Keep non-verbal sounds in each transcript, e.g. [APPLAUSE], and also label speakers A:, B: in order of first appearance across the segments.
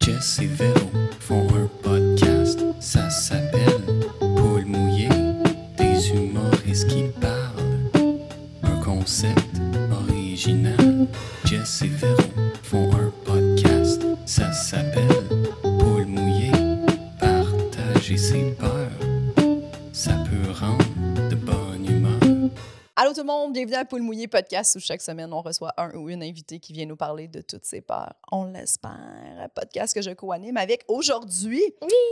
A: Jess et Véro font un podcast, ça s'appelle Paul mouillé, des humoristes qui parlent. Un concept original. Jess et Véro font un podcast, ça s'appelle Paul mouillé, partager ses peurs, ça peut rendre de bonne humeur.
B: Allô tout le monde, bienvenue à Poule Mouillé Podcast où chaque semaine on reçoit un ou une invitée qui vient nous parler de toutes ses peurs. On l'espère. Un Podcast que je co-anime avec aujourd'hui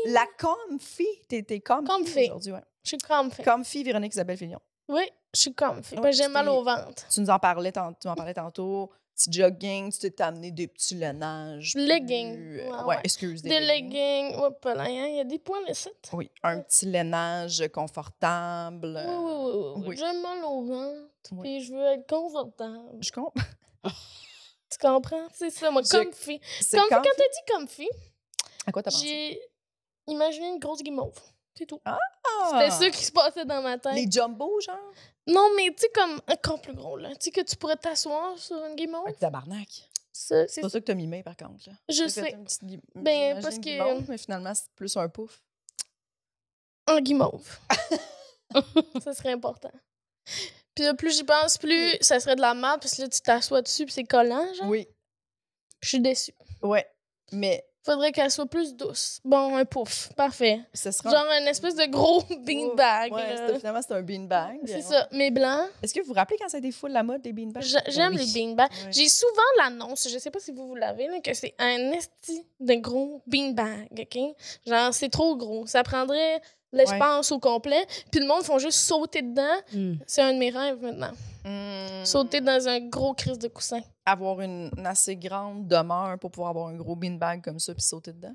B: la Comfy. T'es t'es comfy,
C: Comfy.
B: aujourd'hui, ouais.
C: Je suis comfy.
B: Comfy Véronique Isabelle Fillon.
C: Oui, je suis comfy.
B: Ouais,
C: Ben, j'ai mal
B: c'est-
C: au ventre.
B: Tu nous en parlais, tant- tu m'en parlais tantôt. Petit jogging, tu t'es amené des petits lenages.
C: Leggings,
B: plus, euh,
C: ouais,
B: ouais,
C: ouais.
B: excuse.
C: Des leggings. Ouais, pas là, hein, Il y a des points ici. Oui,
B: Oui, un petit lénage confortable.
C: oui, oui. oui,
B: Euh, oui.
C: J'ai mal au ventre.
B: Oui.
C: Puis je veux être confortable.
B: Je comprends.
C: Tu comprends? C'est ça, moi.
B: Je-
C: Comfy.
B: [LAUGHS] C'est
C: Comfy. Quand
B: comfy.
C: t'as dit comfy,
B: À quoi t'as pensé?
C: j'ai imaginé une grosse guimauve. C'est tout.
B: Ah!
C: C'était ça qui se passait dans ma tête.
B: Les jumbo, genre?
C: Non, mais tu sais, comme encore plus gros, là. Tu sais, que tu pourrais t'asseoir sur une guimauve.
B: Un tabarnak.
C: Ça, c'est
B: C'est pas ça que t'as mimé, par contre. Là. T'as
C: Je
B: fait
C: sais.
B: une petite gui-
C: Ben,
B: j'imagine
C: parce que-
B: guimauve, mais finalement, c'est plus un pouf. [LAUGHS]
C: en guimauve. ça serait important. Puis là, plus j'y pense, plus ça serait de la merde, parce que là, tu t'assois dessus, puis c'est collant, genre.
B: Oui.
C: Je suis déçue.
B: Ouais. Mais
C: Faudrait qu'elle soit plus douce. Bon, un pouf. Parfait.
B: ce sera.
C: Genre un espèce de gros [LAUGHS] beanbag.
B: Ouais,
C: là.
B: c'était- finalement, c'est un beanbag.
C: c'est
B: Ouais.
C: ça. Mais blanc,
B: Est-ce que vous vous rappelez quand ça a été full la mode des beanbags?
C: j'a- j'aime les beanbags.
B: beanbags.
C: J'ai souvent l'annonce, je sais pas si vous vous l'avez, là, que c'est un esti de gros beanbag, OK? Genre, c'est trop gros. Ça prendrait l'espace au complet. Puis le monde font juste sauter dedans.
B: Hmm.
C: C'est un de mes rêves maintenant. Sauter dans un gros crise de coussin.
B: Mmh. Avoir une, une assez grande demeure pour pouvoir avoir un gros beanbag comme ça puis sauter dedans.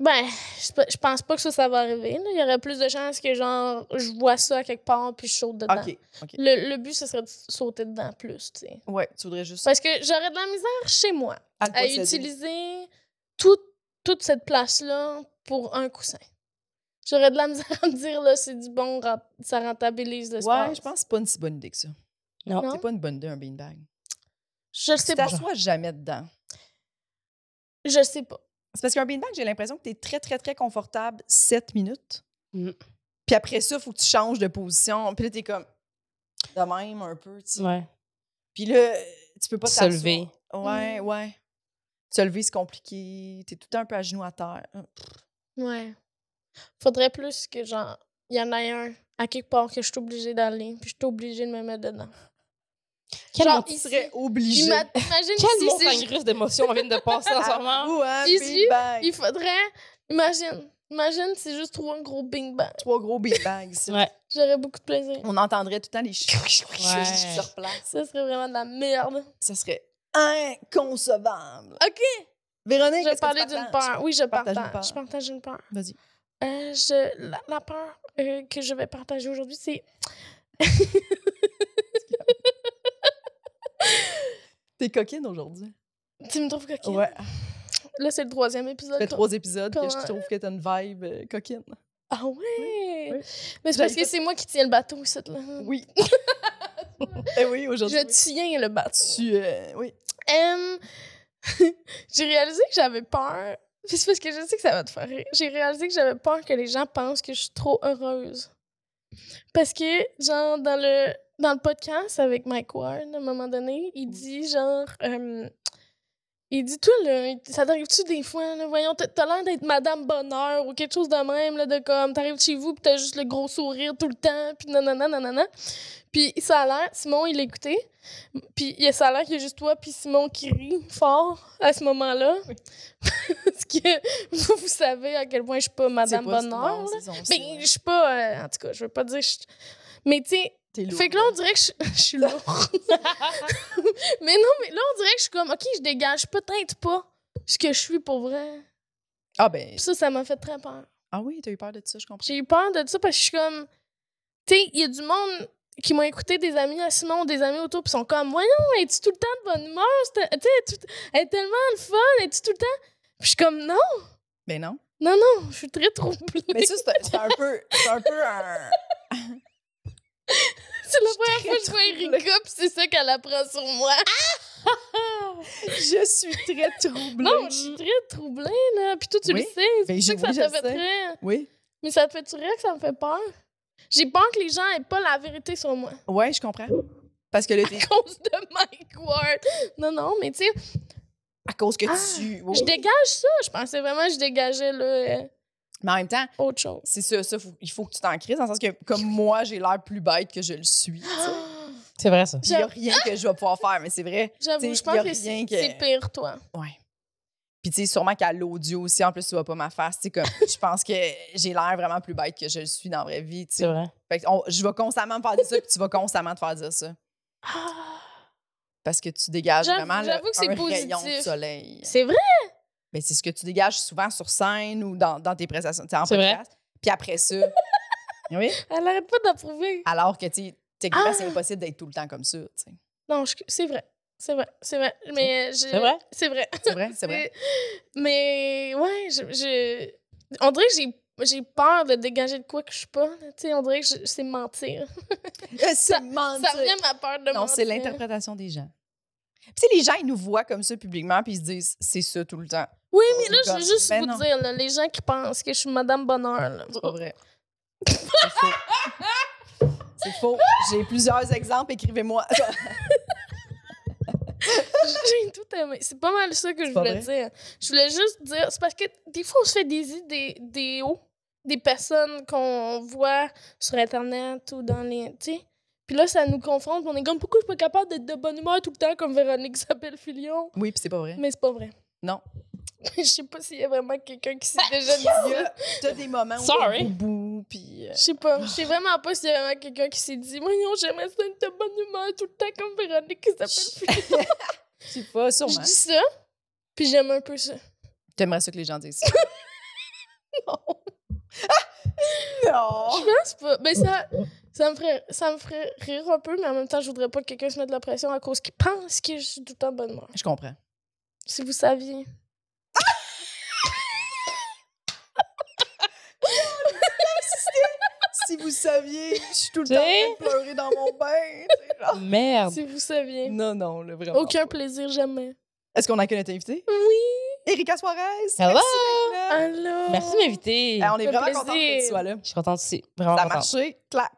C: Ben, je pe- je pense pas que ça, ça va arriver. là. Il y aurait plus de chances que, genre, je vois ça à quelque part puis je saute dedans.
B: OK. OK.
C: Le, le but, ce serait de sauter dedans plus, tu sais.
B: Ouais, tu voudrais juste
C: Parce que j'aurais de la misère chez moi
B: à le
C: à
B: posséder.
C: utiliser tout- toute cette place-là pour un coussin. J'aurais de la misère à me dire, là, c'est du bon, rent- ça rentabilise l'espace.
B: Ouais, je pense que c'est pas une si bonne idée que ça.
D: Non.
C: Non?
B: C'est pas une bonne idée, un beanbag.
C: Je
B: Tu
C: sais pas.
B: t'assois jamais dedans.
C: Je sais pas.
B: C'est parce qu'un beanbag, j'ai l'impression que tu es très, très, très confortable 7 minutes.
D: Mm.
B: Puis après ça, il faut que tu changes de position. Puis là, tu es comme de même un peu. tu sais.
D: Ouais.
B: Puis là, tu peux pas
D: Se
B: t'asseoir.
D: lever.
B: Ouais, ouais. Se lever, c'est compliqué. Tu es tout le temps un peu à genoux à terre.
C: Ouais. Faudrait plus que, genre, il y en ait un à quelque part que je suis obligée d'aller, puis je suis obligée de me mettre dedans.
D: Quelle,
C: Genre,
D: mon-
B: Tu
C: Ici.
B: serais obligé.
C: Ima- Imagine
D: quelle
C: si c'est
D: montagne [LAUGHS] russe d'émotions vient de passer en ce
B: [LAUGHS]
D: moment.
B: Ou un
C: Ici,
B: beanbag.
C: Il faudrait. Imagine. Imagine, c'est juste trois gros bing bang.
B: Trois gros beanbags. ici.
D: Ouais.
C: J'aurais beaucoup de plaisir.
B: On entendrait tout le temps les chou- chou- chou-
D: Ouais.
B: chou- sur place.
C: Ça serait vraiment de la merde.
B: Ça serait inconcevable.
C: OK.
B: Véronique,
C: Je
B: est-ce que tu
C: parlais d'une
B: partages?
C: peur. Oui, je
B: partages
C: partage.
B: une peur?
C: Je partage une peur.
B: Vas-y.
C: Euh, je- la, la peur euh, que je vais partager aujourd'hui, c'est.
B: T'es coquine aujourd'hui.
C: Tu me trouves coquine? Là, c'est le troisième épisode.
B: Ça fait
C: qu'on-
B: trois épisodes que je
C: Comment-
B: trouve que t'as une vibe euh, coquine.
C: Ah ouais!
B: oui.
C: Mais c'est parce
B: J'avais
C: que
B: fait-
C: c'est moi qui tiens le bateau, ici, là. [LAUGHS]
B: Oui. [LAUGHS] eh oui, aujourd'hui.
C: Je tiens le bateau.
B: Tu. euh, oui.
C: Euh, [LAUGHS] j'ai réalisé que j'avais peur. Puis C'est parce que je sais que ça va te faire rire. J'ai réalisé que j'avais peur que les gens pensent que je suis trop heureuse. Parce que, genre, dans le, dans le podcast avec Mike Ward, à un moment donné,
B: Mm.
C: il dit, genre, euh, il dit, toi, là, ça t'arrive-tu des fois, là, voyons, t'as- t'as l'air d'être Madame Bonheur ou quelque chose de même, là, de comme, t'arrives chez vous, puis t'as juste le gros sourire tout le temps, puis nanana, nanana. Puis ça a l'air, Simon, il l'écoutait, puis il y a ça a l'air qu'il y a juste toi puis Simon qui rit fort à ce moment-là. [LAUGHS] Parce que vous, vous savez à quel point je suis pas Madame
B: C'est pas-
C: Bonheur.
B: non,
C: là.
B: c'est son- c'est
C: Mais
B: vrai.
C: Ben, je suis pas... euh, en tout cas, je veux pas dire... je suis- Mais tu sais,
B: T'es lourde.
C: fait que là, on dirait que je, je suis [LAUGHS] lourde.
B: [LAUGHS]
C: mais non, mais là, on dirait que je suis comme, OK, je dégage peut-être pas ce que je suis pour vrai.
B: Ah ben.
C: Puis ça, ça m'a fait très peur.
B: Ah oui, t'as eu peur de ça, je comprends.
C: J'ai eu peur de ça parce que je suis comme, tu sais, il y a du monde qui m'ont écouté, des amis à Simon, des amis autour, puis sont comme, voyons, es-tu tout le temps de bonne humeur? C'est- Tu sais, tu- elle est tellement le fun, es-tu tout le temps? Puis je suis comme, non,
B: Mais Ben non.
C: non, non, je suis très troublée.
B: Mais ça, c'est c'est un peu. C'est un peu un.
C: C'est
B: Je
C: la
B: suis
C: première fois que je
B: très
C: vois
B: troublée.
C: Erika, puis c'est ça qu'elle apprend sur moi.
B: [LAUGHS] Ah! Je suis très troublée.
C: [LAUGHS] Non, je suis très troublée, là. Puis toi, tu
B: Oui.
C: le sais.
B: Ben,
C: C'est
B: je-
C: pour ça
B: oui,
C: que ça
B: je
C: te fait
B: sais.
C: très...
B: Oui.
C: Mais ça te fait-tu rire que ça me fait peur? J'ai peur que les gens aient pas la vérité sur moi. [LAUGHS]
B: Ouais, je comprends. Parce que là, t'es-
C: À cause de Mike Ward. Non, non, mais tu sais,
B: à cause que
C: Ah,
B: tu.
C: je dégage ça. Je pensais vraiment que je dégageais là, euh,
B: Mais en même temps, [GASPS]
C: autre chose.
B: c'est ça, ça faut- il faut que tu t'en crises, dans le sens que comme moi, j'ai l'air plus bête que je le suis. tu
C: Ah,
B: sais.
D: C'est vrai, ça.
B: Puis Il n'y a rien que je vais pouvoir faire, mais c'est vrai.
C: J'avoue,
B: T'sais, y
C: je
B: a
C: pense que
B: rien
C: c'est
B: que-
C: c'est pire, toi.
B: Ouais. Puis tu sais, sûrement qu'à l'audio aussi, en plus, tu vois pas ma face. Tu sais, comme, je pense que j'ai l'air vraiment plus bête que je le suis dans la vraie vie. tu sais.
D: C'est vrai.
B: Fait que on- je vais constamment me faire dire ça, puis tu vas constamment te faire dire
C: [GASPS]
B: ça. Parce que tu dégages
C: J'avoue-
B: vraiment le-
C: j'avoue que c'est
B: un rayon de
C: positif.
B: soleil.
C: C'est vrai?
B: Mais c'est ce que tu dégages souvent sur scène ou dans, dans tes prestations, tu sais, en
D: C'est vrai.
B: podcast. Puis après
C: [LAUGHS]
B: ça, oui.
C: Elle arrête pas d'approuver.
B: Alors que, tu sais, techniquement,
C: Ah!
B: c'est impossible d'être tout le temps comme ça, tu sais.
C: Non, je- c'est vrai. C'est vrai. C'est vrai. Mais je-
D: C'est vrai?
C: C'est vrai.
B: C'est vrai, c'est vrai.
C: Euh, Mais ouais, je, je- on dirait que j'ai j'ai peur de dégager de quoi que je suis pas. Tu sais, on dirait que je- c'est mentir.
B: Euh, c'est mentir.
C: [LAUGHS] Ça vient ma peur de
B: [LAUGHS]
C: mentir.
B: Non, c'est l'interprétation des gens. Puis, tu sais, les gens, ils nous voient comme ça publiquement, puis ils se disent, c'est ça tout le temps.
C: Oui, mais là,
B: C'est
C: je
B: comme-
C: veux juste
B: Ben
C: vous
B: non.
C: dire, là, les gens qui pensent que je suis Madame Bonheur,
B: [LAUGHS]
C: là. [LAUGHS]
B: C'est pas vrai. C'est faux. [LAUGHS] C'est faux. J'ai plusieurs exemples, écrivez-moi.
C: J'ai tout aimé. C'est pas mal ça que je
B: pas
C: voulais dire. Je voulais juste dire, c'est parce que des fois, on se fait des idées, des hauts, des personnes qu'on voit sur Internet ou dans les. Tu sais. Puis là, ça nous confronte. puis On est comme, pourquoi je suis pas capable d'être de bonne humeur tout le temps comme Véronique s'appelle Filion?
B: [LAUGHS] Oui, puis c'est pas vrai.
C: Mais c'est pas vrai.
B: Non.
C: [LAUGHS] Je sais pas s'il y a vraiment quelqu'un qui s'est déjà dit
B: Il y
C: ça.
B: a- T'as des moments où
D: Sorry.
B: t'es boubou, puis... euh,
C: Je sais pas. Je sais vraiment pas s'il y a vraiment quelqu'un qui s'est dit, voyons, j'aimerais ça être de bonne humeur tout le temps comme Véronique qui s'appelle Filion.
B: Je sais pas, sûrement.
C: Je dis ça, puis j'aime un peu ça.
B: T'aimerais ça que les gens disent [LAUGHS] ça.
C: Non.
B: [LAUGHS] non!
C: Je pense pas. Ben, ça, ça, me ferait, ça me ferait rire un peu, mais en même temps, je voudrais pas que quelqu'un se mette de la pression à cause qu'il pense que je suis tout le temps de bonne humeur.
B: Je comprends.
C: Si vous saviez.
B: Si vous saviez, je suis tout le
D: Tu
B: temps
D: sais?
B: en train de pleurer dans mon bain. tu sais,
D: Ah,
B: genre.
D: Merde.
C: Si vous saviez.
B: Ah Non, non, là, vraiment.
C: Aucun plaisir, jamais.
B: Est-ce qu'on a que notre invité?
C: Oui.
B: Erika Suarez!
D: Hello!
B: Merci d'être là.
C: Allô.
D: Merci de m'inviter.
B: Eh, on est
C: Ah, fait
B: vraiment
C: plaisir.
B: contente que tu sois là.
D: Je suis contente aussi. Vraiment
B: Ça a
D: contente.
B: marché. Clac,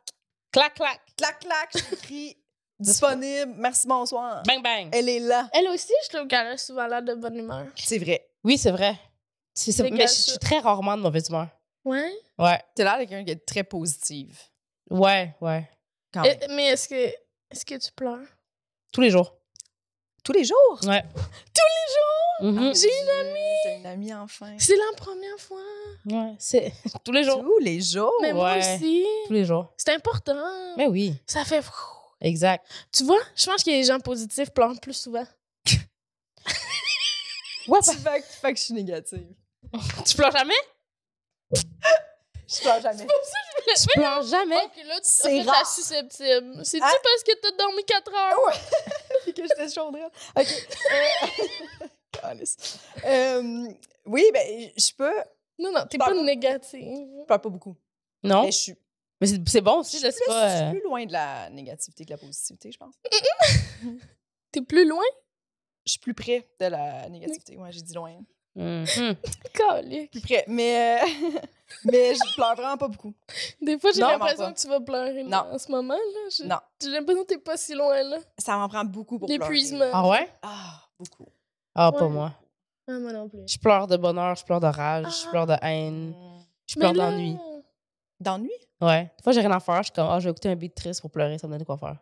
D: Clac, clac.
B: clac, clac. J'ai [LAUGHS] écrit disponible. Merci, bonsoir.
D: Bang, bang.
B: Elle est là.
C: Elle aussi, je trouve qu'elle a souvent l'air de bonne humeur.
B: C'est vrai.
D: Oui, Eh, c'est vrai. C'est- c'est-
C: Dégage
D: Mais je
C: ça.
D: je suis très rarement de mauvaise humeur.
C: Ouais.
D: Ouais.
B: T'as l'air de quelqu'un qui est très positive.
D: Ouais, ouais.
B: Quand même.
C: Eh, Mais est-ce que, est-ce que tu pleures?
D: Tous les jours.
B: Tous les jours.
D: Ouais. [LAUGHS] Mm-hmm. Tous les jours? Ah,
C: J'ai une
B: amie. T'as une amie enfin.
C: C'est la première fois.
D: Ouais, c'est... [LAUGHS] Tous les jours.
B: Tous les jours. [LAUGHS]
C: Mais moi
D: ouais.
C: aussi.
D: Tous les jours.
C: C'est important.
D: Mais oui,
C: Ça fait.
D: exact.
C: Tu vois, je pense que les gens positifs pleurent plus souvent.
D: Ouais,
B: Tu fais, que- tu fais que je suis négative.
D: tu pleures [LAUGHS] jamais?
B: Je pleure jamais.
D: Tu pleures jamais?
C: Ah, puis là, tu
B: C'est
C: c'est
B: rare.
C: susceptible. C'est-tu
B: Ah.
C: parce que t'as dormi 4 heures?
B: Ouais. Puis que j'étais chaudrelle. OK. Euh, [LAUGHS] Calice. Euh, oui, ben, je peux.
C: Non, non, t'es
B: Je
C: pas
B: parle-
C: négative.
B: Je parle pas beaucoup.
D: Non.
B: Mais je suis
D: Mais c'est, c'est bon aussi,
B: je
D: là,
B: suis
D: c'est
B: plus, je
D: pas...
B: suis
D: euh,
B: plus loin de la négativité que la positivité, je pense.
C: T'es plus loin?
B: je suis plus près de la négativité. Ouais, j'ai dit loin.
D: mhm.
C: Calique.
B: Plus près. Mais, euh, [LAUGHS] mais je pleure vraiment pas beaucoup.
C: Des fois, j'ai
B: Non,
C: l'impression
B: vraiment
C: que tu vas pleurer
B: Non.
C: en ce moment. là. J'ai-
B: Non.
C: J'ai l'impression que t'es pas si loin, là.
B: Ça m'en prend beaucoup pour pleurer.
C: L'épuisement.
D: Ah ouais?
B: Ah, beaucoup.
D: Ah, pas
C: Ouais.
D: moi.
C: Ah, moi non plus.
D: Je pleure de bonheur, je pleure de rage, je
C: Ah.
D: pleure de
B: Mm.
D: haine, je
C: Mais
D: pleure
C: là-
D: d'ennui.
B: D'ennui?
D: Ouais. Des fois, j'ai rien à faire, je suis comme, ah, je vais écouter un beat triste pour pleurer, ça me donne de quoi faire.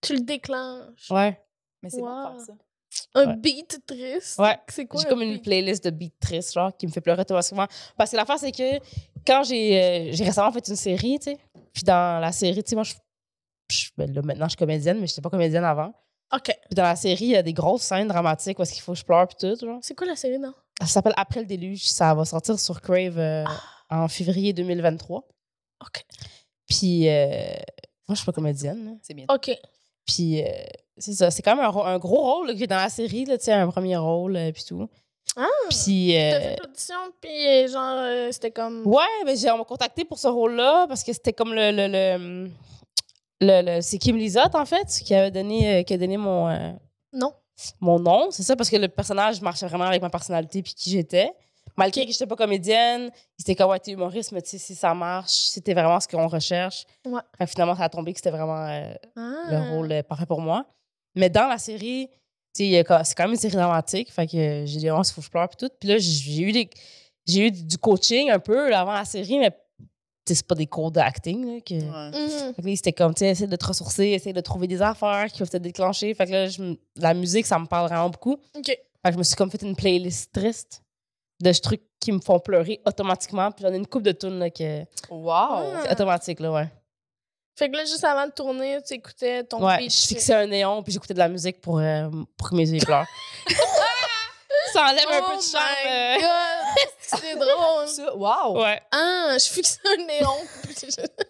C: Tu le déclenches.
D: Ouais.
B: Mais c'est bon de
C: Wow.
B: faire ça.
C: Un
D: Ouais.
C: beat triste.
D: Ouais.
C: C'est quoi?
D: J'ai
C: un
D: comme une
C: beat?
D: playlist de beats tristes, genre, qui me fait pleurer automatiquement. Parce que l'affaire, c'est que quand j'ai, euh, j'ai récemment fait une série, tu sais, puis dans la série, tu sais, moi, je, je- ben là, maintenant, je suis comédienne, mais je n'étais pas comédienne avant.
C: Ok.
D: Puis dans la série, il y a des grosses scènes dramatiques où est-ce qu'il faut que je pleure, puis tout, genre.
C: C'est quoi la série, non?
D: Ça s'appelle Après le déluge. Ça va sortir sur Crave euh, en février 2023.
C: Ah. Ok.
D: Puis, euh, moi, je suis pas comédienne. là.
B: C'est bien.
C: Ok.
D: Puis, euh, c'est ça. C'est quand même un, ro- un gros rôle là, que j'ai dans la série, là, tu sais, un premier rôle, euh, puis tout.
C: Ah!
D: Puis, euh,
C: T'as fait l'audition, puis euh, genre, euh, c'était comme.
D: ouais, mais j'ai- on m'a contacté pour ce rôle-là parce que c'était comme le. le, le, le, le- c'est Kim Lizotte, en fait, qui, avait donné, euh, qui a donné mon, euh,
C: Non.
D: mon nom. C'est ça, parce que le personnage marchait vraiment avec ma personnalité puis qui j'étais. Malgré que je n'étais pas comédienne, il était comme, ouais, t'es humoriste, mais tu sais, si ça marche, c'était vraiment ce qu'on recherche.
C: Ouais.
D: Fait que finalement, ça a tombé que c'était vraiment euh,
C: Ah.
D: le rôle euh, parfait pour moi. Mais dans la série, tu sais, il y a quand- c'est quand même une série dramatique. Fait que euh, j'ai dit, oh, il faut que je pleure, puis tout. Puis là, j'ai eu, des- j'ai eu du coaching un peu là, avant la série, mais tu sais, c'est pas des cours d'acting. là, que...
B: Ouais.
C: Mhm.
D: Fait que là, c'était comme, tu sais, essaie de te ressourcer, essaie de trouver des affaires qui peuvent te déclencher. Fait que là, je m- la musique, ça me parle vraiment beaucoup.
C: OK.
D: Fait que je me suis comme fait une playlist triste de trucs qui me font pleurer automatiquement. Puis j'en ai une coupe de tunes, là, que
B: Wow!
D: c'est automatique, là, ouais.
C: Fait que là, juste avant de tourner, tu écoutais ton
D: ouais,
C: pitch.
D: je
C: [LAUGHS]
D: fixais un néon, puis j'écoutais de la musique pour, euh, pour que mes yeux [LAUGHS] pleurent. ça enlève un peu de
C: my
D: charme.
C: God, Ah, C'est drôle.
B: Ça, wow!
D: euh, ouais.
C: Ah, je fixe un néon.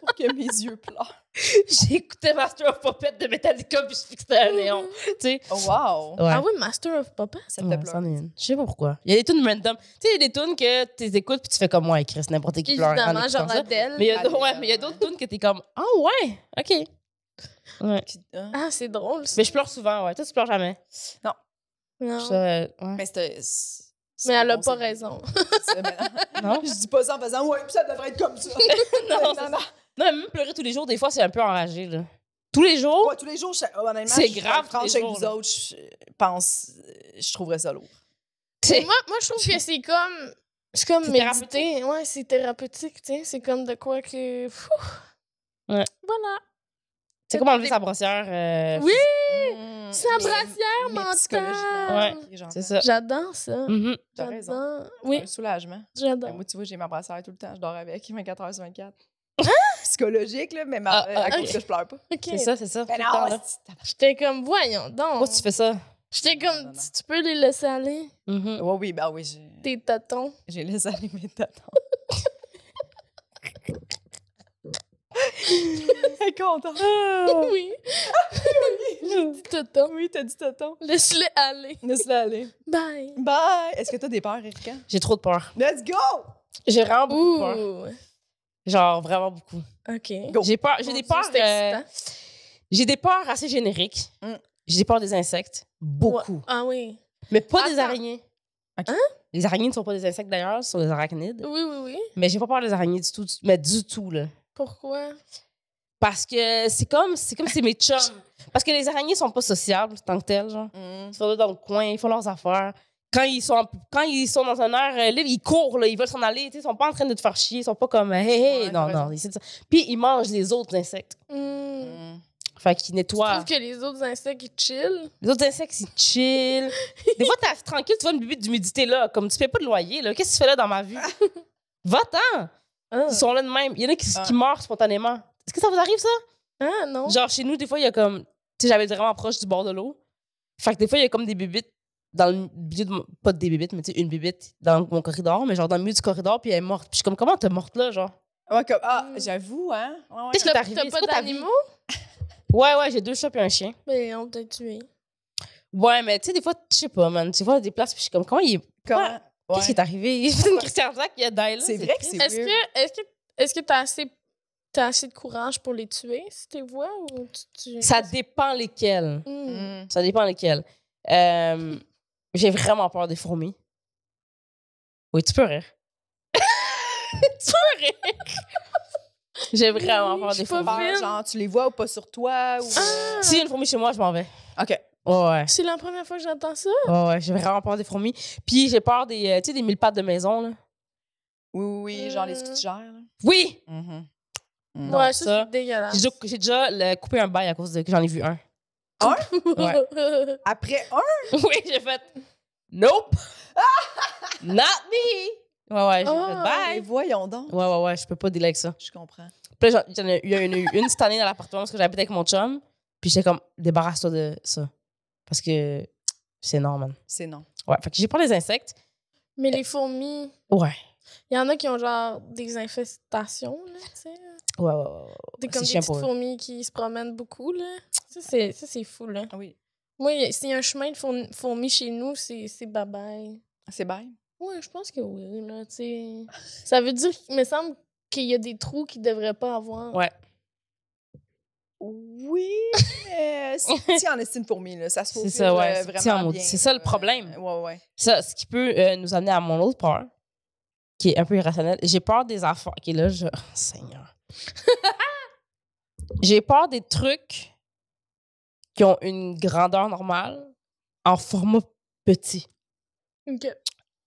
B: Pour que mes yeux pleurent.
D: [LAUGHS] J'écoutais Master of Puppet de Metallica, puis je fixais un néon. tu sais.
B: Oh, wow!
D: Ouais.
C: Ah oui, Master of Papa.
B: Ça te
D: Ouais,
B: fait
D: c'en
B: pleurer.
D: est une. Je sais pas pourquoi. Il y a des tunes random. Tu sais, il y a des tunes que tu les écoutes puis tu fais comme moi, Chris, n'importe qui pleure. en
C: Évidemment,
D: écoutant
C: genre
D: ça.
C: Adèle.
D: Mais il y a d'autres- ouais,
B: Adèle,
D: mais il y a d'autres
B: ouais.
D: tunes que t'es comme Ah ouais, OK. Ouais.
B: Qui- hein?
C: Ah, c'est drôle. ça.
D: Mais je pleure souvent, ouais. Toi, tu pleures jamais.
C: Non.
D: Je, euh, ouais.
B: Mais c'était. c'est- c'est
C: Mais elle a
B: bon,
C: pas
B: c'est-
D: [LAUGHS]
C: raison.
B: c'est- mais [LAUGHS] non.
D: Non?
B: Je dis pas ça en faisant ouais, puis ça devrait être comme ça.
D: [LAUGHS] non,
B: [LAUGHS] non,
D: c'est-
B: non.
D: non, mais même pleurer tous les jours, des fois, c'est un peu enragé, là. Tous les jours?
B: Ouais, tous les jours, je- oh, honnêtement,
D: C'est
B: je suis
D: grave,
B: franche
D: tous les
B: avec
D: jours,
B: vous
D: là.
B: autres, je pense, euh, je trouverais ça lourd.
D: C'est-
C: moi, moi, je trouve que c'est comme. C'est comme
D: C'est
C: méditer. Ouais, c'est thérapeutique, tu sais. C'est comme de quoi que. Pfff.
D: Ouais.
C: Voilà.
D: C'est comme enlever sa brossière. euh,
C: Oui,
B: Mm,
C: c'est un
B: mais-
C: brassière
B: mais
C: mentale.
B: psychologiquement, j'entends.
D: C'est ça.
C: J'adore ça.
D: Mhm.
B: T'as raison.
C: J'adore.
B: Oui.
C: Oui,
B: Un soulagement. Ben,
C: j'adore.
B: moi, tu vois, j'ai ma brassière tout le temps. Je dors avec [LAUGHS] 24 h sur 24. [LAUGHS] Psychologique, là, mais ma-
D: Hein? Ah, ah,
B: à cause
D: ok.
B: que je pleure pas.
C: Ok.
D: C'est ça, c'est ça.
B: Ben
D: Tout le temps,
B: non,
D: là.
B: c'est-
C: J'étais comme, voyons donc.
D: Pourquoi tu fais ça?
C: J'étais
B: Non, non,
C: comme,
B: non.
C: tu tu peux les laisser aller,
D: Mhm.
B: Ouais, oui, ben oui, j'ai-
C: tes tâtons.
B: j'ai laissé aller mes tâtons.
D: [LAUGHS]
B: Elle est
D: [LAUGHS]
B: contente.
D: Oh.
C: [LAUGHS] Oui. J'ai dit tonton.
B: Oui, t'as dit tonton.
C: Laisse-le aller.
B: Laisse-le aller.
C: Bye.
B: Bye! Est-ce que t'as des peurs, Erika?
D: J'ai trop de peur.
B: Let's go!
D: J'ai vraiment beaucoup de peur.
C: Ouh.
D: Genre, vraiment beaucoup.
C: OK.
B: Go.
D: J'ai peur. J'ai des
C: Ça,
D: peurs.
C: c'est
D: euh,
C: excitant.
D: J'ai des peurs assez génériques.
B: Mm.
D: J'ai des peurs des insectes. Beaucoup.
C: Ouais. Ah oui.
D: Mais pas des
C: Attends.
D: araignées.
B: Ok.
D: Hein? Les araignées ne sont pas des insectes d'ailleurs, ce sont des arachnides.
C: Oui, oui, oui.
D: Mais j'ai pas peur des araignées du tout, du- mais du tout, là.
C: Pourquoi?
D: Parce que c'est comme c'est comme si
B: [LAUGHS]
D: mes chums. Parce que les araignées sont pas sociables tant que telles, genre.
B: Mm.
D: Ils sont là dans le coin, ils font leurs affaires. Quand ils sont, en- quand ils sont dans un air euh, libre, ils courent, là, ils veulent s'en aller. tu sais, Ils sont pas en train de te faire chier. Ils sont pas comme euh, Hey, hey,
B: Ouais,
D: non,
B: t'as raison.
D: non. ils- Puis ils mangent les autres insectes.
C: Hmm.
B: Mm.
D: Fait
C: Je
D: qu'ils nettoient.
C: trouve que les autres insectes, ils chill.
D: Les autres insectes, ils chill. Des fois, t'es tranquille, tu vois une bibite d'humidité là. Comme tu fais pas de loyer, là. Qu'est-ce que tu fais là dans ma [LAUGHS] vue? Va-t'en!
C: Ah,
D: Ils sont là de même. Il y en a qui,
B: Ah.
D: qui meurent spontanément. Est-ce que ça vous arrive, ça?
C: Ah, non.
D: Genre, chez nous, des fois, il y a comme. Tu sais, j'avais vraiment proche du bord de l'eau. Fait que des fois, il y a comme des bibites dans le milieu de mon. Pas des bibites, mais tu sais, une bibite dans mon corridor, mais genre dans le milieu du corridor, puis elle est morte. Puis je suis comme, comment t'es morte là, genre?
B: Ouais, comme, ah,
C: Mm.
B: j'avoue, hein? Ouais, ouais.
D: Mmh. Qu'est-ce que t'es
C: T'as
D: arrivé?
C: t'as
D: C'est
C: pas
D: quoi ta vie?
C: d'animaux?
D: Ouais, ouais, j'ai deux chats et un chien.
C: Mais on t'a tué.
D: Ouais, mais tu sais, des fois, je sais pas, man. Tu vois des places, puis je suis comme, comment il est.
B: Comment-
D: Qu'est-ce qui
B: Ouais.
D: est arrivé? [LAUGHS] Il fait une Christian Black, il y a Dyla.
B: C'est vrai que c'est
C: Est-ce
B: weird.
C: que est-ce que est-ce que t'as assez t'as assez de courage pour les tuer si tu les vois ou tu, tu...
D: Ça dépend lesquels.
C: Hmm.
B: Mm.
D: Ça dépend lesquels. Euh, j'ai vraiment peur des fourmis. Oui, tu peux rire. [LAUGHS] tu peux rire. j'ai vraiment peur
C: Je
D: des
C: suis pas
D: fourmis.
B: Peur,
C: Vin.
B: genre, tu les vois ou pas sur toi? Ou... euh,
C: Ah!
D: S'il y a une fourmi chez moi, je m'en vais.
B: OK.
D: Ouais, ouais.
C: C'est la première fois que j'entends ça.
D: Ouais, ouais, j'ai vraiment peur des fourmis. Puis j'ai peur des, euh, tu sais, des mille pattes de maison, là.
B: Oui, oui, oui, genre les
C: Euh.
B: frutigères. là.
D: Oui!
B: Mhm.
D: Non,
C: ouais, ça,
D: ça,
C: c'est dégueulasse.
D: J'ai déjà- J'ai déjà le- coupé un bail à cause de que j'en ai
C: [LAUGHS]
D: vu un.
B: Après un,
D: oui, j'ai fait
C: [LAUGHS]
D: Nope! Not me! Ouais, ouais, j'ai
C: Ah,
D: fait
B: mais
D: bye!
B: voyons donc.
D: Ouais, ouais, ouais, je peux pas délai avec ça.
B: Je comprends.
D: Puis là, j'en- j'en ai eu j'en ai eu une, cette année dans l'appartement parce que j'habitais avec mon chum. Puis j'étais comme, débarrasse-toi de ça. Parce que c'est normal.
B: C'est non.
D: Ouais, fait que j'ai pas les insectes.
C: [LAUGHS] Mais les fourmis,
D: Ouais.
C: il y en a qui ont genre des infestations là, tu sais.
D: Ouais, ouais, ouais, ouais.
C: Des
D: C'est
C: comme des
D: chiant
C: petites
D: pour eux.
C: fourmis qui se promènent beaucoup là. Ça c'est ça c'est fou là.
B: Ah oui.
C: Moi, y a- s'il y a un chemin de fourmi- fourmis chez nous, c'est c'est bye bye.
B: C'est bye.
C: Ouais, je pense que oui, là, tu sais. Ça veut dire qu'il me semble qu'il y a des trous qu'il devrait pas avoir.
D: Ouais.
B: Oui, euh, c'est petit en estime pour là. Ça se
D: C'est
B: faufile
D: ça, ouais,
B: euh,
D: c'est petit en
B: vraiment
D: maudit.
B: bien.
D: C'est ça, le
B: là.
D: problème.
B: Ouais, ouais.
D: Ça, ce qui peut euh, nous amener à mon autre peur, qui est un peu irrationnelle. J'ai peur des affaires. Qui est là, je. oh, Seigneur. [LAUGHS] J'ai peur des trucs qui ont une grandeur normale en format petit.
C: Ok.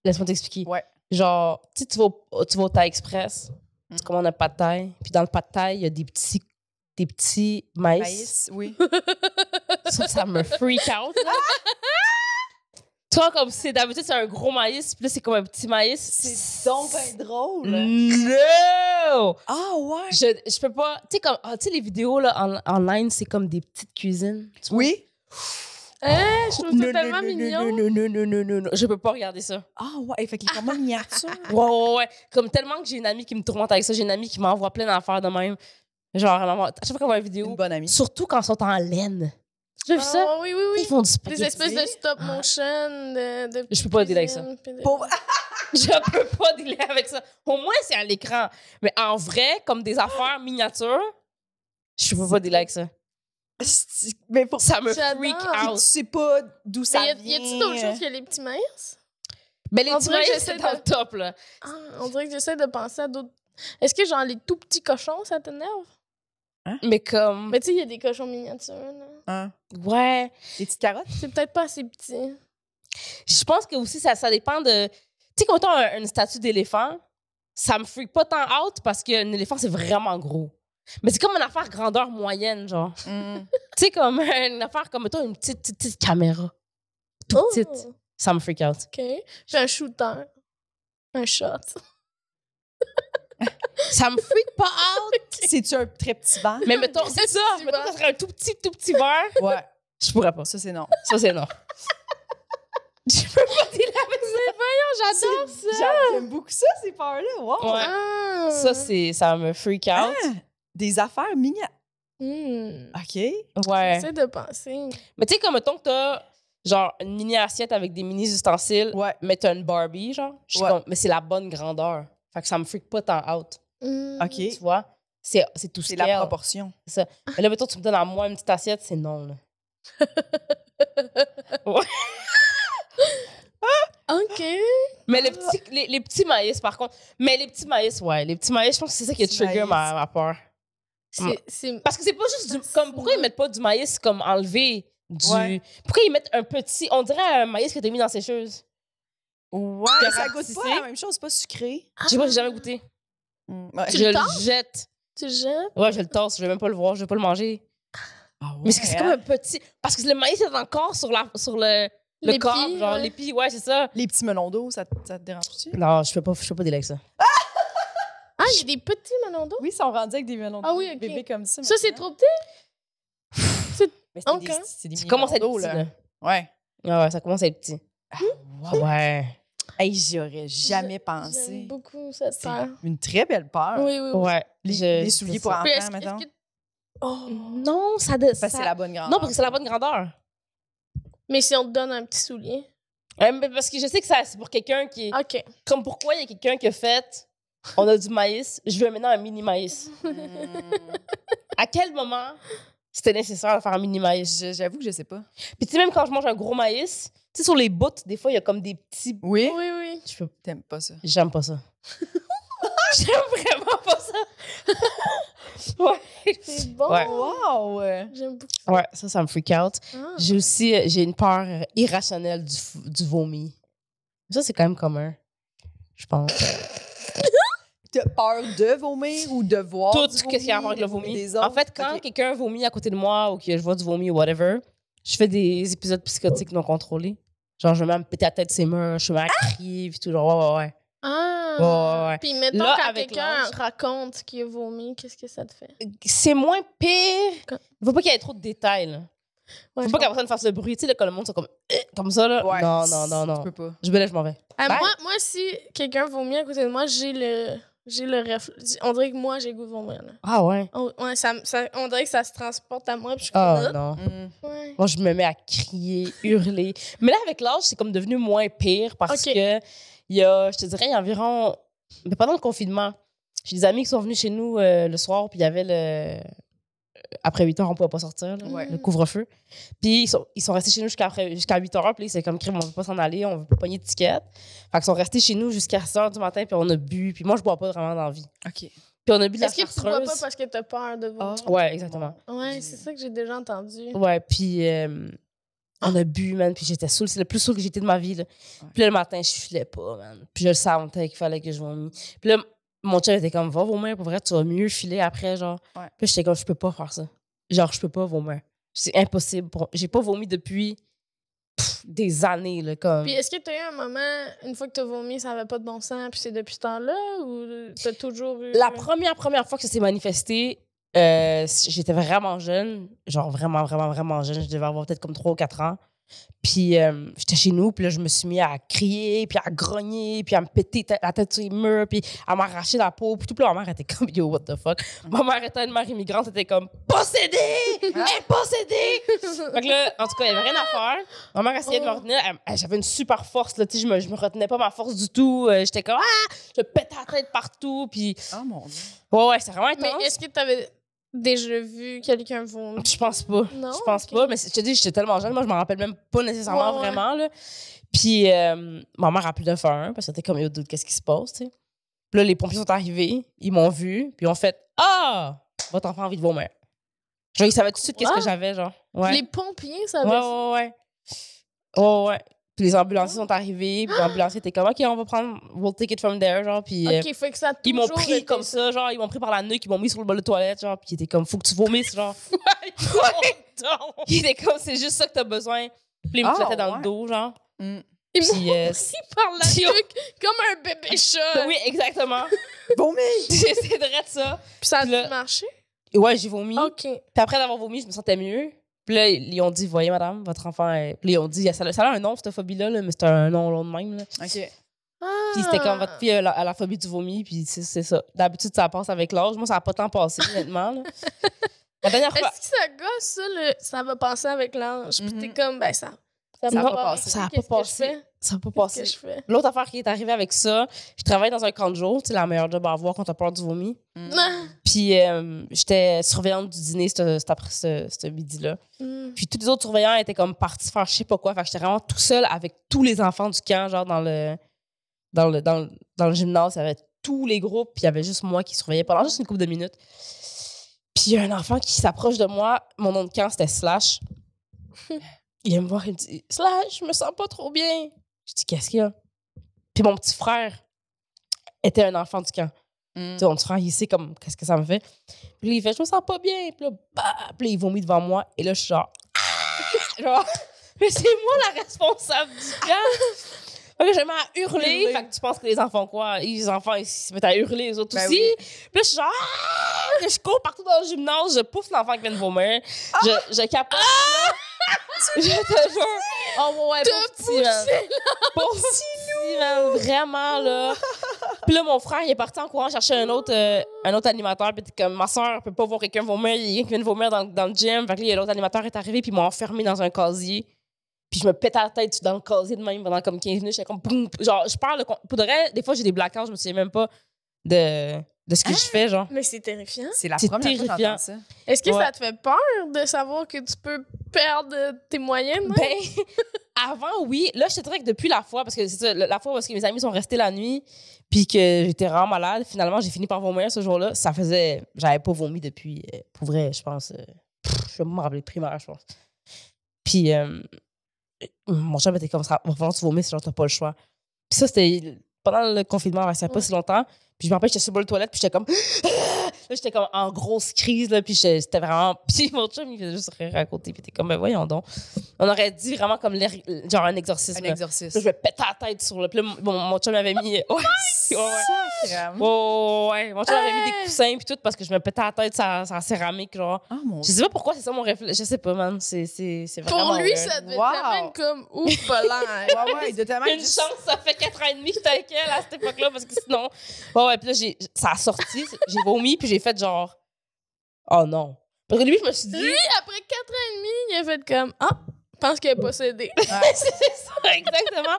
D: Laisse-moi t'expliquer.
B: Ouais.
D: Genre, tu sais, tu vas au- tu vas au Thaï Express,
B: Mhm.
D: tu commandes un pas de Thaï, puis dans le pas de Thaï, il y a des petits, des petits maïs.
B: Maïs, oui.
D: [LAUGHS] Ça, ça me freak out.
B: [LAUGHS]
D: là. Toi, comme c'est d'habitude, c'est un gros maïs, puis là, c'est comme un petit maïs.
B: C'est donc bien
D: Mm.
B: drôle.
D: No!
B: Ah ouais.
D: Je, je peux pas. Tu sais, comme, ah, tu sais, les vidéos là, en, en ligne, c'est comme des petites cuisines. Tu vois?
B: Oui.
C: Hein, je trouve
D: Non,
C: ça tellement
D: non, non,
C: mignon.
D: Non, non, non, non, non, non, non. Je peux pas regarder ça.
B: Ah ouais, fait qu'il est vraiment [LAUGHS] miniature.
D: Ouais, ouais, ouais. Comme tellement que j'ai une amie qui me tourmente avec ça. J'ai une amie qui m'envoie plein d'affaires de même. Genre, elle m'envoie. À chaque fois qu'on voit une vidéo,
B: Une bonne amie.
D: surtout quand ils sont en laine. Tu as vu ça?
C: Ah, oui, oui,
D: Ils
C: oui.
D: font du
C: Des
D: spaghetti.
C: espèces de stop motion. De, de
D: Ah. Je peux pas dealer avec ça.
C: cuisine, puis de-
B: Pauvre-
D: [LAUGHS] Je peux pas dealer avec ça. Au moins, c'est à l'écran. Mais en vrai, comme des affaires miniatures, je peux pas dealer avec ça.
B: Asti- ah, Mais pour ça,
D: Ça me
C: J'adore.
D: freak
B: puis
D: out.
B: tu sais pas d'où ça
C: Mais y a- y
B: vient. euh?
C: a-tu d'autres choses que les petits maïs?
D: Mais les
C: On
D: petits
C: dirait que
D: maïs, c'est
C: j'essaie
D: dans
C: de-
D: le top, là.
C: Ah, on dirait que j'essaie de penser à d'autres. Est-ce que genre les tout petits cochons, ça t'énerve?
D: Mais comme.
C: Mais tu sais, il y a des cochons miniatures. Là.
B: Hein?
D: ouais.
B: Des petites carottes?
C: C'est peut-être pas assez petit.
D: Je pense que aussi, ça, ça dépend de. Tu sais, quand on a un- une statue d'éléphant, ça me freak pas tant out parce qu'un éléphant, c'est vraiment gros. Mais c'est comme une affaire grandeur moyenne, genre.
B: Mm.
D: tu sais, comme [LAUGHS] une affaire comme, mettons, une petite, petite, petite caméra. Tout
C: Oh,
D: petite. Ça me freak out.
C: OK. J'ai un shooter. Un shot.
D: Ça me freak pas [LAUGHS] out.
B: [LAUGHS] C'est-tu un très petit verre?
D: Mais mettons, c'est ça.
C: petit
D: Mettons, ça
C: verre.
D: serait un tout petit, tout petit verre.
B: Ouais,
D: Je pourrais pas.
B: ça c'est non.
D: Ça, c'est non. [LAUGHS] Je peux pas dire la
B: C'est-
D: J'adore
B: J'a- J'aime beaucoup ça, ces peurs-là. Wow. Hein?
D: Ouais.
C: Ah!
D: ça. Ça, c'est, ça me freak out.
B: Des affaires miniatures.
C: Hmm.
B: OK.
D: Ouais.
C: J'essaie de penser.
D: Mais tu sais, comme mettons que t'as genre une mini assiette avec des mini ustensiles,
B: Ouais.
D: mais t'as une Barbie, genre. Je suis
B: Ouais.
D: comme, mais c'est la bonne grandeur. Fait que ça me freak pas tant out.
C: Hmm.
B: OK.
D: Tu vois? C'est, c'est tout
B: C'est
D: scale.
B: la proportion.
D: Mais là, mettons, tu me donnes à moi une petite assiette, c'est non, là.
C: OK.
D: Mais
B: Ah!
D: les petits, les, les petits maïs, par contre. Mais les petits maïs, ouais. Les petits maïs, je pense que c'est ça qui
B: Petits
D: trigger ma,
B: maïs. Ah,
D: ma peur. Mm.
C: C'est- C'est.
D: Parce que c'est pas juste du. Comme, pourquoi ils mettent pas du maïs comme enlevé du.
B: Ouais.
D: Pourquoi ils mettent un petit. On dirait un maïs que t'as mis dans la sécheuse.
B: Ouais,
D: Que
B: ça goûte
D: ratissé.
B: pas la même chose, c'est pas sucré.
D: Je sais pas, Ah, j'ai jamais goûté.
B: Mm, ouais. [LAUGHS]
C: Tu
D: je
C: le
D: le
C: tasses?
D: jette.
C: Tu jettes.
D: Ouais, je le tasse, je vais même pas le voir, je vais pas le manger. Mais c'est, c'est
B: Ouais,
D: comme
B: hein?
D: un petit. Parce que le maïs est encore sur, la, sur le, le
C: L'épi,
D: corps, genre
C: ouais.
D: l'épi, ouais, c'est ça.
B: Les petits melons d'eau, ça, te- ça te dérange-tu?
D: Non, je peux pas, je peux pas délai avec ça.
C: Ah, il y a des petits melons d'eau.
B: Oui, ils sont rendus avec des melons d'eau.
C: Ah oui, ok.
B: Bébés comme ça.
C: Ça, c'est hein.
B: maintenant.
C: trop petit.
B: Mais c'est des-
C: ok.
B: C'est des
D: Ça
B: mini
D: commence à être
B: melons d'eau,
D: petit, là.
B: Ouais.
D: Ah ouais, ça commence à être petit. Ah, Ouais.
B: Hey, j'y aurais jamais
C: J'aime
B: pensé.
C: beaucoup cette
B: C'est
C: paire.
B: une très belle peur.
C: Oui, oui, oui.
D: Ouais.
B: Les,
D: je-
B: les
D: c'est
B: souliers
D: ça.
B: pour enfants,
C: Puis est-ce-
B: mettons.
C: est-ce que- Oh.
D: Non, ça. De,
B: Parce que
D: ça-
B: c'est la bonne grandeur.
D: Non, parce que c'est la bonne grandeur.
C: Mais si on te donne un petit soulier.
D: Ouais, mais parce que je sais que ça, c'est pour quelqu'un qui. est-
C: OK.
D: Comme pourquoi il y a quelqu'un qui a fait. On a du maïs, je veux maintenant un mini maïs.
B: Mm,
D: À quel moment c'était nécessaire de faire un mini maïs?
B: je- J'avoue que je sais pas.
D: Puis tu sais, même quand je mange un gros maïs, tu sais, sur les bouts, des fois, il y a comme des petits.
B: Oui?
C: Oui, oui.
D: Je peux-
B: T'aimes pas ça.
D: J'aime pas ça. J'aime vraiment pas ça. [LAUGHS] ouais.
C: C'est bon.
D: Ouais.
B: Wow! euh,
C: J'aime beaucoup.
D: Ouais, ça, ça me freak out.
C: Ah.
D: J'ai aussi euh, j'ai une peur euh, irrationnelle du, f- du vomi. Ça, c'est quand même commun, je pense.
B: T'as peur de vomir ou de voir?
D: Tout
B: du
D: ce qu'il y a à voir avec le vomi.
B: des
D: En
B: autres?
D: fait, quand
B: Ok.
D: quelqu'un vomit à côté de moi ou que je vois du vomi ou whatever, je fais des épisodes psychotiques non contrôlés. Genre, je vais même péter la tête ses murs, je me mets à crier, puis tout. Genre, ouais, ouais, ouais.
C: Ah.
D: Ouais, ouais, ouais.
C: Puis mettons
D: Là,
C: quand
D: avec
C: quelqu'un
D: l'âge-
C: raconte qu'il a vomi, qu'est-ce que ça te fait?
D: c'est moins pire.
C: Quand-
D: Il faut pas qu'il y ait trop de détails. Là.
C: Ouais,
D: faut
C: je
D: pas que la personne fasse le bruit. Tu sais, là, quand le monde sont comme, Euh comme ça. Là.
B: Ouais,
D: Non, non, non, non.
B: Tu peux pas.
D: Je me lève, je m'en vais.
C: Ah,
D: Bye.
C: moi, moi, si quelqu'un vomit à côté de moi, j'ai le. J'ai le réflexe. On dirait que moi, j'ai le goût de vomir. Là.
D: Ah ouais.
C: On, ouais, ça, me- ça- on dirait que ça se transporte à moi. Puis je suis
D: Ah
C: comme.
D: non.
B: Mm.
C: Ah, ouais.
D: Moi, je me mets à crier, hurler. Mais là, avec l'âge, c'est comme devenu moins pire parce
C: Ok.
D: que il y a, je te dirais, il y a environ. Mais pendant le confinement, j'ai des amis qui sont venus chez nous euh, le soir, puis il y avait le. après 8 heures, on pouvait pas sortir, là,
C: Mm.
B: Ouais.
D: le couvre-feu. Puis ils sont, ils sont restés chez nous jusqu'à après- jusqu'à 8 heures. Puis c'est comme crime, on veut pas s'en aller, on veut pas pogner de ticket. Fait qu'ils sont restés chez nous jusqu'à 6 heures du matin, puis on a bu. Puis moi, je bois pas vraiment d'envie.
B: OK.
D: Puis on a bu de la
C: Est-ce que tu bois pas
D: chartreuse.
C: parce que t'as peur de voir?
B: Ah.
D: Ouais, exactement.
C: Ouais, c'est ça que j'ai déjà entendu.
D: Ouais, puis euh, on a bu, man, puis j'étais saoule. C'est le plus saoul que j'étais de ma vie, là. Puis là, le matin, je filais pas, man. Puis je le sentais qu'il fallait que je vomis. Puis là, mon chum était comme, va vomir, pour vrai, tu vas mieux filer après, genre.
B: Ouais.
D: Puis j'étais comme, je peux pas faire ça. Genre, je peux pas vomir. C'est impossible. pour- J'ai pas vomi depuis pff, des années, là, comme...
C: Puis est-ce que t'as eu un moment, une fois que t'as vomi, ça avait pas de bon sens, puis c'est depuis ce temps-là, ou t'as toujours eu. [LAUGHS]
D: La première, première fois que ça s'est manifesté, euh, j'étais vraiment jeune, genre vraiment, vraiment, vraiment jeune. Je devais avoir peut-être comme 3 ou 4 ans. Puis euh, j'étais chez nous, puis là, je me suis mis à crier, puis à grogner, puis à me péter ta- la tête sur les murs, puis à m'arracher la peau. Puis tout, puis là, ma mère était comme, yo, what the fuck. Ma mère était une mère immigrante, était comme, possédée! Elle est possédée! Fait que là, en tout cas, il n'y avait rien à faire. Ma mère essayait de me retenir. Elle- elle- J'avais une super force. Là, tu sais, je ne me, je me retenais pas ma force du tout. Euh, J'étais comme, ah! Je pétais la tête partout. Puis,
B: Oh mon Dieu.
D: ouais, ouais, c'est vraiment intense.
C: Mais est-ce que t'avais déjà vu quelqu'un vomir?
D: Je pense pas.
C: Non,
D: je pense
C: ok.
D: pas. Mais c'est- je te dis, j'étais tellement jeune, moi, je m'en rappelle même pas nécessairement
C: Ouais, ouais.
D: vraiment. Là. Puis, euh, ma mère a plus de faire un parce que c'était comme, yo, dude, qu'est-ce qui se passe, tu sais? Puis là, les pompiers sont arrivés, ils m'ont vu, puis ils ont fait, ah, votre enfant a envie de vomir. Genre, ils savaient tout de suite qu'est-ce
C: Quoi?
D: que j'avais, genre. Ouais.
C: Les pompiers, ça
D: Ouais,
C: avait.
D: ouais, ouais. Ouais, ouais. Puis les ambulanciers sont arrivés, puis l'ambulancier était comme, OK, on va prendre, we'll take it from there, genre. Puis euh,
C: Ah! Ok, fait que ça a
D: ils m'ont
C: toujours
D: pris
C: été [LAUGHS]
D: comme ça, genre, ils m'ont pris par la nuque, ils m'ont mis sur le bol de toilette, genre, puis ils étaient comme, faut que tu vomisses, genre. [LAUGHS] Il était comme, c'est juste ça que t'as besoin. Puis il me
B: Ah,
D: flattait dans
B: ouais.
D: le dos, genre.
B: Mm.
C: Ils m'ont
D: Puis, euh,
C: pris par la
D: Yo.
C: nuque, comme un bébé chat.
D: oui, exactement. [LAUGHS]
B: Vomi!
D: J'essaie de rester ça.
C: Puis ça a
D: Puis là-
C: dû marcher.
D: Et ouais, j'ai vomi.
C: Ok.
D: Puis après d'avoir vomi, je me sentais mieux. Puis là, ils ont dit, voyez, madame, votre enfant est... Puis ils ont dit, ça, a- ça a un nom, cette phobie-là, là, mais c'est un nom long de même. là.
B: OK.
D: Puis c'était comme,
C: Ah.
D: votre fille a la, a la phobie du vomi, puis c'est c'est ça. D'habitude, ça passe avec l'âge. Moi, ça n'a pas tant passé, honnêtement. là. La dernière fois...
C: Est-ce que ça gosse, ça, le... ça va passer avec l'ange? Puis t'es
B: Mhm.
C: comme, ben ça. Ça
D: Non,
C: va pas passer.
D: ça a pas
C: Qu'est-ce que je
D: passé.
C: fais?
D: Ça n'a pas
C: Qu'est-ce
D: passé.
C: que je fais?
D: L'autre affaire qui est arrivée avec ça, je travaillais dans un camp de jour, c'est la meilleure job à avoir quand t'as peur du vomi.
B: Mm.
C: Ah.
D: Puis euh, j'étais surveillante du dîner cet cet après ce, ce midi-là.
C: Mm.
D: Puis tous les autres surveillants étaient comme partis faire je sais pas quoi. Fait que j'étais vraiment tout seul avec tous les enfants du camp, genre dans le dans le, dans le, dans le gymnase. Il y avait tous les groupes, puis il y avait juste moi qui surveillais pendant juste une couple de minutes. Puis il y a un enfant qui s'approche de moi. Mon nom de camp, c'était Slash. il vient me voir, il me dit Slash, je me sens pas trop bien. Je dis Qu'est-ce qu'il y a Puis mon petit frère était un enfant du camp.
B: Mm.
D: Tu sais, on se rend ici, comme, qu'est-ce que ça me fait? Puis là, il fait, je me sens pas bien. Puis là, bah, puis là, il vomit devant moi. Et là, je suis genre, [LAUGHS] Ah! genre, mais c'est moi la responsable du camp. Fait que je me mets à hurler.
B: Hurler.
D: Fait que tu penses que les enfants, quoi? Les enfants, ils se mettent à hurler, les autres
B: Ben
D: aussi.
B: oui.
D: Puis là, je suis genre, Ah! Puis je cours partout dans le gymnase, je pousse l'enfant qui vient de vomir. Je, je capote.
B: Ah!
D: là. je te jure. Oh, ouais, pauvre
C: T'as
D: petit, man. Pauvre petit, man, Vraiment, là. Puis là, mon frère, il est parti en courant chercher un autre, euh, un autre animateur. Puis t'es comme, ma soeur peut pas voir quelqu'un vomir. Il y a quelqu'un qui vient de vomir dans, dans le gym. Fait que là, l'autre animateur est arrivé, puis ils m'ont enfermé dans un casier. Puis je me pète la tête dans le casier de même pendant comme 15 minutes. J'étais comme, boum, genre, je parle. Pour de vrai, des fois, j'ai des blackouts, je me souviens même pas de, de ce que je fais, genre.
C: Mais c'est terrifiant.
B: C'est la
D: C'est
B: première fois que
D: terrifiant.
B: j'entends ça.
C: Est-ce que
D: Ouais.
C: ça te fait peur de savoir que tu peux perdre tes moyens? non?
D: Ben, [LAUGHS] avant, oui. Là, je te dirais que depuis la fois, parce que c'est ça, la la fois parce que mes amis sont restés la nuit, puis que j'étais vraiment malade, finalement, j'ai fini par vomir ce jour-là. Ça faisait. J'avais pas vomi depuis, euh, pour vrai, je pense. euh, pff, je vais me rappeler de primaire, je pense. Puis, euh, mon chum était comme ça, va falloir que tu vomisses, genre, t'as pas le choix. Puis ça, c'était pendant le confinement, ça fait pas
C: Ouais.
D: si longtemps. Puis je me rappelle, j'étais sur le bol de toilette, puis j'étais comme. [GASPS] Là, j'étais comme en grosse crise, là, puis j'étais c'était vraiment... [LAUGHS] Puis mon chum, il faisait juste rire à côté, puis t'es comme, ben voyons donc. On aurait dit vraiment comme l'air- genre un exorcisme.
B: Un
D: Puis
B: exorcisme.
D: là, je me pète la tête sur le... Puis là, mon, mon chum avait mis... [LAUGHS] Ouais, ouais, ouais.
B: Sacrément.
D: Ouais, ouais, ouais. Mon chum avait mis
C: Hey!
D: des coussins, puis tout, parce que je me pétais la tête sur sur la céramique, genre.
B: Oh mon
D: Je
B: Dieu.
D: sais pas pourquoi c'est ça mon réflexe. Je sais pas, man. C'est c'est- c'est vraiment...
C: Pour lui,
D: weird.
C: ça devait
B: Wow.
C: t'amener comme ouf, pas l'air.
B: Ouais, ouais, de tellement
D: Une chance, ça fait 4 ans et demi que t'es avec elle à cette époque-là, parce que sinon. Ouais, ouais, puis là, j'ai- ça a sorti, j'ai vomi, puis j'ai fait genre. Oh non. Parce que lui, je me suis dit. [LAUGHS]
C: Lui, après 4 ans et demi, il a fait comme Ah, je pense qu'elle est possédée.
D: c'est ça, exactement.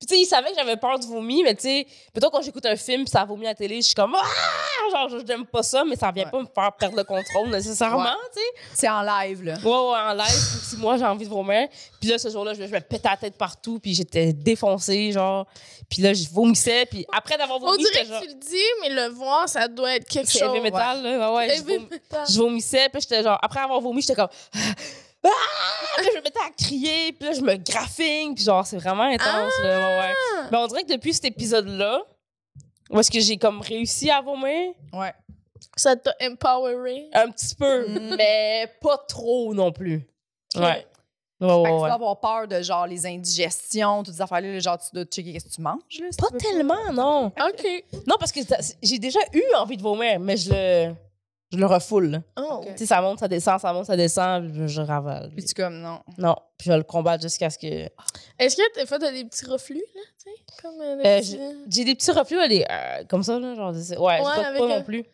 D: Puis, tu sais, il savait que j'avais peur du vomi, mais tu sais, plutôt quand j'écoute un film puis ça vomit à la télé, je suis comme, ah! Genre, je- j'aime pas ça, mais ça vient
B: Ouais.
D: pas me faire perdre le contrôle nécessairement,
B: Ouais.
D: tu sais.
B: C'est en live, là.
D: Ouais, ouais, en live, puis si moi j'ai envie de vomir. Puis là, ce jour-là, je, me- je me pétais la tête partout, puis j'étais défoncée, genre. Puis là, je vomissais, puis après d'avoir
C: On
D: vomi,
C: dirait
D: j'étais
C: que
D: genre.
C: tu le dis, mais le voir, ça doit être quelque
D: C'est
C: chose.
D: heavy metal, là. Ouais, ouais, je,
C: Heavy
D: vom-
C: metal.
D: je vomissais, puis j'étais genre. Après avoir vomi, j'étais comme. [LAUGHS] Ah! Puis là, je me mettais à crier, puis là, je me graffigne, puis genre, c'est vraiment intense, là. Ouais, ouais.
B: Ah!
D: Mais on dirait que depuis cet épisode-là, où est-ce que j'ai comme réussi à vomir?
B: Ouais.
C: Ça t'a empoweré.
D: Un petit peu,
B: Mm.
D: mais pas trop non plus.
C: Ok.
D: Ouais. Ouais, ouais,
B: Fait que tu
D: Oh, ouais.
B: dois avoir peur de genre les indigestions, toutes ces affaires-là, là, genre tu dois checker qu'est-ce que tu manges, là. si tu
D: Pas
B: veux.
D: tellement, non.
C: OK.
D: Non, parce que ça- j'ai déjà eu envie de vomir, mais je le, je le refoule. là.
C: Oh.
B: Ok.
D: Tu sais, ça monte, ça descend, ça monte, ça descend, je, je ravale.
B: Puis tu comme non.
D: Non, puis je le combattre jusqu'à ce que.
C: Est-ce que des fois, t'as des petits reflux, là? Tu sais, comme euh, des
D: Euh,
C: petits-
D: J'ai des petits reflux, là, des, euh, comme ça, là, genre. des- Ouais,
C: Ouais,
D: je rote
C: avec
D: pas
C: un-
D: non plus.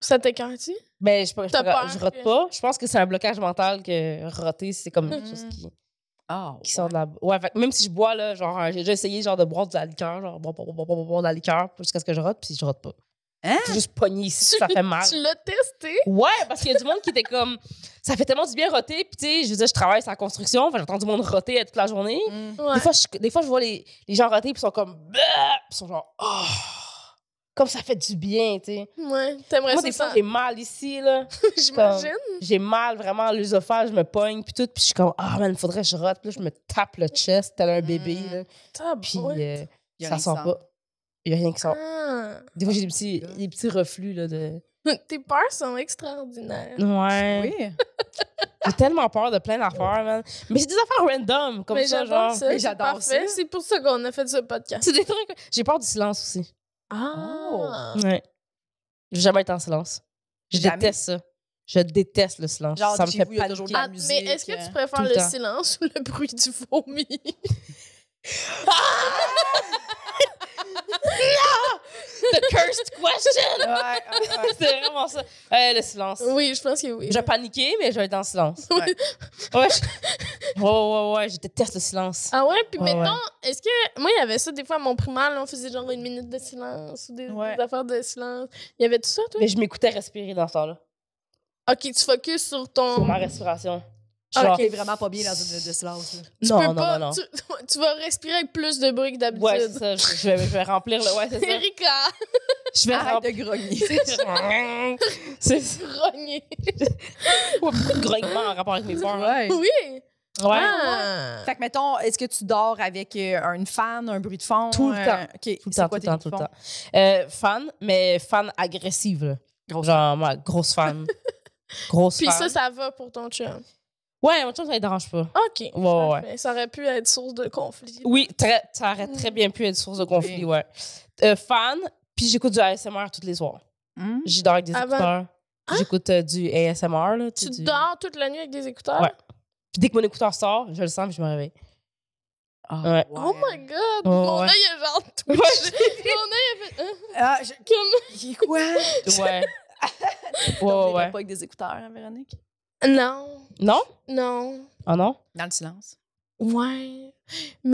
C: Ça t'écarte-tu?
D: Ben, je, je,
C: T'as peur
D: je, rote
C: que-
D: pas. Je pense que c'est un blocage mental que roter, c'est comme une
C: Mm.
D: chose qui,
B: Ah.
D: qui sort de la. Ouais, fait que même si je bois, là, genre, j'ai déjà essayé, genre, de boire de la liqueur, genre, boire, boire, boire, boire, boire, boire de la liqueur jusqu'à ce que je rote, puis je rote pas.
B: Hein?
D: C'est juste pogné ici, ça fait mal.
C: [LAUGHS] Tu l'as testé?
D: Ouais, parce qu'il y a du monde qui était comme ça fait tellement du bien roter, puis tu sais, je veux dire, je travaille sur la construction, enfin, j'entends du monde roter euh, toute la journée.
B: Mm.
C: Ouais.
D: Des fois, je, des fois, je vois les, les gens roter, puis ils sont comme Bah! puis ils sont genre oh, comme ça fait du bien, tu sais.
C: Ouais. T'aimerais
D: Moi,
C: ça,
D: des fois,
C: ça?
D: j'ai mal ici là,
C: [LAUGHS] J'imagine.
D: j'ai mal vraiment à l'œsophage, je me pogne puis tout, puis je suis comme ah man, faudrait que je rote, puis là, je me tape le chest tel un bébé
C: Mmh.
B: Mm.
D: là,
C: Ah,
D: puis
C: Tabarouette.
D: euh,
B: Y a rien
D: ça
B: qui
D: sort
B: sort.
D: pas. Il y a rien qui sort.
C: Ah.
D: Des fois, j'ai des petits, des petits reflux là
C: [LAUGHS]
D: de
C: Tes peurs sont extraordinaires.
D: Ouais.
B: Oui.
D: J'ai tellement peur de plein d'affaires, man. Mais c'est des affaires random, comme
C: mais
D: ça,
C: j'adore
D: genre.
C: ça.
B: Mais
C: c'est
B: j'adore
C: parfait.
B: ça.
C: C'est pour ça qu'on a fait ce podcast.
D: C'est des trucs. J'ai peur du silence aussi.
C: Ah.
D: Ouais. Je veux jamais être en silence. Je
B: Jamais?
D: déteste ça. Je déteste le silence.
B: Genre
D: ça me
B: chez
D: fait
B: vous, il y a toujours de
D: paniquer.
B: la euh.
C: Ah, mais est-ce que tu préfères
D: tout le
C: le,
D: temps.
C: silence ou le [LAUGHS] bruit du vomi?
D: [LAUGHS] The cursed question!
B: Ouais, ouais, ouais.
D: [LAUGHS] c'est vraiment ça. Euh, le silence.
C: oui, je pense que oui.
D: Je vais paniquer, mais je vais être en silence.
B: Oui.
D: Ouais, je- ouais, ouais, ouais, je déteste le silence.
C: Ah ouais, puis
D: Ouais,
C: mettons, est-ce que. Moi, il y avait ça des fois à mon primaire, là, on faisait genre une minute de silence ou des,
B: Ouais.
C: des affaires de silence. Il y avait tout ça, toi?
D: Mais je m'écoutais respirer dans ce temps-là.
C: Ok, tu focuses sur
D: Sur
C: ton.
D: ma respiration.
B: Genre,
D: Genre-
B: t'es Ah, vraiment pas bien dans une de silence. là.
C: Tu
D: non,
C: peux
D: non,
C: pas.
D: non, non.
C: Tu, tu [LAUGHS] vas respirer avec plus de bruit que d'habitude.
D: Ouais, c'est ça. Je, je vais, je vais remplir le. Ouais, c'est ça.
C: [LAUGHS] Erika,
D: Je vais remplir.
B: Arrête de [LAUGHS] grogner.
D: [LAUGHS] c'est ça.
C: grogner.
D: Ouais, beaucoup de grognements en rapport avec mes peurs. Ouais.
B: Ouais.
C: Oui. Ah.
B: Fait que mettons, est-ce que tu dors avec euh, une fan, un bruit de fond
D: Tout le
B: euh,
D: temps.
B: OK, c'est
D: Tout le temps, tout
B: quoi
D: le
B: tes
D: temps, tout
B: bruits de
D: le
B: fond?
D: temps. Euh, fan, mais fan agressive. là. Genre, ma grosse fan. grosse
C: Puis
D: fan.
C: ça, ça va pour ton chum.
D: Ouais, mon chum, ça ne dérange pas.
C: Ok.
D: ouais, ouais.
C: parfait. Ça aurait pu être source de conflit.
D: Oui, très, ça aurait très bien pu être source de conflit, ouais. Euh, fan, puis j'écoute du ASMR tous les soirs.
B: Hmm?
D: J'y dors avec des
C: Avant-
D: écouteurs. J'écoute euh, du ASMR. Là,
C: Tu
D: du-
C: dors toute la nuit avec des écouteurs?
D: Ouais. Puis dès que mon écouteur sort, je le sens, puis je me réveille.
B: Ah,
D: Ouais.
C: Oh my god!
D: Ouais,
C: mon
D: ouais.
C: œil est genre tout. [LAUGHS]
D: Ouais,
C: mon œil est fait. hein?
B: Ah, je-
C: Comme-
B: Qui- quoi [LAUGHS]
D: Ouais. ouais,
B: Dormirais
D: [LAUGHS] ouais, ouais.
B: pas avec des écouteurs, hein, Véronique
C: Non.
D: Non?
C: Non.
D: Ah non?
B: Dans le silence.
C: Ouais.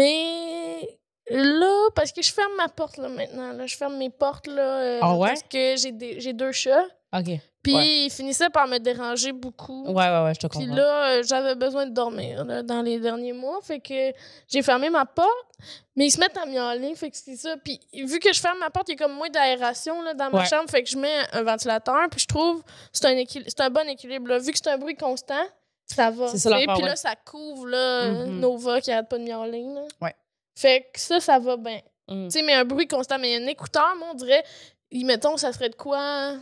C: Mais là, parce que je ferme ma porte là maintenant. Là. Je ferme mes portes là. euh,
D: Ah ouais?
C: Parce que j'ai des- j'ai deux chats.
D: OK. Ouais,
C: Puis
D: Ouais.
C: ils finissaient par me déranger beaucoup.
D: ouais, ouais, je te comprends.
C: Puis là, euh, j'avais besoin de dormir là, dans les derniers mois. Fait que j'ai fermé ma porte, mais ils se mettent à miauler. Fait que c'est ça. Puis vu que je ferme ma porte, il y a comme moins d'aération là, dans ma
D: Ouais.
C: chambre. Fait que je mets un ventilateur. Puis je trouve que c'est un, équil- c'est un bon équilibre. là. Vu que c'est un bruit constant, ça va.
D: C'est ça
C: tu sais.
D: l'affaire,
C: Puis là,
D: ouais.
C: ça couvre là,
D: Mhm.
C: Nova qui arrête pas de miauler. là.
B: Ouais.
C: Fait que ça, ça va bien.
D: Mm.
C: Tu sais, mais un bruit constant. Mais un écouteur, moi, on dirait, il- mettons, ça serait de quoi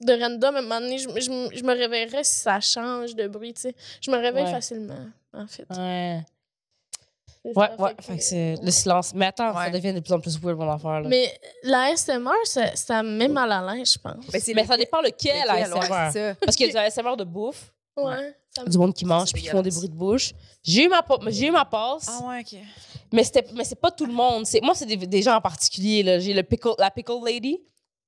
C: de random. À un moment donné, je, je m- je me réveillerais si ça change de bruit, tu sais. Je me réveille
D: Ouais.
C: facilement, en fait.
D: Ouais.
C: C'est
D: Ouais,
C: ça,
D: ouais.
C: que-
D: Fait que c'est
C: ouais.
D: le silence. Mais attends, ça
B: Ouais.
D: devient de plus en plus weird, mon affaire. Là. Mais,
C: Mais la SMR, ça, ça me met mal à l'aise, je pense.
B: Mais c'est
D: ça dépend lequel,
B: lequel, ouais,
D: ASMR.
B: c'est ça.
D: Parce qu'il y a du ASMR de bouffe,
C: Ouais.
B: Ouais.
C: ça me-
D: du monde qui mange
B: c'est
D: puis qui font des
B: dégueulasse.
D: bruits de bouche. J'ai eu ma, pa- j'ai eu ma passe,
B: Ah ouais, OK.
D: mais c'était mais c'est pas tout le monde. C'est moi c'est des, des gens en particulier là, j'ai le pickle la pickle lady.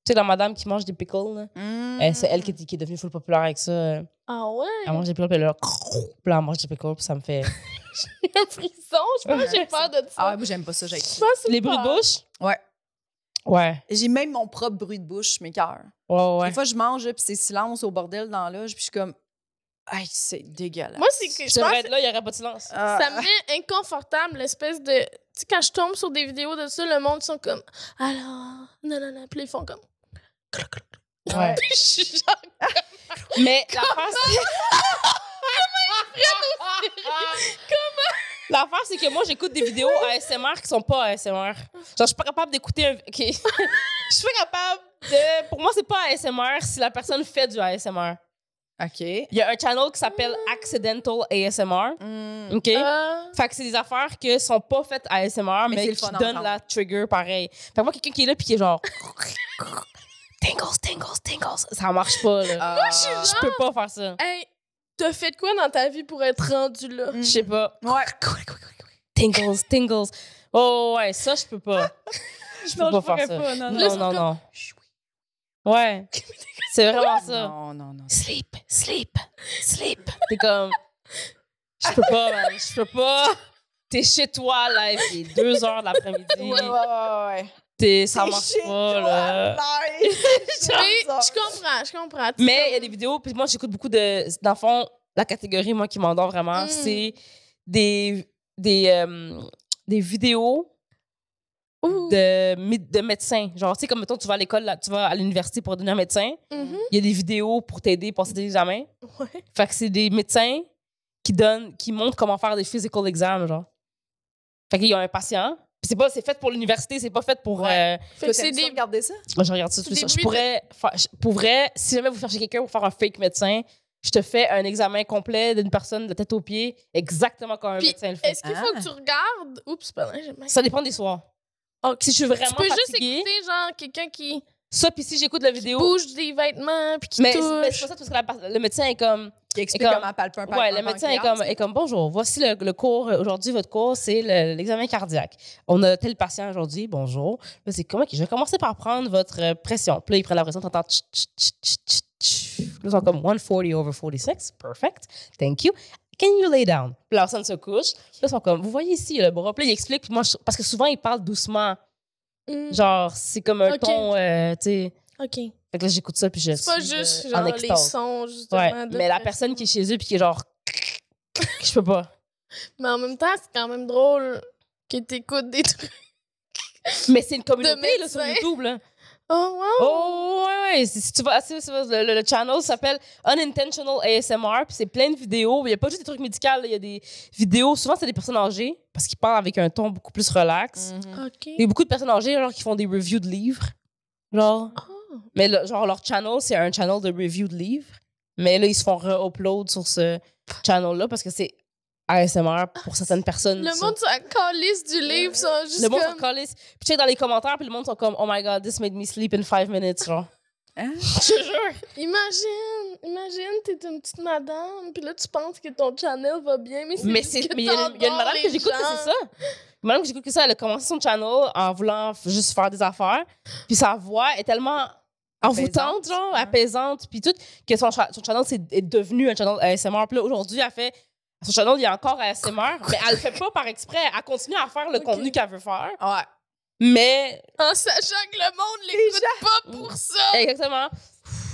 D: Tu sais la madame qui mange des pickles là.
B: Hmm.
D: Eh, Euh, c'est elle qui, est- qui est devenue full populaire avec ça. euh.
C: Ah ouais?
D: Elle
C: [LAUGHS]
D: mange des pulls, puis là, crrr, puis là, elle mange des pickles, puis ça me [LAUGHS] fait.
C: J'ai un frisson, je pense que j'ai peur de
B: Ah, ouais,
C: ça.
B: moi, j'aime pas ça, j'ai
C: Je pense que c'est
D: Les bruits de
C: peur.
D: bouche?
B: Ouais.
D: Ouais.
B: J'ai même mon propre bruit de bouche, mes cœurs.
D: Ouais,
B: Des
D: ouais.
B: fois, je mange, là, puis c'est silence au bordel dans la loge, puis je suis comme, Aïe, c'est dégueulasse.
C: Moi, c'est que
D: Je
C: je pense
D: devrais être là, il n'y aurait pas de silence.
B: Ah,
C: Ça me met inconfortable, l'espèce de. Tu sais, quand je tombe sur des vidéos de ça, le monde sont comme. Alors. Non, non, non. Puis ils font comme.
D: Ouais.
C: Puis je suis genre. [LAUGHS]
D: Mais l'affaire, c'est. L'affaire, c'est que moi, j'écoute des vidéos ASMR qui sont pas ASMR. Genre, je suis pas capable d'écouter un. ok. [LAUGHS] je suis pas capable de. Pour moi, c'est pas ASMR si la personne fait du ASMR.
B: ah. OK.
D: Il y a un channel qui s'appelle Accidental ASMR.
B: Mm.
D: OK?
C: Ah.
D: Fait que c'est des affaires qui sont pas faites à ASMR,
B: Mais
D: mais,
B: c'est le
D: qui
B: fun à
D: donnent
B: entendre.
D: la trigger pareil. Fait que moi, quelqu'un qui est là puis qui est genre, [LAUGHS]
C: Tingles, tingles, tingles.
D: ça marche pas, là.
B: Ah. Mm.
D: Je peux pas faire ça.
C: Hey, t'as fait de quoi dans ta vie pour être rendu là?
B: Mm.
D: Je sais pas.
B: Ouais.
D: Tingles, tingles. Oh ouais, ça, je peux pas. Je peux
B: Non,
D: pas
B: je pourrais
D: faire ça.
B: pas, non,
D: non, non, non. Ouais. C'est vraiment ça.
B: Non, non, non.
D: Sleep, sleep, sleep. T'es comme, je peux pas, man. Je peux pas. T'es chez toi, là, il est 2 heures de l'après-midi.
B: Ouais, ouais, ouais, ouais.
D: T'es- Ça
B: T'es
D: marche
B: chez
D: pas,
B: toi, [LAUGHS]
D: là.
B: nice.
C: [LAUGHS] Mais
B: J'adore.
C: je comprends, je comprends. Tu
D: Mais il y a des vidéos, puis moi, j'écoute beaucoup de. Dans le fond, la catégorie, moi, qui m'endort vraiment,
C: Mm.
D: c'est des, des, euh, des vidéos
C: Ouh.
D: de, mé- de médecins. Genre, tu sais, comme mettons, tu vas à l'école, là, tu vas à l'université pour devenir médecin,
B: Mm-hmm.
C: Mhm.
D: il y a des vidéos pour t'aider à passer des examens.
C: Ouais.
D: Fait que c'est des médecins qui donnent, qui montrent comment faire des physical exams, genre. Fait qu'ils ont un patient. Puis c'est pas, c'est fait pour l'université, c'est pas fait pour.
B: Ouais.
D: euh,
C: Fait que
B: Toi,
C: c'est
B: t'aimes-tu
C: des.
B: regarder ça?
D: moi, je regarde ça tous les
C: Des
D: soirs. Je
C: bruits
D: pourrais, faire- je- pour vrai, si jamais vous cherchez quelqu'un pour faire un fake médecin, je te fais un examen complet d'une personne de tête aux pieds, exactement comme un
C: Puis,
D: médecin le fait.
C: Est-ce qu'il faut
B: Ah.
C: que tu regardes? Oups, pardon, j'ai mal.
D: Ça dépend des soirs. Si je suis vraiment
C: Tu peux juste
D: fatiguée,
C: écouter, genre, quelqu'un qui
D: ça, puis si j'écoute la vidéo,
C: bouge des vêtements, puis qui
D: mais c'est mais c'est
C: touche.
D: pas ça parce que la par- le médecin est comme,
B: Qui explique
D: comme-
B: comment palper un palpeur
D: ouais, le médecin est
B: pancréas.
D: comme, est comme, bonjour, voici le, le cours aujourd'hui, votre cours, c'est le- l'examen cardiaque. On a tel patient aujourd'hui, bonjour. Là, c'est comment je vais commencer par prendre votre euh, pression. Puis là, il prend la pression, t'entends. tch, tch, tch, tch, tch, tch. Puis Là, ils sont comme 140 over 46. Perfect. Thank you. Can you lay down? Puis la personne se couche. Puis là, ils sont comme, vous voyez ici, il y a le bras. Puis là, il explique. Puis moi, je- parce que souvent, il parle doucement.
C: Mm.
D: Genre, c'est comme un
C: Ok.
D: ton, euh, tu sais.
C: OK.
D: Fait que là, j'écoute ça, puis je
C: C'est pas
D: suis, euh,
C: juste
D: en
C: genre les
D: extase.
C: sons justement.
D: Ouais,
C: de
D: mais la
C: pression.
D: personne qui est chez eux, puis qui est genre. [LAUGHS] Je peux pas.
C: Mais en même temps, c'est quand même drôle que t'écoutes des trucs.
D: Mais c'est une communauté
C: De
D: là, sur
C: médecins.
D: YouTube. Là.
C: [LAUGHS] Oh wow!
D: Oh, ouais, ouais. Si, si tu vas, si- si tu vas- le, le- le channel s'appelle Unintentional ASMR, puis c'est plein de vidéos. Il n'y a pas juste des trucs médicaux, là. il y a des vidéos. Souvent, c'est des personnes âgées, parce qu'ils parlent avec un ton beaucoup plus
C: Mm.
D: relax.
B: Mhm.
C: OK.
D: Il y a beaucoup de personnes âgées genre, qui font des reviews de livres. Genre.
C: Ah!
D: Mais le- genre, leur channel, c'est un channel de review de livres. Mais là, ils se font re-upload sur ce channel-là, parce que c'est ASMR pour certaines personnes.
C: Ah, Le
D: ça.
C: monde sur la calice du livre, sont juste
D: Mm. Le monde
C: comme...
D: s'en calisse. Puis check dans les commentaires, puis le monde sont comme Oh my god, this made me sleep in five minutes, genre.
B: Hein?
D: Je te jure.
C: Imagine, imagine, t'es une petite madame, puis là, tu penses que ton channel va bien, mais [LAUGHS] c'est
D: Mais
C: juste
D: c'est-
C: que
D: mais il y, a une- il y a une madame
C: t'endors
D: que
C: les
D: j'écoute, que
C: gens.
D: c'est ça. Une madame que j'écoute que ça, elle a commencé son channel en voulant f- juste faire des affaires. Puis sa voix est tellement envoûtante,
B: Apaisante,
D: genre,
B: ouais.
D: apaisante, puis tout, que son, cha- son channel c'est- est devenu un channel ASMR. Puis là, aujourd'hui, elle fait. Son channel, il y a encore ASMR, mais elle le fait pas par exprès. Elle continue à faire le
C: Ok.
D: contenu qu'elle veut faire.
B: Ouais.
D: Mais
C: En sachant que le monde l'écoute pas pour ça.
D: [LAUGHS] Exactement.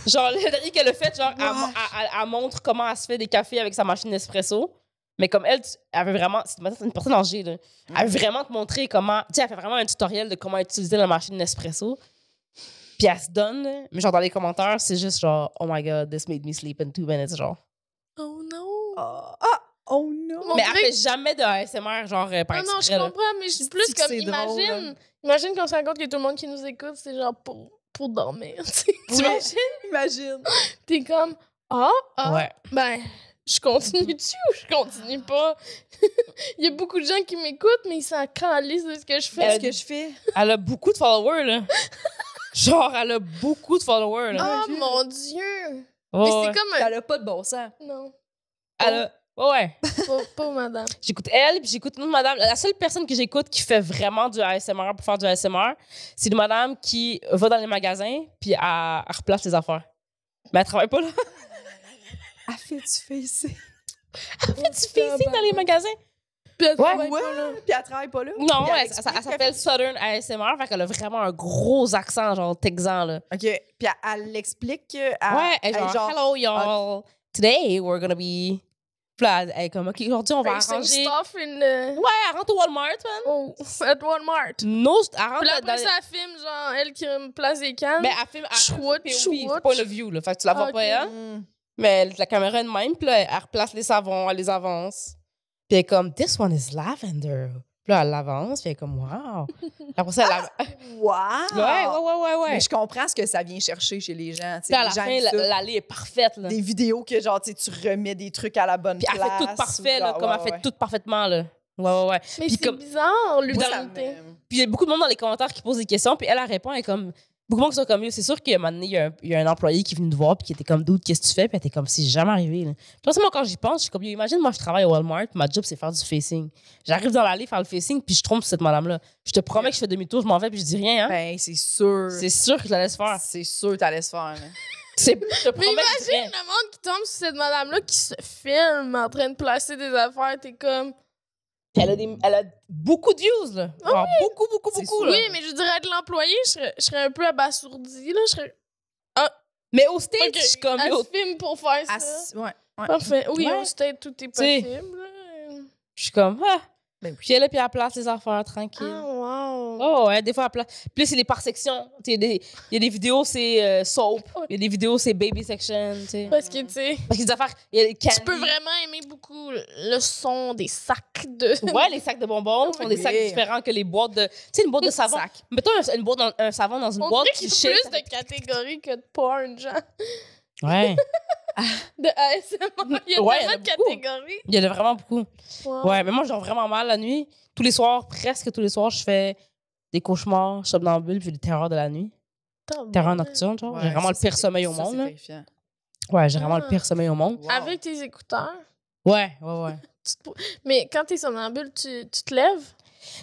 D: Genre, le dernier qu'elle a fait, genre, elle,
B: Ouais.
D: elle- elle- elle montre comment elle se fait des cafés avec sa machine espresso. Mais comme elle, tu- elle veut vraiment. C'est une personne âgée, là. Elle veut vraiment te montrer comment. Tu sais, elle fait vraiment un tutoriel de comment utiliser la machine espresso. Puis elle se donne, là. mais genre, dans les commentaires, c'est juste genre, oh my god, this made me sleep in two minutes, genre.
C: Oh non.
B: Ah, ah, oh non.
C: Mon
D: mais elle
C: Dieu.
D: fait jamais de ASMR, genre, euh, par
C: Ah Non, non, je
D: exprès, là.
C: comprends, mais je suis plus
B: C'est-tu que
C: comme,
B: c'est drôle,
C: imagine, imagine qu'on se rend compte que tout le monde qui nous écoute, c'est genre pour, pour dormir, [LAUGHS] tu sais.
B: Ouais.
D: T'imagines?
B: Imagine.
C: T'es comme, ah, ah,
D: Ouais.
C: ben, je continue-tu ou je continue pas? [LAUGHS] Il y a beaucoup de gens qui m'écoutent, mais ils s'en calissent de ce que je
B: Fais
D: Euh,
C: fais.
B: ce que je fais.
D: Elle a beaucoup de
C: [LAUGHS]
D: followers, là. genre, elle a beaucoup de followers, là.
C: Oh mon Dieu!
D: Ouais,
C: Ah, mais
D: ouais.
C: c'est comme un...
B: Elle a pas de bon sens.
C: Non,
D: Elle a- ouais, ouais.
C: pas, pas madame.
D: J'écoute elle, puis j'écoute une autre madame. La seule personne que j'écoute qui fait vraiment du ASMR pour faire du ASMR, c'est une madame qui [LAUGHS] va dans les magasins, puis elle, elle replace les affaires. Mais elle travaille pas là.
B: Ah, fais-tu fais ici?
D: Tu fais ici dans les magasins?
C: Puis elle-
D: Ouais.
B: Ouais. Puis elle travaille pas là?
D: Non,
B: Puis
D: elle, elle-
B: explique
D: elle s'appelle Southern ASMR, fait qu'elle a vraiment un gros accent, genre texan, là.
B: qu'elle fait- OK. Puis elle, elle l'explique que... elle-
D: ouais,
B: elle
D: elle est Ah, genre, ah, Hello, y'all. Today, we're gonna be. Puis là, elle est comme, OK, aujourd'hui, on va
C: Facing
D: arranger.
C: stuff in the-
D: Ouais, elle rentre au Walmart, man.
C: Oh, at Walmart.
D: Non, elle rentre
C: Puis là, après
D: dans- Ben,
C: ça, elle filme, genre, elle qui me place des cannes.
D: Mais elle filme. elle-
C: Chouette,
D: puis oui,
C: chouette.
D: Point of view, là. Fait que tu la vois
C: Ah,
D: pas, hein?
C: ok.
D: elle.
B: Hmm.
D: Mais elle- la caméra est de même, puis là, elle replace les savons, elle les avance. Puis elle est comme, This one is lavender. Puis là, elle l'avance, puis elle est comme, Wow. Après ça, elle la-
B: Wow!
D: [LAUGHS] Ouais, ouais, ouais, ouais, ouais.
B: Mais je comprends ce que ça vient chercher chez les gens. tu sais,
D: Puis à
B: les
D: la
B: gens
D: fin,
B: aiment
D: la-
B: ça.
D: l'allée est parfaite, là.
B: des vidéos que genre tu sais, tu remets des trucs à la bonne
D: Puis elle
B: place.
D: fait tout parfait, là, comme elle fait tout parfaitement, là. Ouais, ouais, ouais.
C: Mais
D: Puis
C: c'est
D: comme-
C: bizarre,
D: Puis dans-
C: l'humanité.
D: Puis il y a beaucoup de monde dans les commentaires qui posent des questions, puis elle, elle répond, elle est comme. Beaucoup de monde qui sont comme Yo, C'est sûr qu'à un moment donné, il y, a un, il y a un employé qui est venu nous voir, puis qui était comme Dude, qu'est-ce que tu fais Puis elle était comme C'est jamais arrivé. Là. Puis là, c'est moi, quand j'y pense, je suis comme Yo, Imagine, moi, je travaille au Walmart, puis ma job, c'est faire du facing. J'arrive dans l'allée faire le facing, puis je trompe cette madame-là. Je te promets que je fais demi-tour, je m'en vais, puis je dis rien. Hein?
B: Ben c'est sûr.
D: c'est sûr que je la
C: [LAUGHS]
D: laisse faire.
B: C'est sûr que t'allais se faire. là.
D: C'est- Je te
C: Mais
D: promets que je dis rien.
C: imagine le monde qui tombe sur cette madame-là qui se filme en train de placer des affaires. T'es comme.
D: Elle a, des- elle a beaucoup de views, là.
C: Ah
D: Genre, Beaucoup, beaucoup,
B: C'est
D: beaucoup,
B: sûr.
D: là.
C: Oui, mais je dirais être l'employé, je serais, je serais un peu abasourdie. Là. Je serais.
D: Mais au stage,
C: Ok, Ah,
D: je suis comme
C: elle
D: Yo,
C: se filme pour faire ça.
B: Ah, c'est- ouais. ouais.
C: Parfait. Oui,
D: Ouais.
C: on sait tout est
D: T'sais.
C: possible. là.
D: Je suis comme, ah.
B: Ben oui.
D: Puis elle est là, puis elle place les affaires tranquille.
C: Ah, wow.
D: Oh, ouais, des fois, elle place. Puis là, c'est les par section. Tu sais, Il y, a des- il y a des vidéos, c'est euh, soap. Il y a des vidéos, c'est baby section. tu sais.
C: Parce que, tu sais,
D: Parce que les affaires, il y a les candy.
C: tu peux vraiment aimer beaucoup le son des sacs de.
D: Ouais, les sacs de bonbons sont des
B: Oui.
D: sacs différents que les boîtes de. Tu sais, une boîte de savon.
B: Sac.
D: Mettons un, une boîte dans- un savon dans une
C: On
D: boîte.
C: dirait qu'il y
D: tu
C: a
D: shakes.
C: plus de catégories que de porn, genre.
D: Ouais.
C: De ASMR. Il y a
D: Ouais, il y en a
C: tellement de
D: beaucoup.
C: catégories.
D: Il y en a vraiment beaucoup.
C: Wow.
D: Ouais, mais moi, je dors vraiment mal la nuit. Tous les soirs, presque tous les soirs, je fais des cauchemars, somnambules, puis des terreurs de la nuit. Terreur nocturne, genre. j'ai
B: Ouais,
D: vraiment
B: ça,
D: le pire
B: c'est-
D: sommeil au
B: ça,
D: monde,
B: c'est
D: là.
B: terrifiant.
D: Ouais, j'ai vraiment le
C: Ah.
D: pire sommeil au monde.
B: Wow.
C: Avec tes écouteurs.
D: Ouais, ouais, ouais.
C: tu te pou- Mais quand t'es somnambule, tu, tu te lèves.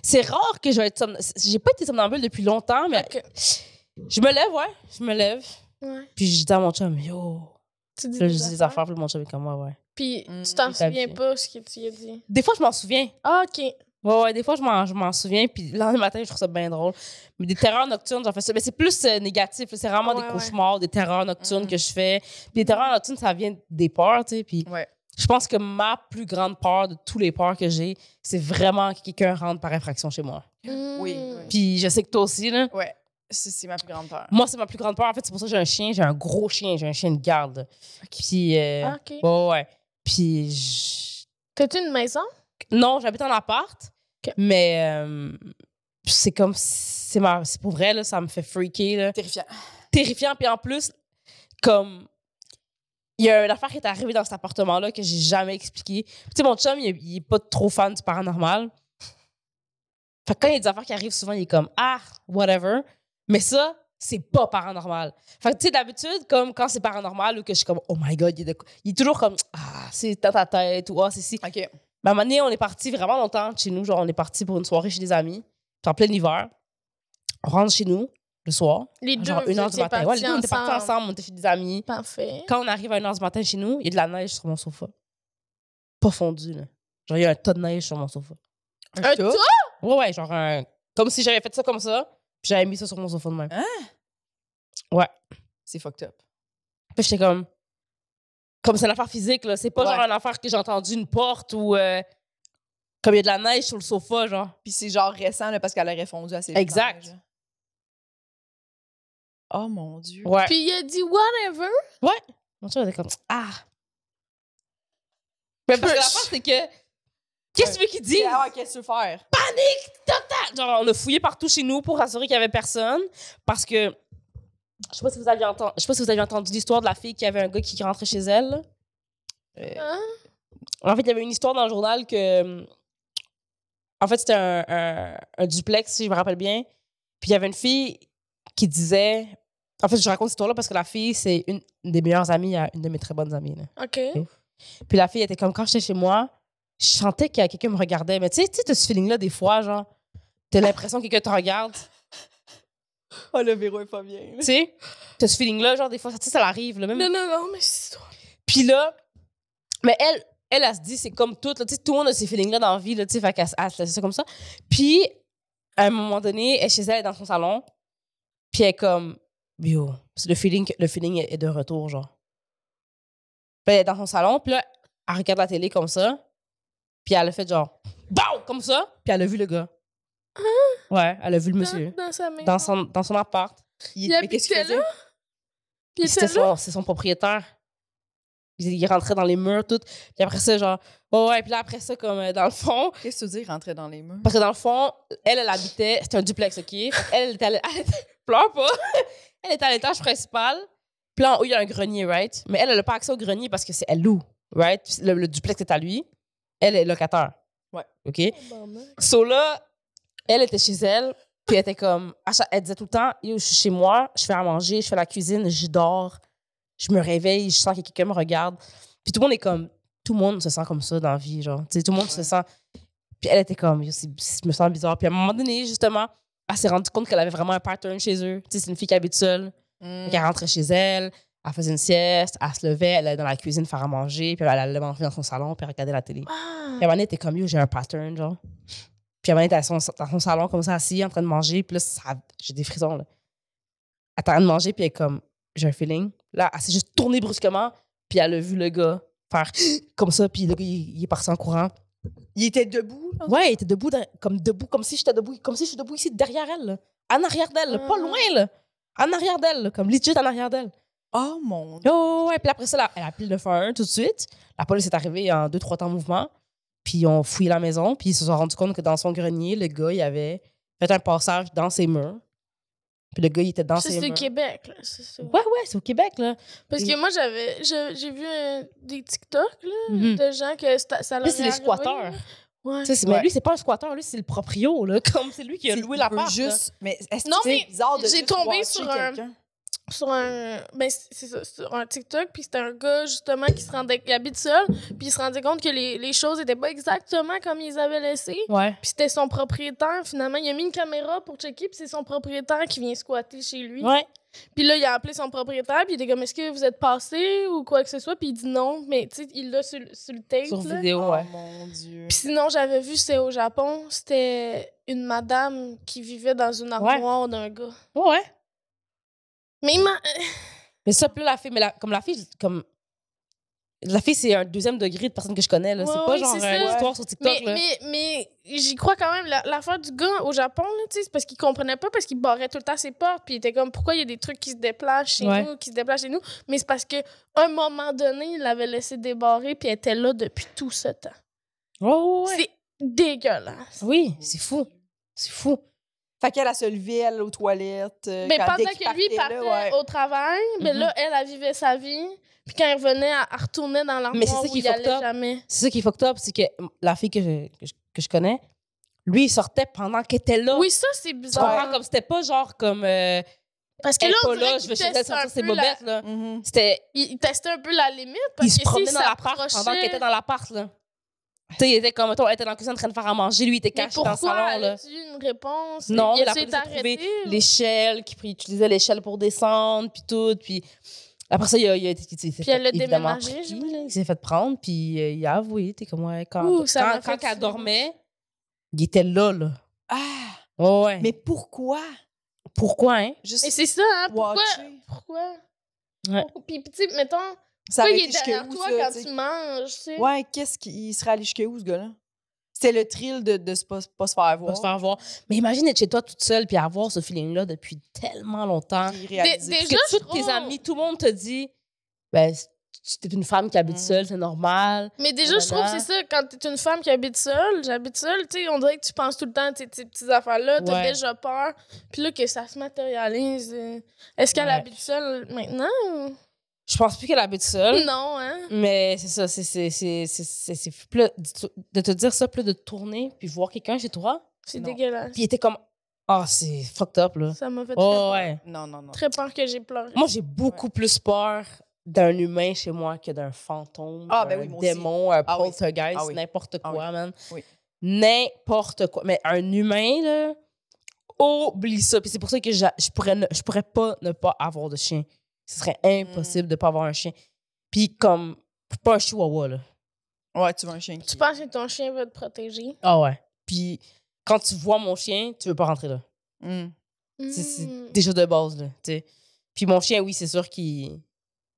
D: C'est rare que je vais être somnambule. J'ai pas été somnambule depuis longtemps, mais
C: Fait que-
D: je me lève, ouais. Je me lève.
C: Ouais.
D: Puis je dis à mon chum, yo.
C: Tu dis
D: Puis là, je dis des affaires, puis mon chum est comme, ouais, ouais.
C: Puis
B: Mm.
C: tu t'en
D: T'as
C: souviens
D: vu.
C: pas ce que tu y as dit.
D: Des fois, je m'en souviens.
C: Ah, OK.
D: Ouais, ouais, des fois, je m'en, je m'en souviens. Puis le lendemain matin, je trouve ça bien drôle. Mais des terreurs nocturnes, j'en fais ça. Mais c'est plus euh, négatif. là. C'est vraiment
C: Ouais, Mm-hmm. ouais.
D: des cauchemars, des terreurs nocturnes
B: Mhm.
D: que je fais. Puis les terreurs nocturnes, ça vient des peurs, tu sais. Puis
B: Ouais.
D: je pense que ma plus grande peur de tous les peurs que j'ai, c'est vraiment que quelqu'un rentre par infraction chez moi.
B: Oui,
C: Mm.
B: oui.
D: Puis je sais que toi aussi, là.
B: Ouais. C'est c'est ma plus grande peur.
D: Moi, c'est ma plus grande peur. En fait, c'est pour ça que j'ai un chien. J'ai un gros chien. J'ai un chien de garde. Puis, euh,
C: Ah, OK.
D: ouais, ouais. Puis, je-
C: T'as-tu une maison?
D: non, j'habite en appart,
C: Ok.
D: mais euh, c'est comme, c'est ma, c'est pour vrai là, ça me fait freaker là.
B: Terrifiant.
D: Terrifiant. Puis en plus, comme, il y a une affaire qui est arrivée dans cet appartement là que j'ai jamais expliqué. Tu sais, mon chum, il, est- il est pas trop fan du paranormal. Fait que quand il y a des affaires qui arrivent, souvent, il est comme Ah, whatever. Mais ça, c'est pas paranormal. Fait que, tu sais, d'habitude, comme quand c'est paranormal ou que je suis comme Oh my God, il est, de quoi- il est toujours comme Ah, c'est dans ta tête ou Ah, c'est si.
B: OK.
D: Mais à un moment donné, on est parti vraiment longtemps de chez nous. Genre, on est parti pour une soirée chez des amis. Puis en plein hiver, on rentre chez nous le soir.
C: Les deux,
D: genre,
C: vous
D: une heure du
C: étiez
D: matin. Ouais,
C: partis
D: les deux, on était partis ensemble, on était chez des amis.
C: Parfait.
D: Quand on arrive à une heure du matin chez nous, il y a de la neige sur mon sofa. Pas fondu, là. Genre, il y a un tas de neige sur mon sofa.
C: Un
B: tout?
C: tout?
D: Ouais, ouais, genre un. Comme si j'avais fait ça comme ça, puis j'avais mis ça sur mon sofa de même.
B: C'est fucked up.
D: Puis j'étais comme. Comme c'est une affaire physique, là. C'est pas
B: Ouais.
D: genre une affaire que j'ai entendu une porte ou. euh, comme il y a de la neige sur le sofa, genre.
B: Puis c'est genre récent là, parce qu'elle aurait fondu assez vite, la
D: Exact.
B: neige, là. Oh mon dieu.
D: Ouais.
C: Puis il a dit whatever.
D: Mon chum était comme Ah! Mais parce que la
C: [LAUGHS]
D: part, c'est que. Qu'est-ce que tu veux qu'il dise?
B: Ah ouais, qu'est-ce que tu veux faire?
D: Genre, on a fouillé partout chez nous pour s'assurer qu'il y avait personne. Parce que. Je sais pas si vous aviez entendu, je sais pas si vous avez entendu l'histoire de la fille qui avait un gars qui rentrait chez elle. là.
C: Hein?
D: En fait, il y avait une histoire dans le journal que. En fait, c'était un, un- un duplex, si je me rappelle bien. Puis il y avait une fille qui disait. En fait, je raconte cette histoire-là parce que la fille, c'est une, une des meilleures amies, à une de mes très bonnes amies. là.
C: OK.
D: Puis la fille était comme quand j'étais chez moi, je sentais que quelqu'un me regardait. Mais tu sais, tu sais, t'as ce feeling-là des fois, genre, t'as l'impression que quelqu'un te regarde.
B: Oh, le verrou est pas bien. là.
D: Mm. Tu sais, t'as ce feeling-là, genre, des fois, ça- tu sais, ça arrive. Là, même.
C: Non, non, non, mais c'est toi.
D: Puis là, Mais elle, elle, elle se dit, c'est comme tout. Là, tu sais, tout le monde a ces feelings-là dans la vie. Là, tu sais, fait qu'elle se- elle se laisse ça comme ça. Puis, à un moment donné, elle est chez elle, elle est dans son salon. Puis elle est comme, yo, c'est le feeling, que- le feeling est est de retour, genre. Puis elle est dans son salon, puis là, elle regarde la télé comme ça. Puis elle a fait genre, BAU! Comme ça. Puis elle a vu le gars. Ouais, elle a vu le
C: Dans,
D: monsieur.
C: dans sa maison.
D: Dans son, dans son appart.
B: Il,
C: Il
B: mais qu'est-ce qu'il
C: habitait
B: faisait?
C: là? Puis
D: C'était
C: c'est là.
D: son, c'est son propriétaire. Il, il rentrait dans les murs, tout. Puis après ça, genre, ouais, ouais. Puis là, après ça, comme euh, dans le fond,
B: Qu'est-ce que tu dis, rentrer dans les murs?
D: parce que dans le fond, elle, elle habitait, c'était un duplex, OK? Fait qu'elle, Elle était à l'é- elle était- [LAUGHS] pleure pas. Elle était à l'étage principal. Puis là, en haut, il y a un grenier, right? Mais elle, elle n'a pas accès au grenier parce que c'est elle loue, right? Puis Le, le duplex est à lui. Elle est locataire.
B: Ouais.
D: OK? So là, elle était chez elle, puis elle était comme, à chaque- elle disait tout le temps, Yo, je suis chez moi, je fais à manger, je fais la cuisine, je dors, je me réveille, je sens que quelqu'un me regarde. Puis tout le monde est comme, tout le monde se sent comme ça dans la vie, genre, tu sais, tout le monde se sent. Puis elle était comme, Yo, c'est- je me sens bizarre. Puis à un moment donné, justement, elle s'est rendue compte qu'elle avait vraiment un pattern chez eux. Tu sais, c'est une fille qui habite seule.
B: Hmm.
D: Fait qu'elle rentrait chez elle, elle faisait une sieste, elle se levait, elle allait dans la cuisine faire à manger, puis elle allait manger dans son salon, puis elle regardait la télé.
C: Ah!
D: Puis à un moment donné, t'es comme, yo, j'ai un pattern, genre. Puis à un moment donné, t'es à son- dans son salon, comme ça, assis, en train de manger. Puis là, ça- j'ai des frissons, là. Elle est en train de manger, puis elle est comme, j'ai un feeling. Là, elle s'est juste tournée brusquement, puis elle a vu le gars faire [GASPS] comme ça, puis le gars, il, il est parti en courant.
B: Il était Hmm. debout, là?
D: Ouais, il était debout, dans- comme debout, comme si j'étais debout, comme si je suis debout ici, derrière elle, là. En arrière d'elle, là, pas
C: Ah.
D: loin, là. En arrière d'elle, là, comme legit en arrière d'elle.
B: Oh mon dieu!
D: Oh, ouais. Puis après ça, la- elle a appelé le 1 tout de suite. La police est arrivée en deux, trois temps de mouvement. Puis ils ont fouillé la maison. Puis ils se sont rendus compte que dans son grenier, le gars, il avait fait un passage dans ses murs. Puis le gars, il était dans
C: Ça,
D: ses
C: c'est
D: murs.
C: au Québec, là. c'est ça.
D: Ouais, ouais, c'est au Québec, là.
C: Parce
D: Et-
C: que moi, j'avais, je- j'ai vu euh, des TikTok, là,
D: Mhm.
C: Hmm. de gens que ça, ça leur
D: Lui,
C: est
D: c'est les
C: arrivé.
D: squatteurs.
C: Ouais.
D: Tu sais, c'est-
B: Ouais.
D: Mais lui, c'est pas un squatteur, lui, c'est le proprio, là. [LAUGHS] Comme c'est lui qui a
B: C'est-
D: loué
B: il
D: la
B: peut
D: part.
B: juste. Mais est-ce
C: Non,
B: que c'est
C: mais
B: bizarre de
C: j'ai
B: juste
C: tombé
B: watcher
C: sur un-
B: quelqu'un?
C: Sur un, ben, c'est c'est ça, sur un TikTok, puis c'était un gars, justement, qui se rendait, qui habite seul, puis il se rendait compte que les, les choses étaient pas exactement comme ils avaient laissé.
D: Ouais.
C: Puis c'était son propriétaire, finalement. Il a mis une caméra pour checker, puis c'est son propriétaire qui vient squatter chez lui.
D: Ouais.
C: Puis là, il a appelé son propriétaire, puis il était comme, est-ce que vous êtes passé ou quoi que ce soit? Puis il dit non, mais tu sais, il l'a sur, le- sur le tape.
D: Sur
C: là.
D: vidéo, ouais.
B: Oh mon dieu!
C: Puis sinon, j'avais vu, c'était au Japon, c'était une madame qui vivait dans une armoire d'un gars.
D: Ouais, ouais.
C: Mais il m'a-
D: Mais ça, puis là, la fille, mais la- comme la fille, comme. La fille, c'est un deuxième degré de personne que je connais, là. c'est
C: Ouais,
D: pas
C: ouais,
D: genre
C: c'est ça.
D: euh, une histoire sur TikTok,
C: mais,
D: là.
C: mais, mais j'y crois quand même. La- L'affaire du gars au Japon, là, tu sais, c'est parce qu'il comprenait pas, parce qu'il barrait tout le temps ses portes, puis il était comme, pourquoi il y a des trucs qui se déplacent chez
D: Ouais.
C: nous, qui se déplacent chez nous? Mais c'est parce que un moment donné, il l'avait laissé débarrer, puis elle était là depuis tout ce temps.
D: Oh, ouais.
C: C'est dégueulasse.
D: Oui, c'est fou. C'est fou.
B: Fait qu'elle, elle se levait, elle, aux toilettes. euh,
C: Mais
B: quand-
C: pendant
B: dès
C: que
B: qu'il
C: lui
B: partait,
C: partait
B: là, ouais. Mm-hmm.
C: au travail, mais
D: Mhm.
C: là, elle, elle vivait sa vie. Puis quand il revenait, elle, elle retournait dans
D: Mais c'est
C: l'armoire
D: ça
C: où
D: qui
C: il
D: est
C: allait
D: fucked up.
C: jamais.
D: C'est ça qui est fucked up, c'est que la fille que je, que je, que je connais, lui, il sortait pendant qu'elle était là.
C: Oui, ça, c'est
D: tu
C: bizarre.
D: comprends? Comme c'était pas genre comme. Euh,
C: Parce que
D: elle
C: là,
D: est
C: on
D: pas
C: dirait
D: là, je
C: qu'il
D: vais chez elle
C: testait
D: sortir
C: un
D: ses
C: peu la-
D: bobettes, là.
B: Mhm.
D: C'était.
C: Il, il testait un peu la limite. Parce
D: Il se
C: que
D: promenait
C: s'il
D: dans l'appart pendant
C: s'approchait-
D: qu'elle était dans l'appart, là. Tu sais, il était comme, mettons, elle était dans la cuisine en train de faire à manger, lui, il était
C: Mais
D: caché dans le
C: pourquoi
D: salon,
C: elle
D: là.
C: a eu une réponse?
D: Non,
C: il
D: la
C: a-tu été
D: police a trouvé
C: arrêté?
D: L'échelle, qui- puis il utilisait l'échelle pour descendre, puis tout, puis. Après ça, il a, il a été. il s'est fait,
C: elle l'a
D: évidemment,
C: déménagé,
D: pris,
C: j'imagine.
D: là. Il s'est fait prendre, puis euh, il a avoué, t'es comme, ouais, quand.
C: Ouh, ça
D: quand
C: m'a fait
D: quand
C: du
D: elle
C: bien.
D: dormait, il était là, là.
B: Ah!
D: Ouais, ouais.
B: Mais pourquoi?
D: Pourquoi, hein?
B: Juste
C: Mais c'est ça, hein? Pourquoi?
B: watcher.
C: Pourquoi?
D: Ouais.
C: Pourquoi- Puis, tu sais, mettons,
B: Ça
C: pourquoi
B: aurait
C: il
B: été
C: est derrière
B: jusque où,
C: toi
B: ça,
C: quand
B: tu sais?
C: tu manges, tu sais?
B: Ouais, qu'est-ce qu'il serait allé jusqu'où, ce gars-là? C'est le thrill de ne pas, pas se faire
D: Pas
B: voir.
D: se faire voir. Mais imagine être chez toi toute seule puis avoir ce feeling-là depuis tellement longtemps.
B: puis
C: Dé-
B: réaliser.
C: dé-
D: Parce
C: Déjà,
D: que
C: je
D: toutes tes
C: trouve-
D: amies, tout le monde te dit ben, c- tu es une femme qui habite
B: Mm.
D: seule, c'est normal.
C: Mais déjà, je trouve que c'est ça, quand t'es une femme qui habite seule, j'habite seule, tu sais, on dirait que tu penses tout le temps à tes, tes petites affaires-là, t'as
D: Ouais.
C: déjà peur, puis là, que ça se matérialise. euh, Est-ce qu'elle
D: Ouais.
C: habite seule maintenant ou...
D: Je pense plus qu'elle habite seule.
C: Non, hein?
D: Mais c'est ça, c'est c'est- c'est- c'est- c'est- c'est fou. Puis là, dis- de te dire ça, plus de tourner puis voir quelqu'un chez toi.
C: C'est
B: Non.
C: dégueulasse.
D: Puis il était comme Ah, c'est fucked up, là.
C: Ça m'a fait très,
D: Oh,
C: peur.
D: ouais.
B: Non, non, non.
C: très peur que j'ai pleuré.
D: Moi, j'ai beaucoup plus peur d'un humain chez moi que d'un fantôme,
B: Ah,
D: d'un
B: ben oui, moi aussi.
D: démon, un
B: Ah oui.
D: poltergeist,
B: Ah oui.
D: n'importe
B: Ah
D: quoi, man.
B: Oui.
D: N'importe quoi. Mais un humain, là, oublie ça. Puis c'est pour ça que j'a- je pourrais, ne- je pourrais pas ne pas avoir
B: Hmm.
D: de chien. Ce serait impossible de ne pas avoir un chien. Puis comme, pas un chihuahua, là.
B: Ouais, tu veux un chien qui-
C: Tu penses que ton chien va te protéger?
D: Ah ouais. Puis quand tu vois mon chien, tu veux pas rentrer là.
B: Hmm.
D: C'est- C'est
C: Hmm.
D: déjà de base, là. tu sais. Puis mon chien, oui, c'est sûr qu'il.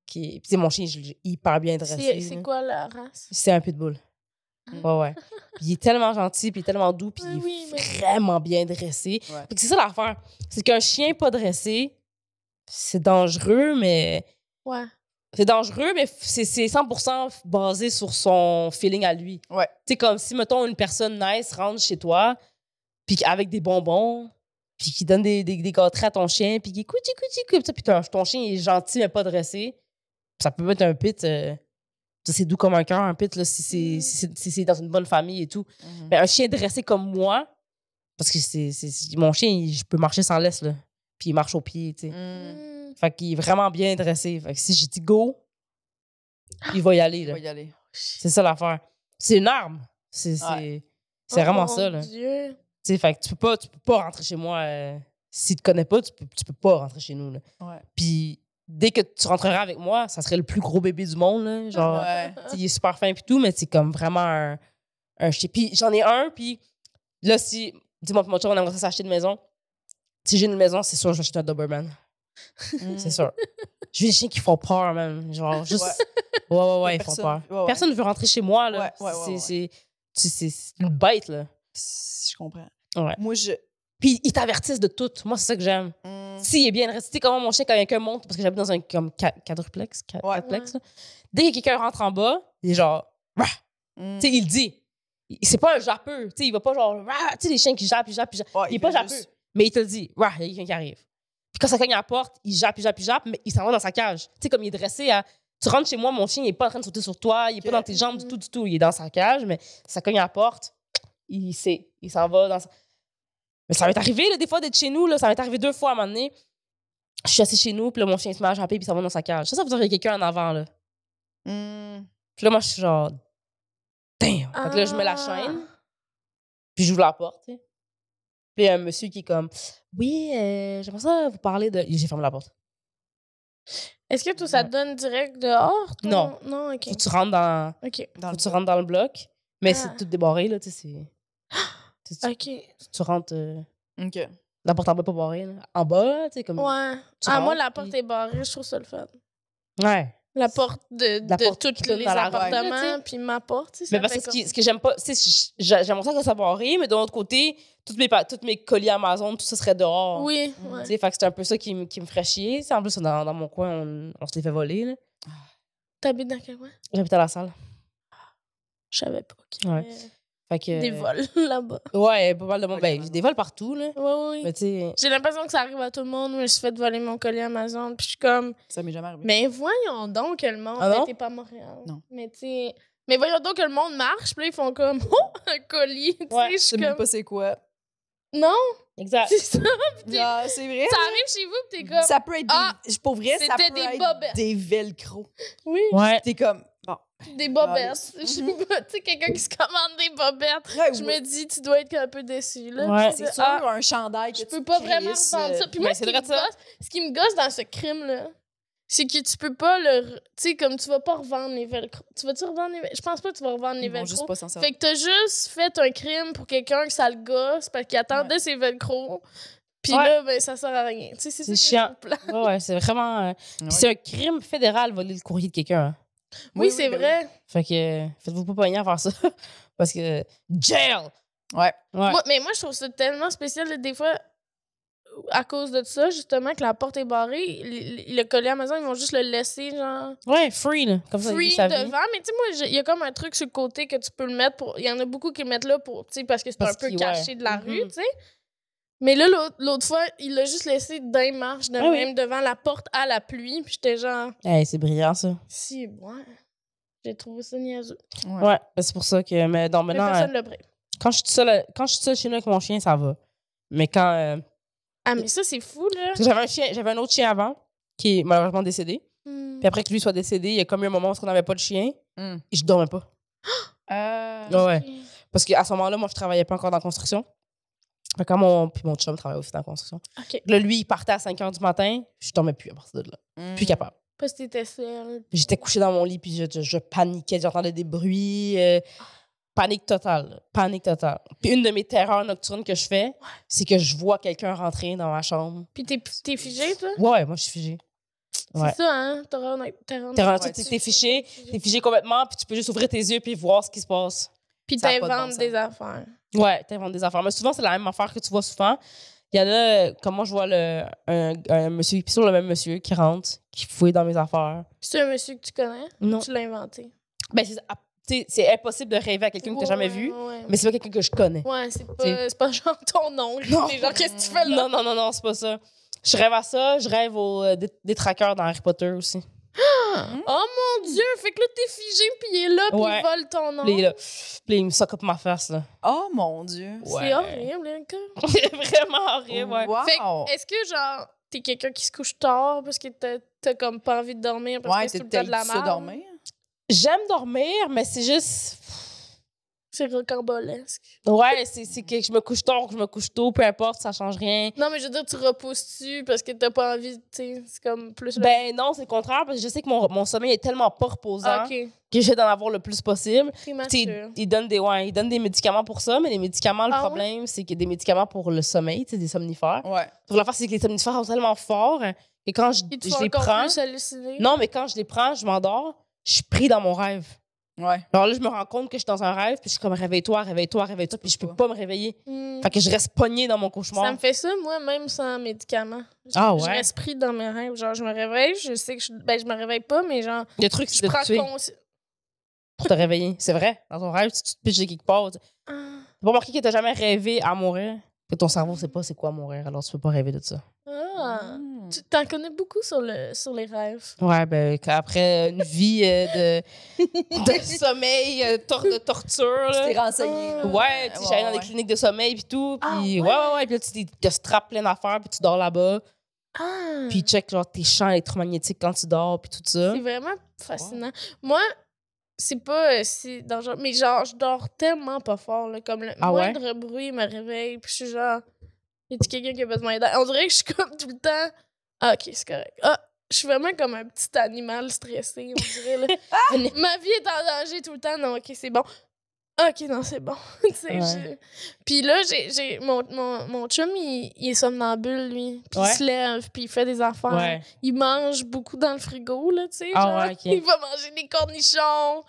D: qu'il- Puis tu sais, mon chien, je l'ai hyper bien dressé.
C: C'est c'est
D: là.
C: quoi la race?
D: C'est un pitbull. Ouais, ouais. Puis il est tellement gentil, puis il est tellement doux, puis
C: Ouais,
D: il est
C: oui, mais-
D: vraiment bien dressé.
B: Ouais.
D: Fait que C'est ça l'affaire. C'est qu'un chien pas dressé, c'est dangereux, mais.
C: Ouais.
D: C'est dangereux, mais f- c'est c'est 100% basé sur son feeling à lui.
B: Ouais.
D: Tu sais, comme si, mettons, une personne nice rentre chez toi, puis avec des bonbons, puis qui donne des, des, des gâteries à ton chien, puis qui couti couti couti, puis ton, ton chien il est gentil, mais pas dressé. Ça peut être un pit. euh, ça, c'est doux comme un cœur, un pit, là, si c'est
C: Mm.
D: si c'est- si c'est dans une bonne famille et tout.
B: Mhm.
D: Mais un chien dressé comme moi, parce que c'est c'est- c'est- mon chien, il- je peux marcher sans laisse, là. Puis il marche au pied, tu sais.
B: Hmm.
C: Hmm.
D: Fait qu'il est vraiment bien dressé. Fait que si j'ai dit go, il va y aller.
B: On
D: là.
B: va y aller.
D: C'est ça l'affaire. C'est une arme. C'est c'est-
B: Ouais.
D: c'est vraiment
C: Oh
D: ça.
C: mon
D: Là.
C: Dieu.
D: Tu sais, Fait que tu peux pas, tu peux pas rentrer chez moi. euh, si tu te connais pas, tu peux, tu peux pas rentrer chez nous. Là.
B: Ouais.
D: Puis dès que tu rentreras avec moi, ça serait le plus gros bébé du
C: [LAUGHS]
D: monde. Là, genre,
B: Ouais.
D: tu sais, il est super fin puis tout, mais c'est comme vraiment un, un chien. Puis j'en ai un, puis là, si, dis-moi, mon chum, on aimerait ça s'acheter une maison. Si j'ai une maison, c'est sûr, je vais acheter un Doberman.
B: Hmm.
D: C'est sûr. Je veux des chiens qui font peur, même. Genre, juste. Ouais, ouais, ouais, ils font
B: Personne-
D: peur.
B: ouais, ouais.
D: Personne ne veut rentrer chez moi, là.
B: Ouais, ouais, ouais,
D: c'est,
B: ouais.
D: c'est, tu- c'est- c'est une bête, là.
B: Je comprends.
D: Ouais.
B: Moi, je.
D: Puis ils t'avertissent de tout. Moi, c'est ça que j'aime.
B: Hmm.
D: S'il est bien resté, comment mon chien, quand quelqu'un monte, parce que j'habite dans un comme, qua- quadruplex, qua-
B: Ouais.
D: quadruplex, là. Dès que quelqu'un rentre en bas, il est genre. Rah!
B: Hmm.
D: Tu sais, il le dit. Il- C'est pas un jappeux. Tu sais, il va pas genre. Rah! Tu sais, les chiens qui jappent, ils jappent, ils jappent.
B: Ouais,
D: Il est pas
B: veut
D: jappeux.
B: juste-
D: Mais il te le dit. Rah! Il y a quelqu'un qui arrive. Puis quand ça cogne à la porte, il jappe, il jappe, il jappe, mais il s'en va dans sa cage. Tu sais, comme il est dressé à. Tu rentres chez moi, mon chien, il est pas en train de sauter sur toi, il est
B: Ok.
D: pas dans tes jambes du
C: Mhm.
D: tout, du tout. Il est dans sa cage, mais ça cogne à la porte, il sait, il s'en va dans sa. Mais ça m'est arrivé, là, des fois, d'être chez nous, là, ça m'est arrivé deux fois à un moment donné. Je suis assise chez nous, puis là, mon chien se met à japper, puis il s'en va dans sa cage. Ça, ça veut dire qu'il y a quelqu'un en avant, là.
B: Hmm.
D: Puis là, moi, je suis genre. Damn! Fait que là, je mets la
C: Ah.
D: chaîne. Puis j'ouvre la porte, tu sais. Puis il y a un monsieur qui est comme Oui, euh, j'aimerais ça vous parler de. J'ai fermé la porte.
C: Est-ce que tout ça te donne direct dehors? ton-
D: Non.
C: Non, ok.
D: Faut que tu rentres dans,
C: Ok.
B: Dans
D: faut
B: le
D: que tu rentres dans le bloc, mais
C: Ah.
D: c'est tout débarré, là, tu sais. c'est- tu,
C: [GASPS]
D: tu-
C: Ok.
D: tu rentres. euh,
B: OK.
D: la porte en bas, pas barrée, là. En bas, là, tu sais, comme.
C: Ouais.
D: Mm. Tu
C: Ah, moi,
D: rentres,
C: la porte
D: puis-
C: est barrée, je trouve ça le fun.
D: Ouais.
C: La porte de,
D: La
C: de
D: porte qui
C: tous
D: donne
C: les
D: dans la rue, là, tu
C: appartements,
D: sais.
C: puis ma porte, tu sais.
D: Mais
C: ça
D: parce
C: fait
D: que ce, qui- ce que j'aime pas, tu sais, j'a- j'aimerais ça que ça barré, mais de l'autre côté, toutes mes, pa- toutes mes colis Amazon, tout ça serait dehors.
C: comme- Oui,
B: Mm.
C: ouais.
D: Tu sais, fait que c'est un peu ça qui, me- qui me ferait chier. Tu sais, en plus, dans, dans mon coin, on, on se les fait voler, là.
C: T'habites dans quel coin?
D: J'habite à la salle.
C: Je savais pas. qu'il y
D: Ouais.
C: avait
D: Fait que. euh,
C: Des vols [LAUGHS] là-bas.
D: Ouais, pas mal de monde. Ben,
B: Voler,
D: des vols partout, là.
C: Ouais,
D: Mais
C: oui.
D: tu sais.
C: J'ai l'impression que ça arrive à tout le monde. Je me suis fait voler mon collier Amazon, puis je suis comme.
B: Ça m'est jamais arrivé.
C: Mais voyons donc que le monde.
D: Ah non?
C: Mais t'es pas à Montréal.
B: Non.
C: Mais tu sais- Mais voyons donc que le monde marche, puis là, ils font comme. [LAUGHS] Oh, un colis. Tu sais,
D: Ouais,
C: je
B: Je sais
C: suis
B: même
C: comme.
B: pas c'est quoi.
C: Non,
D: Exact.
C: c'est ça. Puis-
B: Ah, c'est vrai.
C: Ça arrive chez vous, puis t'es comme.
B: Ça peut être des...
C: Ah!
B: Pour vrai, ça peut
C: C'était des
B: être
C: bobettes.
B: des velcro.
C: Oui,
D: [LAUGHS] Ouais.
B: T'es comme... Bon. [LAUGHS]
C: des bobettes.
B: Mhm.
C: Je sais pas, tu sais, quelqu'un qui se commande des bobettes.
B: Ouais,
C: Je
B: ouais,
C: me dis, tu dois être un peu déçu, là.
D: Ouais.
C: Tu sais,
B: C'est sûr,
C: ah,
B: un chandail que
C: je
B: tu
C: peux pas
B: crisses, euh,
C: vraiment revendre ça. Puis
D: ben,
C: moi,
D: c'est
C: ce qui,
D: vrai
C: me
D: ça.
C: gosse, ce qui me gosse dans ce crime-là, c'est que tu peux pas le. re- Tu sais, comme tu vas pas revendre les velcro. Tu vas-tu revendre les velcro? Je pense pas que tu vas revendre les
B: Ils vont
C: velcro.
B: juste pas s'en servir.
C: Fait que t'as juste fait un crime pour quelqu'un que ça le gosse parce qu'il attendait ses velcro. Puis
D: Ouais.
C: là, ben, ça sert à rien. Tu sais, c'est ça
D: C'est
C: que je
D: chiant.
C: trouve plate.
D: Ouais, ouais, c'est vraiment. euh, puis
B: Ah Ouais.
D: c'est un crime fédéral voler le courrier de quelqu'un. hein.
C: Oui, c'est
B: ben
C: vrai.
D: Fait que euh, faites-vous pas pogner à faire ça. [LAUGHS] Parce que. Jail!
B: Ouais.
D: Ouais.
C: Moi- mais moi, je trouve ça tellement spécial. là, Des fois, à cause de ça, justement, que la porte est barrée, le, le collier Amazon, ils vont juste le laisser, genre,
D: Ouais, free, là. Comme ça,
C: free
D: il sa vie.
C: devant. Mais tu sais, moi, j'ai- il y a comme un truc sur le côté que tu peux le mettre pour. Il y en a beaucoup qui le mettent là pour, tu sais, parce que c'est un
D: Parce
C: peu
D: qu'il-
C: caché
D: ouais.
C: de la
D: Mhm.
C: rue, tu sais. Mais là, l'autre- l'autre fois, il l'a juste laissé d'un marche, de
D: Ah oui.
C: même devant la porte à la pluie. Puis j'étais genre,
D: Hey, c'est brillant, ça.
C: si, ouais. J'ai trouvé ça niaiseux.
B: Ouais.
D: Ouais, ben, c'est pour ça que. Mais non, hein.
C: Mais
D: maintenant,
C: personne le break.
D: quand je suis toute seule, à- quand je suis toute seule chez nous avec mon chien, ça va. Mais quand. euh,
C: Ah, mais ça, c'est fou, là.
D: parce que j'avais un chien, j'avais un autre chien avant, qui est malheureusement décédé.
C: Hmm.
D: Puis après que lui soit décédé, il y a comme eu un moment où on n'avait pas de chien.
B: Hum.
D: Et je dormais pas.
B: Euh,
D: Ouais, ouais. Parce qu'à ce moment-là, moi, je travaillais pas encore dans la construction. Fait que quand mon, puis mon chum travaillait aussi dans la construction.
C: Ok.
D: Là, lui, il partait à 5 h du matin. Je dormais plus à partir de là.
B: hum.
D: Plus capable.
C: Parce que t'étais seule.
D: J'étais couchée dans mon lit, puis je, je- je paniquais, j'entendais des bruits. euh, panique totale, là. panique totale. Puis une de mes terreurs nocturnes que je fais, c'est que je vois quelqu'un rentrer dans ma chambre.
C: Puis t'es t'es figée, toi?
D: Ouais, ouais, moi, je suis figée. Ouais.
C: C'est ça, hein? T'auras un terrain.
D: T'es rendu,
B: Ouais,
D: t'es-
B: tu-
D: t'es fiché, t'es figé complètement, puis tu peux juste ouvrir tes yeux puis voir ce qui se passe.
C: Puis
B: Ça a pas de bon
C: t'inventes
B: sens.
C: des affaires.
D: Ouais, t'inventes des affaires. Mais souvent, c'est la même affaire que tu vois souvent. Il y en a, euh, comme moi, je vois le, un, un monsieur, puis toujours le même monsieur qui rentre, qui fouille dans mes affaires.
C: C'est un monsieur que tu connais?
D: Non.
C: Tu l'as inventé.
D: Ben, c'est ah, tu sais, c'est impossible de rêver à quelqu'un que t'as jamais
C: Ouais,
D: vu,
C: ouais.
D: mais c'est pas quelqu'un que je connais.
C: Ouais, c'est
D: C'est-
C: pas, c'est pas genre ton oncle.
D: Non.
C: Les gens, qu'est-ce que tu fais là?
D: Non, non, non, non, c'est pas ça. Je rêve à ça, je rêve aux euh, dé- détraqueurs dans Harry Potter aussi.
C: Oh mon dieu! Fait que là, t'es figé, puis il est là, puis
D: Ouais.
C: il vole ton
D: Puis
C: oncle.
D: là, puis il me socope ma face, là. [LAUGHS]
B: Oh mon Dieu.
D: Ouais.
C: C'est horrible, hein, gars.
D: C'est vraiment horrible, Oh, ouais.
B: Wow.
C: Fait que, est-ce que, genre, t'es quelqu'un qui se couche tard parce que t'as t'as comme pas envie de dormir parce
B: Ouais,
C: que c'est
B: t'es
C: tout le temps de la
B: habituée à
C: merde?
B: dormir.
D: J'aime dormir, mais c'est juste.
C: C'est rocambolesque.
D: Ouais, c'est c'est que je me couche tôt, que je me couche tôt, peu importe, ça change rien.
C: Non, mais je veux dire, tu repousses-tu parce que t'as pas envie, tu sais, c'est comme plus... le-
D: Ben non, c'est le contraire, parce que je sais que mon, mon sommeil est tellement pas reposant
C: OK,
D: que j'essaie d'en avoir le plus possible. Tu sais,
C: prématuré.
D: ils donnent des, ouais, ils donnent des médicaments pour ça, mais les médicaments, le
C: Ah ouais?
D: problème, c'est que des médicaments pour le sommeil, tu sais, des somnifères.
B: Ouais.
D: Pour l'affaire, c'est que les somnifères sont tellement forts que quand je,
C: Ils te
D: je
C: font
D: les
C: encore
D: prends,
C: plus halluciner.
D: non, mais quand je les prends, je m'endors, je suis pris dans mon rêve.
B: Ouais.
D: Alors là, je me rends compte que je suis dans un rêve, puis je suis comme réveille-toi, réveille-toi, réveille-toi, puis je peux pas me réveiller.
C: Hmm.
D: Fait que je reste pognée dans mon
C: Ça
D: cauchemar.
C: me fait ça, moi, même sans médicaments.
D: Ah ouais.
C: Je reste pris dans mes rêves. Genre, je me réveille, je sais que je... Ben, je me réveille pas, mais genre,
D: Le truc, c'est
C: je
D: de
C: prends
D: te tuer
C: conscience...
D: pour te réveiller. C'est vrai. Dans ton rêve, si tu te piches de quelque part,
C: Ah,
D: T'as pas remarqué que t'as jamais rêvé à mourir? Que ton cerveau sait pas c'est quoi mourir, alors tu peux pas rêver de ça.
C: ah.
B: Mm.
C: Tu t'en connais beaucoup sur, le... sur les rêves.
D: Ouais, ben, après une vie euh, [LAUGHS] de, de sommeil, euh, tor- de torture,
B: Tu t'es
D: là.
B: renseigné. là.
D: Ouais, tu sais, j'allais dans des
B: ouais.
D: cliniques de sommeil puis tout, puis
C: Ah, ouais.
D: ouais, ouais, ouais, puis là, tu t'es- te strappes plein d'affaires, puis tu dors là-bas,
C: Ah!
D: puis check, genre, tes champs électromagnétiques quand tu dors, puis tout ça.
C: C'est vraiment fascinant. Moi, c'est pas euh, si dangereux, mais genre, je dors tellement pas fort. Là, comme le
D: Ah ouais?
C: moindre bruit me réveille, puis je suis genre, y a quelqu'un qui a besoin d'aide? On dirait que je suis comme tout le temps, ah, ok, c'est correct. Ah, je suis vraiment comme un petit animal stressé, on dirait. là. [LAUGHS] Ma vie est en danger tout le temps. Non, ok, c'est bon. Ah, Ok, non, c'est bon. [LAUGHS] Tu sais,
D: Ouais.
C: je- Puis là, j'ai, j'ai- mon, mon, mon chum, il, il est somnambule, lui. Puis
D: Ouais.
C: il se lève, puis il fait des affaires
D: Ouais.
C: il mange beaucoup dans le frigo, là, tu sais.
D: Ah
C: genre,
D: ouais, ok.
C: Il va manger des cornichons.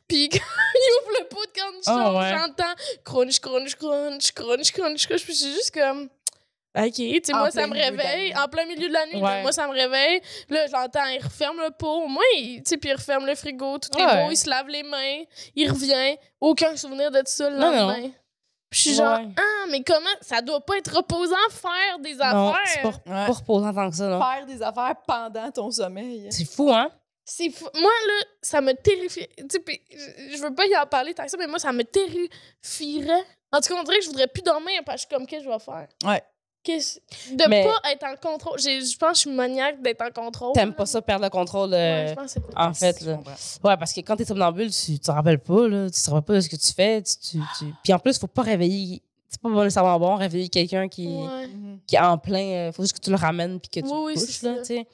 C: [LAUGHS] Puis quand il ouvre le pot de cornichons,
D: Ah ouais.
C: j'entends crunch, crunch, crunch, crunch, crunch, crunch. Puis je suis juste comme. OK, tu sais,
B: En
C: moi,
B: plein
C: ça me
B: milieu de la
C: réveille.
B: nuit.
C: En plein milieu de la nuit, là,
D: Ouais.
C: moi, ça me réveille. Là, j'entends, il referme le pot. Au moins, il- tu sais, puis il referme le frigo. Tout est
D: Ah, Ouais.
C: beau, il se lave les mains. Il revient. Aucun souvenir de ça le
D: Non, non.
C: lendemain. Puis je suis genre,
D: Ouais.
C: ah, mais comment? Ça doit pas être reposant faire des affaires.
D: non, c'est pas,
B: Ouais.
D: pas reposant tant que ça, non.
B: Faire des affaires pendant ton sommeil.
D: C'est fou, hein?
C: C'est fou. Moi, là, ça me terrifie. Tu sais, puis je je veux pas y en parler tant que ça, mais moi, ça me terrifierait. En tout cas, on dirait que je voudrais plus dormir parce que je suis comme, qu'est-ce que je vais faire?
B: Ouais.
C: Qu'est-ce- De
D: Mais-
C: pas être en contrôle. J'ai- Je pense que je suis maniaque d'être en contrôle.
D: T'aimes pas ça, perdre le contrôle. euh,
C: Ouais, je pense que c'est-
D: en fait,
B: Je
D: là.
B: comprends.
D: Ouais, parce que quand t'es somnambule, tu te rappelles pas, là. Tu te rappelles pas de ce que tu fais. Tu, tu, tu- Puis en plus, faut pas réveiller. C'est pas nécessairement bon réveiller quelqu'un qui,
C: Ouais.
B: Mhm.
D: qui est en plein. euh, faut juste que tu le ramènes puis que tu
C: Oui, oui,
D: le couches,
C: c'est
D: là,
C: ça.
D: tu sais.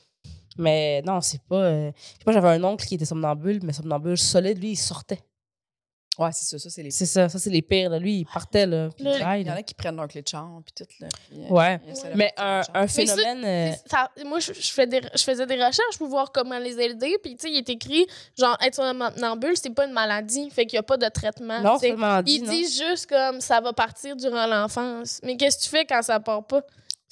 D: Mais non, c'est pas. euh, je sais pas, j'avais un oncle qui était somnambule, mais somnambule solide, lui, il sortait.
B: Ouais, c'est ça, ça, c'est les
D: C'est ça, ça, c'est les pires, là. Lui, il partait, là. Puis
C: Le-
D: il aille,
B: Il y en
D: là.
B: a qui prennent leur clé de chambre puis tout là. puis, euh,
D: Ouais.
B: ils essaient de
D: Mais
B: partir
D: un,
B: de leur
D: un
B: chambre.
C: ça,
D: phénomène. euh,
C: C'est- ça- moi, je, je fais des, je faisais des recherches pour voir comment les aider. Puis, tu sais, il est écrit, genre, être somnambule, c'est pas une maladie. Fait qu'il y a pas de traitement.
D: non,
C: tu sais.
D: seulement dit.
C: Ils
D: non.
C: disent juste comme, ça va partir durant l'enfance. Mais qu'est-ce que tu fais quand ça part pas?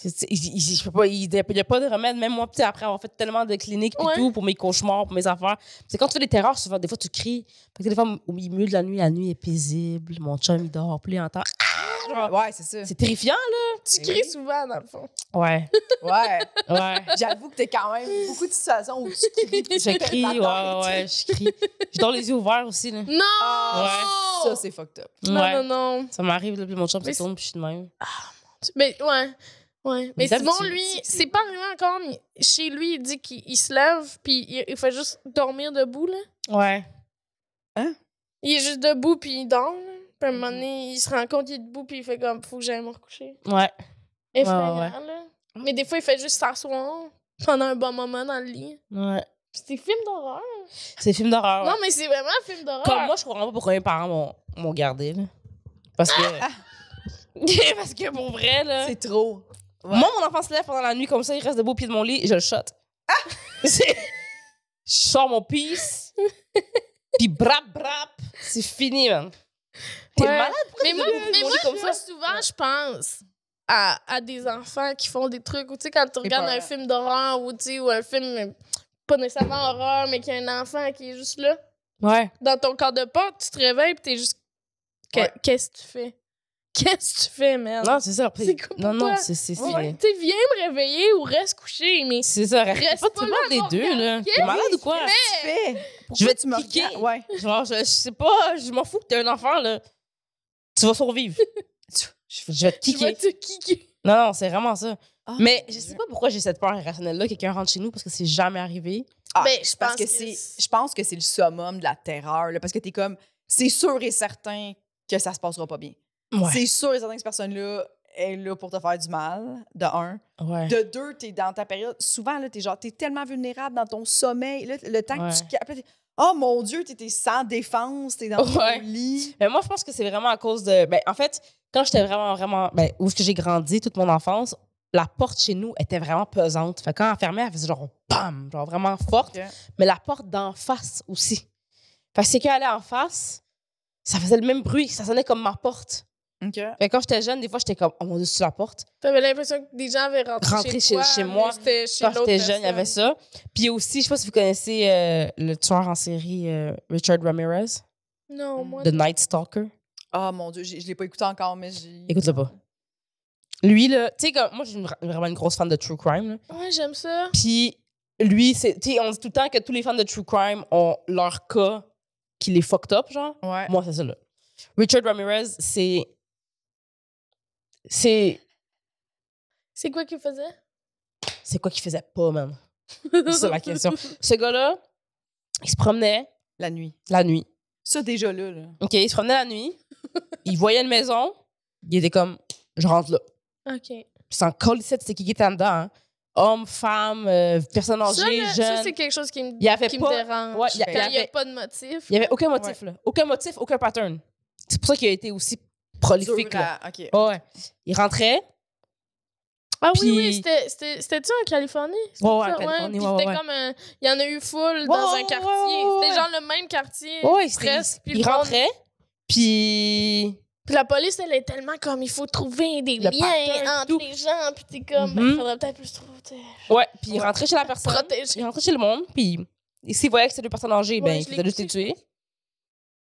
D: C'est- c'est- il- il- je peux pas, il n'y a pas de remède. Même moi, tu sais, après avoir fait tellement de cliniques et
C: Ouais.
D: tout pour mes cauchemars, pour mes affaires. C'est quand tu fais des terreurs, souvent, des fois, tu cries. Parce que des fois, au milieu de la nuit, la nuit est paisible. Mon chum, il dort, plus il entend.
B: Ouais, c'est ça.
D: C'est terrifiant,
C: Tu
B: Eh
C: cries
B: oui.
C: souvent, dans le fond.
D: là. Ouais.
B: Ouais.
D: Ouais.
B: J'avoue que t'es quand même beaucoup de situations où tu [LAUGHS] cries. puis
D: [LAUGHS] Je
B: tu
D: crie,
B: perds
D: ouais,
B: ta
D: ouais,
B: tête.
D: ouais, je crie. Je dors les yeux ouverts aussi, là.
C: Non!
B: Ah,
C: Ouais.
B: Ça, c'est fucked up.
C: Non,
D: Ouais.
C: non, non.
D: Ça m'arrive, là, puis mon chum se
C: Mais c'est-
D: tourne, puis je suis de même.
C: Tu- Mais ouais. Ouais. Mais
D: Les
C: Simon,
D: habitudes.
C: lui, c'est pas arrivé encore, mais chez lui, il dit qu'il il se lève, puis il, il fait juste dormir debout, là.
D: Ouais.
C: Il est juste debout, puis il dort, là. Puis à un
D: Mm-hmm.
C: moment donné, il se rend compte qu'il est debout, puis il fait comme, faut que j'aille me recoucher.
D: Ouais.
C: Effrayant, là. Mais des fois, il fait juste s'asseoir pendant un bon moment dans le lit.
D: Ouais.
C: C'est des films d'horreur.
D: C'est film d'horreur.
C: Non,
D: ouais.
C: mais c'est vraiment un film d'horreur.
D: Comme moi, je comprends pas pourquoi mes parents m'ont- m'ont gardé. Là. Parce [LAUGHS] que. Ah, Parce que pour vrai, là.
B: C'est trop. Ouais.
D: Moi, mon enfant se lève pendant la nuit comme ça, il reste debout au pied de mon lit, je le shot.
C: Ah!
D: [LAUGHS] C'est- Je sors mon pisse, puis brap, brap, c'est fini, man. T'es
C: Ouais.
D: malade?
C: Mais moi,
D: tu lis
C: mais
D: mon
C: moi,
D: lit comme
C: moi,
D: ça?
C: souvent, je pense à, à des enfants qui font des trucs. Ou tu sais, quand tu regardes
B: peur.
C: un film d'horreur ou, tu sais, ou un film euh, pas nécessairement horreur, mais qu'il y a un enfant qui est juste là,
D: Ouais.
C: dans ton corps de porte, tu te réveilles et t'es juste. Que-
B: Ouais.
C: Qu'est-ce que tu fais? [LAUGHS] Qu'est-ce que tu fais, merde?
D: Non, c'est ça.
C: C'est quoi,
D: non, non,
C: pourquoi?
D: c'est c'est
C: Ouais,
D: fini.
C: Tu sais, viens me réveiller ou reste couché, mais.
D: C'est ça, reste
C: Reste
D: pas tout
C: pas
D: le
C: là à
D: monde des deux, là.
C: regarder.
D: T'es malade ou quoi?
B: Tu fais. Pourquoi
D: Je vais
B: tu me
D: te piquer.
B: regardes? Ouais.
D: Genre, je, je sais pas, je m'en fous que t'es un enfant, là. Tu vas survivre. Tu- je, je vais te
C: Tu vas
D: kicker.
C: te kicker.
D: Non, non, c'est vraiment ça.
B: Ah,
D: Mais
B: mon
D: je sais
B: Dieu.
D: pas pourquoi j'ai cette peur irrationnelle-là, quelqu'un rentre chez nous, parce que c'est jamais arrivé.
B: Ah,
C: Ben,
B: parce
C: je pense
B: que
C: que
B: c'est
C: c'est-
B: je pense que c'est le summum de la terreur là, parce que t'es comme c'est sûr et certain que ça se passera pas bien c'est sûr et certain que cette personne là est là pour te faire du mal de un
D: Ouais.
B: de deux t'es dans ta période souvent là t'es genre t'es tellement vulnérable dans ton sommeil là, le temps que
D: Ouais.
B: tu ca- après, t'es, oh mon dieu t'es t'es sans défense t'es dans
D: Ouais.
B: ton lit
D: Mais Ben, moi, je pense que c'est vraiment à cause de. Ben, en fait, quand j'étais vraiment, vraiment. Ben, où est-ce que j'ai grandi toute mon enfance, la porte chez nous était vraiment pesante. Fait que quand elle fermait, elle faisait genre BAM! Genre vraiment forte.
B: Ok.
D: Mais la porte d'en face aussi. Fait que c'est qu'elle allait en face, ça faisait le même bruit. Ça sonnait comme ma porte.
B: Ok.
D: Fait que quand j'étais jeune, des fois, j'étais comme, oh mon dieu, c'est la porte.
C: T'avais l'impression que des gens avaient rentré,
D: Rentré chez-
C: chez, toi,
D: chez
C: mais
D: moi,
C: C'était chez
D: Quand
C: l'autre
D: j'étais jeune, il y
C: personne.
D: avait ça. Puis aussi, je sais pas si vous connaissez euh, le tueur en série euh, Richard Ramirez,
C: Non, moi.
D: The Night Stalker.
B: oh mon dieu j'ai- je l'ai pas écouté encore mais j'ai
D: Écoute-le pas. Lui, là, tu sais, comme- moi, je suis une- vraiment une grosse fan de True Crime. là.
C: Ouais, j'aime ça.
D: Puis lui, c'est, tu sais, on dit tout le temps que tous les fans de True Crime ont leur cas qui les fucked up, genre.
B: ouais
D: Moi, c'est ça, là. Richard Ramirez, c'est. C'est.
C: C'est quoi qu'il faisait?
D: C'est quoi qu'il faisait pas, man? C'est ça la question. Ce gars-là, il se promenait
B: la nuit
D: la nuit.
B: ça déjà là, là.
D: OK, il se promenait la
C: [LAUGHS]
D: nuit. il voyait une maison. Il était comme, je rentre là.
C: [LAUGHS] OK.
D: Puis s'en colissait de c'est qui qui était en dedans. hein. Homme, femme, euh, personne
C: Ça,
D: âgée,
C: là,
D: jeune.
C: ça, c'est quelque chose qui me,
D: Il y avait
C: qui
D: pas-
C: me dérange.
D: Ouais, il y a-
C: Quand
D: il y
C: il n'y a
D: avait-
C: pas de motif.
D: Il n'y avait aucun motif, là. Aucun motif, aucun pattern. C'est pour ça qu'il a été aussi prolifique,
B: Dur
D: là.
B: à- ok
D: Ah ouais. Il rentrait.
C: Ah
D: Puis-
C: oui, oui, c'était- c'était- c'était-tu en Californie? C'était
D: Ouais, ouais,
C: ça?
D: en Californie,
C: puis
D: ouais,
C: c'était
D: ouais, ouais.
C: comme un... Il y en a eu full
D: Ouais,
C: dans
D: ouais,
C: un quartier.
D: ouais, ouais, ouais.
C: C'était genre le même quartier.
D: Ouais, il-
C: presque.
D: il,
C: Puis,
D: il
C: le monde-
D: rentrait, puis...
C: puis la police, elle est tellement comme, il faut trouver des
D: Le pattern,
C: liens entre
D: tout.
C: les gens. Puis t'es comme,
D: Mhm.
C: il faudrait peut-être plus trouver... t'sais,
D: Ouais, puis il rentrait chez la personne.
C: Protéger.
D: Il rentrait chez le monde, puis... Et s'il voyait que c'était deux personnes âgées, ben,
C: Ouais,
D: il
C: je l'ai
D: faisait juste les tuer.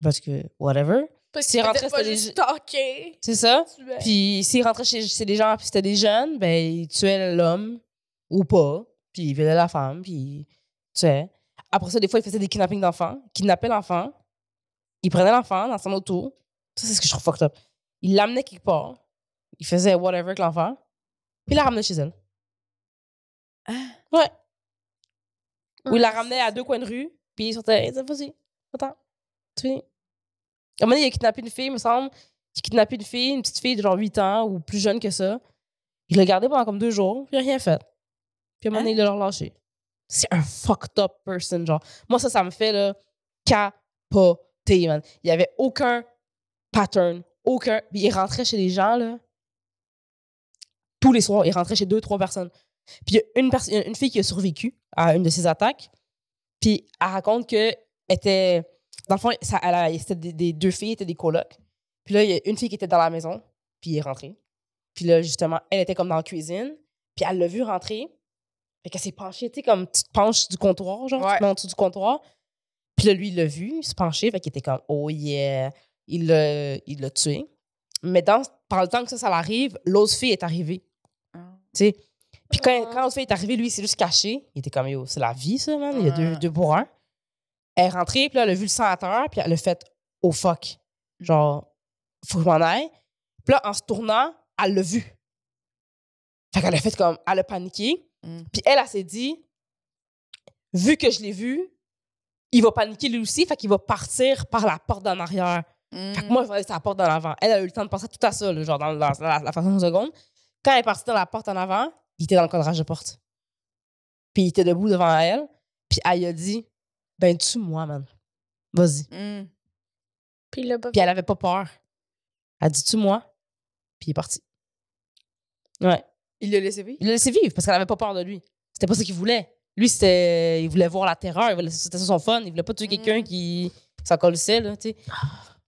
D: Parce que, whatever.
C: Parce
D: S'il
C: que
D: rentrait,
C: t'étais pas
D: c'était des-
C: juste stalké.
D: C'est ça.
C: Tu es-
D: Puis s'il rentrait chez, chez des gens, puis c'était des jeunes, ben, il tuait l'homme, ou pas, puis il violait la femme, puis il tuait. Après ça, des fois, il faisait des kidnappings d'enfants. Il kidnappait l'enfant, il prenait l'enfant dans son auto. Ça, c'est ce que je trouve fucked up. Il l'amenait quelque part, il faisait whatever avec l'enfant, puis il la ramenait chez elle. Ouais. Ou il
C: Mm.
D: la ramenait à deux coins de rue, puis il sortait, il disait, vas-y, attends, tu finis. À un moment donné, il a kidnappé une fille, il me semble. Il a kidnappé une fille, une petite fille de genre 8 ans ou plus jeune que ça. Il l'a gardée pendant comme deux jours, puis il a rien fait. Puis à un moment donné, il l'a relâché. C'est un fucked up person, genre. Moi, ça, ça me fait, là, capoter, man. Il n'y avait aucun pattern, aucun. Puis il rentrait chez les gens, là. Tous les soirs, il rentrait chez deux, trois personnes. Puis il y a une, perso- une fille qui a survécu à une de ses attaques. Puis elle raconte que était. Dans le fond, ça, elle a- c'était des, des- deux filles étaient des colocs. Puis là, il y a une fille qui était dans la maison, puis elle est rentrée. Puis là, justement, elle était comme dans la cuisine, puis elle l'a vue rentrer. Fait qu'elle s'est penchée, tu sais, comme tu te penches du comptoir, genre,
B: Ouais.
D: tu te mets en dessous du comptoir. Puis là, lui, il l'a vu, il s'est penché, fait qu'il était comme, oh yeah, il l'a il l'a tué. Mais dans, par le temps que ça, ça l'arrive, l'autre fille est arrivée.
B: Ah.
D: Tu sais. Puis quand,
C: Ah.
D: quand l'autre fille est arrivée, lui, il s'est juste caché. Il était comme, yo, c'est la vie, ça, man. Il y a deux,
B: Ouais.
D: deux pour un. Elle est rentrée, puis là, elle a vu le sang à terre, puis elle a fait, oh fuck.
B: Mm.
D: Genre, faut que je m'en aille. Puis là, en se tournant, elle l'a vu. Fait qu'elle a fait comme, elle a paniqué.
B: Mm.
D: Puis elle, elle s'est dit, vu que je l'ai vu, il va paniquer lui aussi, fait qu'il va partir par la porte d'en arrière. Fait que moi, je voyais sa porte dans l'avant. Elle a eu le temps de penser tout à ça, là, genre dans, dans- dans la, la façon seconde. Quand elle est partie dans la porte en avant, il était dans le cadrage de porte. Puis il était debout devant elle. Puis elle a dit, ben, tue-moi, man. Vas-y.
B: Hum.
C: Puis il l'a pas
D: Puis
C: fait.
D: elle avait pas peur. Elle dit tu moi. Puis il est parti. Ouais.
B: Il l'a laissé vivre.
D: Il l'a laissé vivre parce qu'elle avait pas peur de lui. C'était pas ce qu'il voulait. Lui, c'était. Il voulait voir la terreur. il voulait- C'était ça son fun. Il voulait pas tuer
B: Mm.
D: quelqu'un qui s'en colissait, là, tu sais.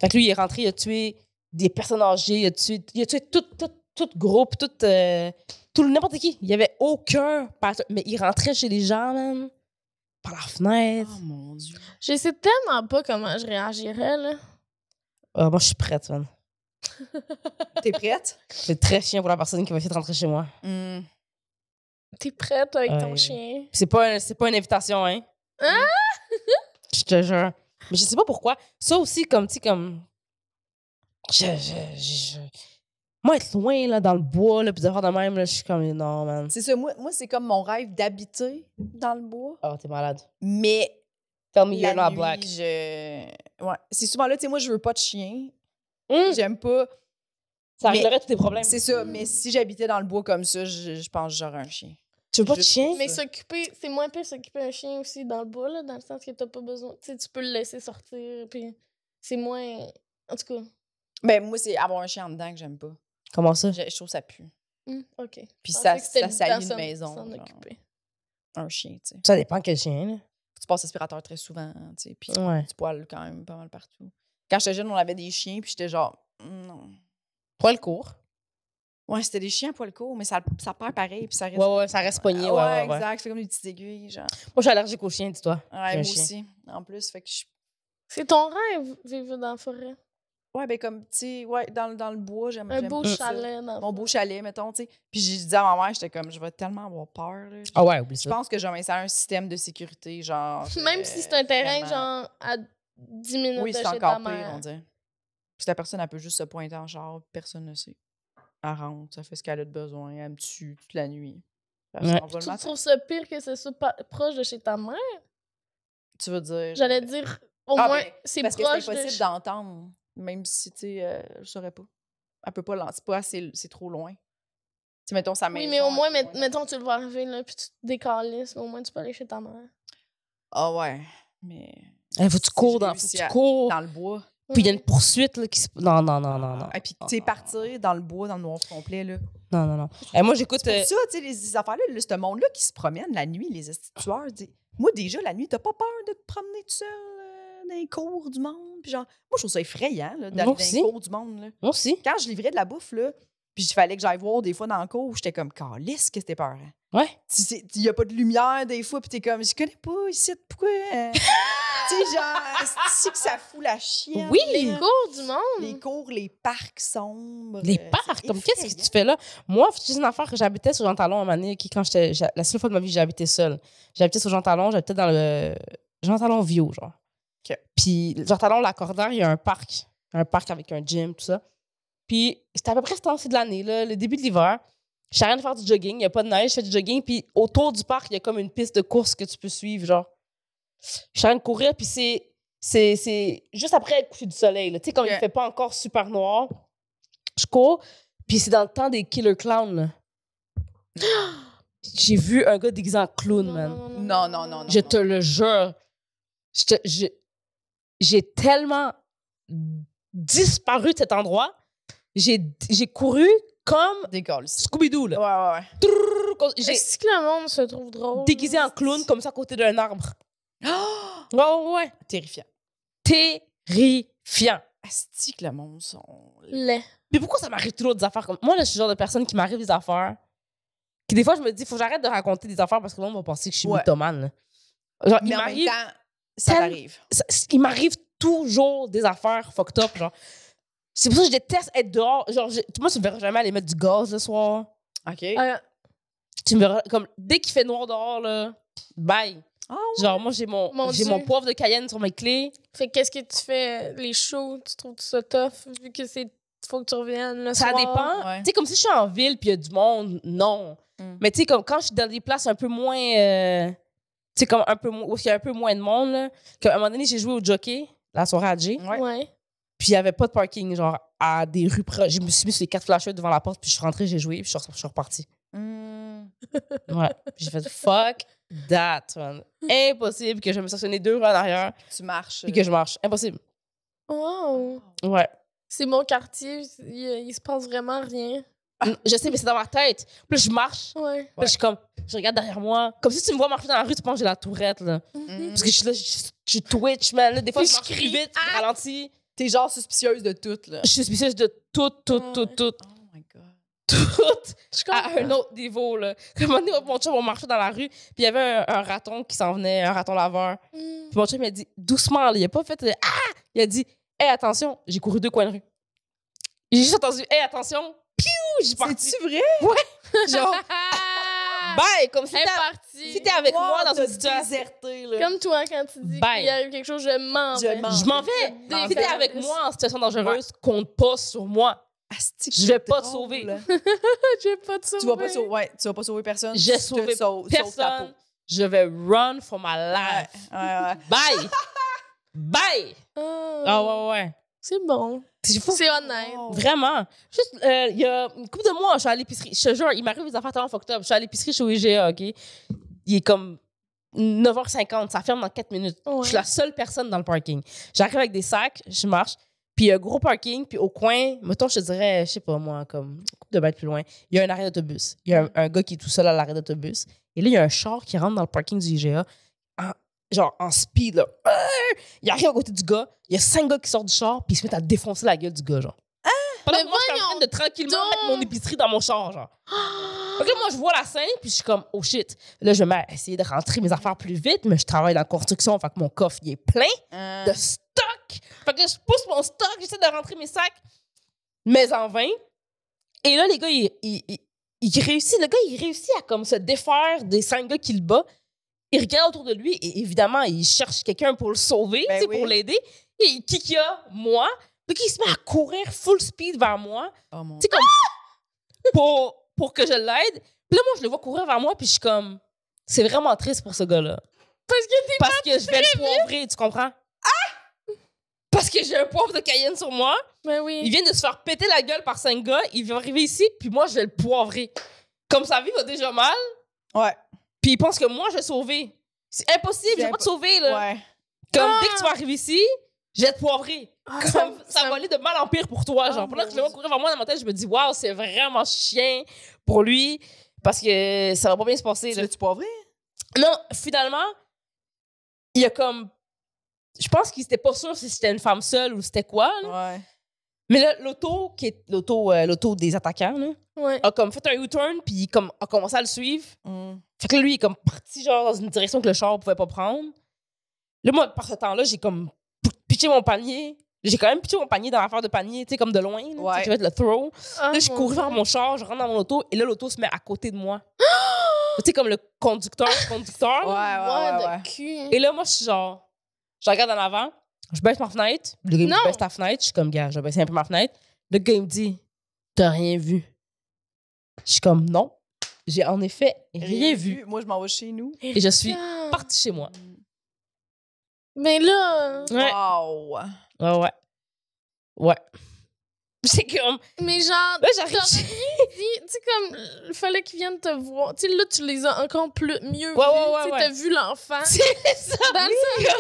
D: Fait que lui, il est rentré, il a tué des personnes âgées, il a tué, il a tué tout, tout, tout groupe, tout. euh, tout le- n'importe qui. Il y avait aucun. pattern. Mais il rentrait chez les gens, même. Par la fenêtre.
B: Oh mon Dieu.
C: Je sais tellement pas comment je réagirais, là.
D: Ah, moi, je suis prête, man.
B: T'es prête?
D: C'est très chien pour la personne qui va essayer de rentrer chez moi.
B: Hum.
C: T'es prête avec ton
D: Ouais.
C: chien.
D: Puis C'est pas, un- c'est pas une invitation, hein?
C: Hein?
D: Je te jure. Mais je sais pas pourquoi. Ça aussi, comme, tu sais, comme. Je, je- je- je- Moi, être loin, là, dans le bois, là, puis d'avoir de même, là, je suis comme, non, man.
B: C'est ça, moi, moi c'est comme mon rêve d'habiter dans le bois.
D: Oh, t'es malade.
B: Mais
D: Tell me
B: la
D: you're not
B: nuit,
D: black.
B: je- Ouais. C'est souvent là, tu sais, moi, je veux pas de chien.
D: Hum,
B: J'aime pas.
D: ça
B: mais-
D: réglerait tous tes problèmes.
B: C'est ça, mais si j'habitais dans le bois comme ça, je, je pense que j'aurais un chien.
D: Tu veux pas de
B: je-
D: chien?
C: Mais
B: ça.
C: s'occuper, c'est moins pire s'occuper un chien aussi dans le bois, là, dans le sens que t'as pas besoin. Tu sais, tu peux le laisser sortir, puis c'est moins. En tout cas.
B: Mais Ben, moi, c'est avoir un chien en dedans que j'aime pas.
D: Comment ça?
B: Je, je trouve ça pue.
C: hum, ok. Je
B: Puis
C: pensais
B: ça,
C: que c'était
B: ça
C: le
B: salit
C: temps
B: une
C: de
B: maison.
C: s'en
B: genre,
C: occuper.
B: un chien, tu sais.
D: Ça dépend quel chien, là.
B: Tu passes aspirateur très souvent, tu sais. Puis
D: Ouais.
B: tu poils quand même pas mal partout. Quand j'étais jeune, on avait des chiens, puis j'étais genre, «Hmm, non.
D: Pas le cours.
B: Ouais, c'était des chiens à poil court, mais ça, ça perd pareil, puis ça reste.
D: Ouais, ouais, ça reste pogné, ouais, ouais, ouais.
B: Ah,
D: Moi,
B: exact. C'est comme des petites aiguilles, genre.
D: je suis allergique aux chiens, dis-toi.
B: Ouais,
D: J'ai un
B: moi
D: chien.
B: aussi. En plus, fait que je
C: C'est ton rêve, vivre dans la forêt.
B: Ouais, ben comme, tu sais, ouais, dans, le- dans le bois, j'aime
C: Un
B: j'aime
C: beau
B: ça.
C: chalet dans la
B: Mon
C: forêt.
B: beau chalet, mettons, tu sais. Puis j'ai dit à ma mère, j'étais comme, je vais tellement avoir peur, là.
D: Ah ouais, oublie
B: Je
D: ça.
B: pense que je vais m'installer un système de sécurité, genre.
C: Même
B: euh,
C: si c'est un terrain,
B: vraiment.
C: genre, à 10 minutes
B: Oui,
C: de chez
B: c'est
C: ta
B: encore pire, on
C: mère.
B: dirait. Si la personne, elle peut juste se pointer en char, personne ne sait. Elle rentre, ça fait ce qu'elle a de besoin, elle me tue toute la nuit. Elle
D: Ouais.
B: s'en va le
C: Tu
B: matin.
C: trouves ça pire que ce soit pas- proche de chez ta mère?
B: Tu veux dire.
C: J'allais dire, au
B: Ah,
C: moins,
B: ben,
C: c'est
B: Parce que
C: proche
B: c'est
C: de
B: impossible
C: chez...
B: d'entendre, même si, tu sais, euh, je saurais pas. Elle peut pas lancer, pas assez, c'est trop loin. Tu sais, mettons sa maison.
C: Oui, mais au
B: elle
C: moins,
B: est
C: met-
B: loin.
C: mettons, tu le vois arriver, là, puis tu te décalisses, mais au moins, tu peux aller chez ta mère.
B: Ah ouais, mais
D: Eh, faut que tu
B: Si
D: cours
B: j'ai
D: dans. Faut
B: réussi
D: que tu
B: à-
C: Oh.
D: cours.
B: dans le bois.
D: Puis il y a une poursuite, là, qui se. Non, non, non, non, non.
B: Et puis, tu sais, partir dans le bois, dans le noir complet, là.
D: Non, non, non. Eh, moi, j'écoute.
B: C'est
D: euh,
B: pour ça, tu sais, les, les affaires-là, là, ce monde-là qui se promène la nuit, les esti de tueurs, dis- moi, déjà, la nuit, t'as pas peur de te promener tout seul euh, dans les cours du monde? Puis genre, moi, je trouve ça effrayant, là, d'aller
D: Moi
B: dans les
D: aussi.
B: cours du monde, là.
D: Moi aussi.
B: Quand je livrais de la bouffe, là, puis il fallait que j'aille voir des fois dans le cours, j'étais comme, calisse que c'était peur.
D: Ouais.
B: Il y a pas de lumière des fois, puis t'es comme, je connais pas ici, pourquoi?
D: [LAUGHS]
B: euh? tu sais, genre, c'est que ça fout la chienne.
D: Oui!
C: Les
B: là?
C: cours du monde?
B: Les cours, les parcs sombres.
D: Les
B: euh,
D: parcs,
B: c'est
D: comme qu'est-ce que
B: effrayant.
D: tu fais là? Moi, c'est une affaire que j'habitais sur Jean Talon à un moment donné, qui, quand j'étais. j'a- La seule fois de ma vie, que j'ai habité seule. J'habitais sur Jean Talon, j'habitais dans le. Jean Talon Vieux, genre.
B: Ok.
D: Puis, Jean Talon, l'accordaire, il y a un parc. Un parc avec un gym, tout ça. Puis, c'était à peu près ce temps-ci de l'année, là, le début de l'hiver. Je suis en train de faire du jogging, il n'y a pas de neige, je fais du jogging, puis autour du parc, il y a comme une piste de course que tu peux suivre, genre. Je suis en train de courir, puis c'est. C'est c'est juste après le coucher du soleil, là. Tu sais, quand il
B: Ok.
D: fait pas encore super noir, je cours, puis c'est dans le temps des killer clowns,
B: [GASPS]
D: là. J'ai vu un gars déguisé en clown, man.
B: Non, non, non, non.
D: Je te le jure. Je te- je- J'ai tellement disparu de cet endroit. J'ai j'ai couru comme
B: Des calls.
D: Scooby-Doo.
B: Ouais,
D: là.
B: ouais, ouais.
D: Trrr, comme- J'ai
C: Est-ce que le monde se trouve drôle?
D: déguisé en clown comme ça à côté d'un arbre. Ah! Ouais, ouais, ouais.
B: Terrifiant.
D: Terrifiant.
B: Asti que le monde sont.
C: Laid.
D: Mais pourquoi ça m'arrive toujours des affaires comme. Moi, là, je suis le genre de personne qui m'arrive des affaires. Qui des fois, je me dis, faut que j'arrête de raconter des affaires parce que le monde va penser que je suis
B: Ouais.
D: mythomane. là. Genre, il
B: Mais en même
D: m'arrive
B: temps, ça
D: tel-
B: t'arrive.
D: ça- c- il m'arrive toujours des affaires fucked up, genre. C'est pour ça que je déteste être dehors. Genre, je- moi, tu me verras jamais aller mettre du gaz le soir.
B: OK.
C: Ah,
D: Tu me verras, comme, dès qu'il fait noir dehors, là, bye.
B: Ah
D: Genre, moi, j'ai mon,
C: Mon
D: j'ai
C: Dieu.
D: mon poivre de Cayenne sur mes clés.
C: Fait que qu'est-ce que tu fais? Les shows, tu trouves tout ça tough? Vu que c'est... Faut que tu reviennes le
D: Ça
C: soir.
D: dépend.
B: ouais.
D: Tu sais, comme si je suis en ville puis il y a du monde, non.
B: Mm.
D: Mais tu sais, comme quand je suis dans des places un peu moins. euh, tu sais, comme un peu, mo- où il y a un peu moins de monde, là. Qu'à un moment donné, j'ai joué au jockey, la soirée à Jay.
B: Ouais.
C: Ouais.
D: Puis il n'y avait pas de parking, genre à des rues proches. Je me suis mis sur les quatre flashers devant la porte, puis je suis rentrée, j'ai joué, puis je suis re- je suis repartie.
B: Hmm.
D: Ouais. Puis j'ai fait fuck That one. Impossible que je me stationne deux rues en arrière
B: Tu marches.
D: puis que je marche. Impossible.
C: Wow!
D: Ouais.
C: C'est mon quartier, il, il se passe vraiment rien.
D: Je sais, mais c'est dans ma tête. Puis là, je marche.
C: Ouais.
D: Puis là, je suis comme, je regarde derrière moi. Comme si tu me vois marcher dans la rue, tu penses que j'ai la tourette, là.
B: Mhm.
D: Parce que je suis là, je, je twitch, man. Là, des fois,
C: Puis
D: je
C: je
D: marche plus
C: crie,
D: vite, puis je ralentis.
B: T'es genre suspicieuse de tout, là.
D: Je suis suspicieuse de tout, tout,
C: Ah
D: tout,
C: ouais.
D: tout,
B: Oh my God.
D: tout.
C: Je
B: Ah,
D: à
C: comprends.
D: un
B: [LAUGHS]
D: autre niveau. Là. Comme un moment donné, mon chum, on marchait dans la rue, puis il y avait un, un raton qui s'en venait, un raton laveur.
C: Mm.
D: Puis mon chum, il a dit doucement, là, il a pas fait euh, Ah! Il a dit Hé, attention, j'ai couru deux coins de rue. J'ai juste entendu Hé, attention, piou! J'ai parti.
B: C'est-tu vrai?
C: [LAUGHS]
D: Genre, bye! Comme si
C: Elle est
D: t'as-
C: partie.
D: si t'es avec
B: Wow,
D: moi dans
B: t'as
D: une situation.
B: déserté, là.
C: Comme toi, quand tu dis qu'il
D: Bye.
C: arrive quelque chose, je m'en
B: Je
C: vais.
B: m'en
D: Ben. Je m'en vais!
C: Défère.
D: Si t'es avec moi en situation dangereuse, compte pas sur moi.
B: Asti,
D: Je vais
B: c'est
D: pas te
B: drôle.
D: sauver.
C: Je vais pas te sauver.
B: Tu vas pas sauver, ouais, tu vas pas sauver personne.
D: J'ai
B: Tu te
D: sauvé
B: sauves- sauves ta
D: Personne, je vais run for my life.
B: peau. Ouais, ouais. [LAUGHS] Oh.
D: Bye! Bye!
C: Ah.
D: Ah ouais, ouais.
C: C'est bon.
D: C'est fou.
C: C'est honnête.
B: Wow.
D: Vraiment. Juste, euh, il y a une couple de mois, je suis à l'épicerie. Je te jure, il m'arrive des affaires tellement fucked up. Je suis à l'épicerie chez IGA, OK? Il est comme 9h50, ça ferme dans 4 minutes.
C: Ouais.
D: Je suis la seule personne dans le parking. J'arrive avec des sacs, je marche, puis il y a un gros parking, puis au coin, mettons, je te dirais, je sais pas moi, comme une couple de mètres plus loin, il y a un arrêt d'autobus. Il y a un, un gars qui est tout seul à l'arrêt d'autobus. Et là, il y a un char qui rentre dans le parking du IGA, en- genre en speed, là. Euh, Il arrive à côté du gars, il y a cinq gars qui sortent du char, puis ils se mettent à défoncer la gueule du gars, genre. Pendant
C: Mais
D: que moi, je suis en train de tranquillement
C: donc!
D: mettre mon épicerie dans mon char, genre. Fait que là, moi, je vois la scène, puis je suis comme, oh shit. Là, je me mets à essayer de rentrer mes affaires plus vite, mais je travaille dans la construction, fait que mon coffre, il est plein
B: Euh,
D: [LAUGHS] de stock. Fait que là, je pousse mon stock, j'essaie de rentrer mes sacs, mais en vain. Et là, les gars, il, il- il- il réussit, le gars, il réussit à comme se défaire des cinq gars qui le bat. Il regarde autour de lui et évidemment, il cherche quelqu'un pour le sauver,
B: Ben
D: tu sais,
B: oui.
D: pour l'aider. Et il- qui qu'il y a? Moi. Donc, il se met à courir full speed vers moi
B: oh mon
D: tu sais, comme pour, pour que je l'aide. Puis là, moi, je le vois courir vers moi, puis je suis comme, c'est vraiment triste pour ce gars-là.
C: Parce que t'es
D: Parce que je vais le poivrer, tu comprends? Ah! Parce que j'ai un poivre de cayenne sur moi.
C: Ben
D: Il
C: oui.
D: vient de se faire péter la gueule par cinq gars. Il va arriver ici, puis moi, je vais le poivrer. Comme sa vie va déjà mal,
B: Ouais,
D: puis il pense que moi, je vais sauver. C'est impossible, je vais pas te sauver, là.
B: ouais.
D: Comme
C: Ah!
D: dès que tu vas arriver ici, je vais te poivrer.
C: Ah,
D: Comme,
C: ça-
D: ça,
C: ça-
D: va aller de mal en pire pour toi.
C: Oh,
D: Genre, pendant que
C: mon
D: je le vois courir vers moi dans ma tête, je me dis, waouh, c'est vraiment chien pour lui parce que ça va pas bien se passer.
B: Tu
D: là.
B: l'as-tu poivré?
D: Non, finalement, il y a comme. Je pense qu'il s'était pas sûr si c'était une femme seule ou c'était quoi. là.
B: Ouais.
D: Mais là, l'auto, qui est l'auto, euh, l'auto des attaquants, là,
C: Ouais.
D: a comme fait un U-turn puis comme, a commencé à le suivre.
B: Mm.
D: Fait que là, lui, il est comme parti genre dans une direction que le char pouvait pas prendre. Là, moi, par ce temps-là, j'ai comme p- pitché mon panier. J'ai quand même pitché mon panier dans l'affaire de panier, tu sais, comme de loin. Là,
B: Ouais.
D: Tu sais, Tu vas être le throw.
C: Ah,
D: là, je
C: mon
D: cours vers mon char, je rentre dans mon auto, et là, l'auto se met à côté de moi. tu sais, comme le conducteur, conducteur.
B: Ouais,
D: là.
B: ouais,
C: doigt
B: ouais. ouais.
C: de cul. hein.
D: Et là, moi, je suis genre, je regarde en avant, je baisse ma fenêtre. Le gars, il me
C: Non.
D: dit, baisse ta fenêtre. Je suis comme, gars, je vais baisser un peu ma fenêtre. Le gars, il me dit, t'as rien vu. Je suis comme, non, j'ai en effet rien, vu.
B: Moi, je m'en vais chez nous.
D: Et je suis
C: Ah.
D: partie chez moi.
C: Mais là.
D: Ouais.
B: Wow.
D: Ouais, ouais. Ouais. [LAUGHS] C'est comme.
C: Mais genre.
D: Là,
C: [LAUGHS]
D: j'arrive.
C: t'aurais
D: chez-
C: dit- Tu sais, comme. Il fallait qu'ils viennent te voir. Tu sais, là, tu les as encore plus, mieux vus.
D: Ouais, ouais, ouais,
C: Tu sais,
D: ouais.
C: t'as vu l'enfant.
D: C'est ça.
C: Dans, le sens,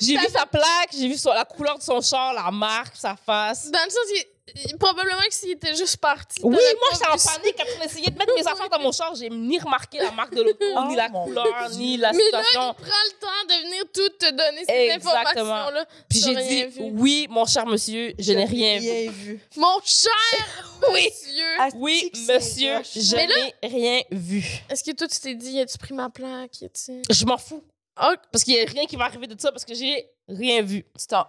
D: J'ai vu sa plaque, j'ai vu son- la couleur de son char, la marque, sa face.
C: dans le sens, il- il- probablement que s'il était juste parti.
D: Oui,
C: t'aurais
D: moi,
C: pas
D: j'étais en
C: vu ça.
D: panique après essayer de mettre mes affaires dans mon char. J'ai ni remarqué la marque de l'auto,
C: [LAUGHS]
B: Oh
D: ni la
B: mon
D: couleur,
B: Dieu.
D: ni la
C: Mais là,
D: situation.
C: Prends le temps de venir tout te donner cette
D: Exactement.
C: information-là.
D: Puis j'ai
C: t'aurais rien
D: dit,
C: vu.
D: oui, mon cher monsieur, je n'ai rien vu.
B: Bien vu.
C: Mon cher monsieur.
B: Asti
D: [LAUGHS] Oui, Ah.
B: que c'est
D: monsieur,
B: rush.
D: je
C: Mais là-
D: n'ai rien vu.
C: Est-ce que toi, tu t'es dit, as-tu pris ma plaque? As-tu-
D: Je m'en fous. Hein?
C: Ah,
D: Parce qu'il n'y a rien qui va arriver de ça parce que j'ai rien vu.
B: Tu t'en-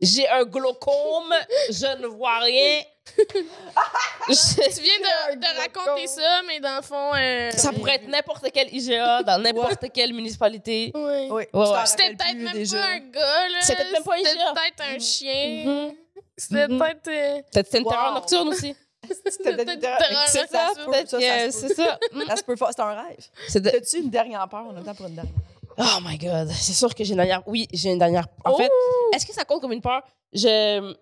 D: J'ai un glaucome, je ne vois rien.
B: [LAUGHS]
D: Je-
C: tu viens de, de raconter ça, mais dans le fond. euh,
D: Ça pourrait être n'importe quel IGA, dans n'importe quelle municipalité.
C: Ouais.
B: Oui, tu
D: Ouais,
B: t'en
D: ouais.
C: C'était
B: rappelles
C: peut-être
B: plus
C: même
B: déjà.
C: pas un gars, là.
D: C'était peut-être même pas un
C: C'était
D: chat.
C: peut-être un Mm-hmm. chien.
D: Mhm.
C: C'était
D: Mhm.
C: peut-être. euh,
D: Peut-être c'est une
B: Mm-hmm. Wow.
D: terreur
B: [LAUGHS]
D: nocturne aussi.
B: [LAUGHS] C'était peut-être
C: peut-être
B: une dernière-
C: C'est
B: Ça
D: C'est
C: terreur
D: ça,
B: se peut,
D: peut-être
B: ça,
D: que
B: ça se peut.
D: c'est ça. Mm.
B: Ça se peut pas, c'est un rêve.
D: C'est de-
B: T'as-tu une dernière peur? On a le temps pour une dernière.
D: Oh my god, c'est sûr que j'ai une dernière. Oui, j'ai une dernière. En fait,
B: Oh!
D: est-ce que ça compte comme une peur Je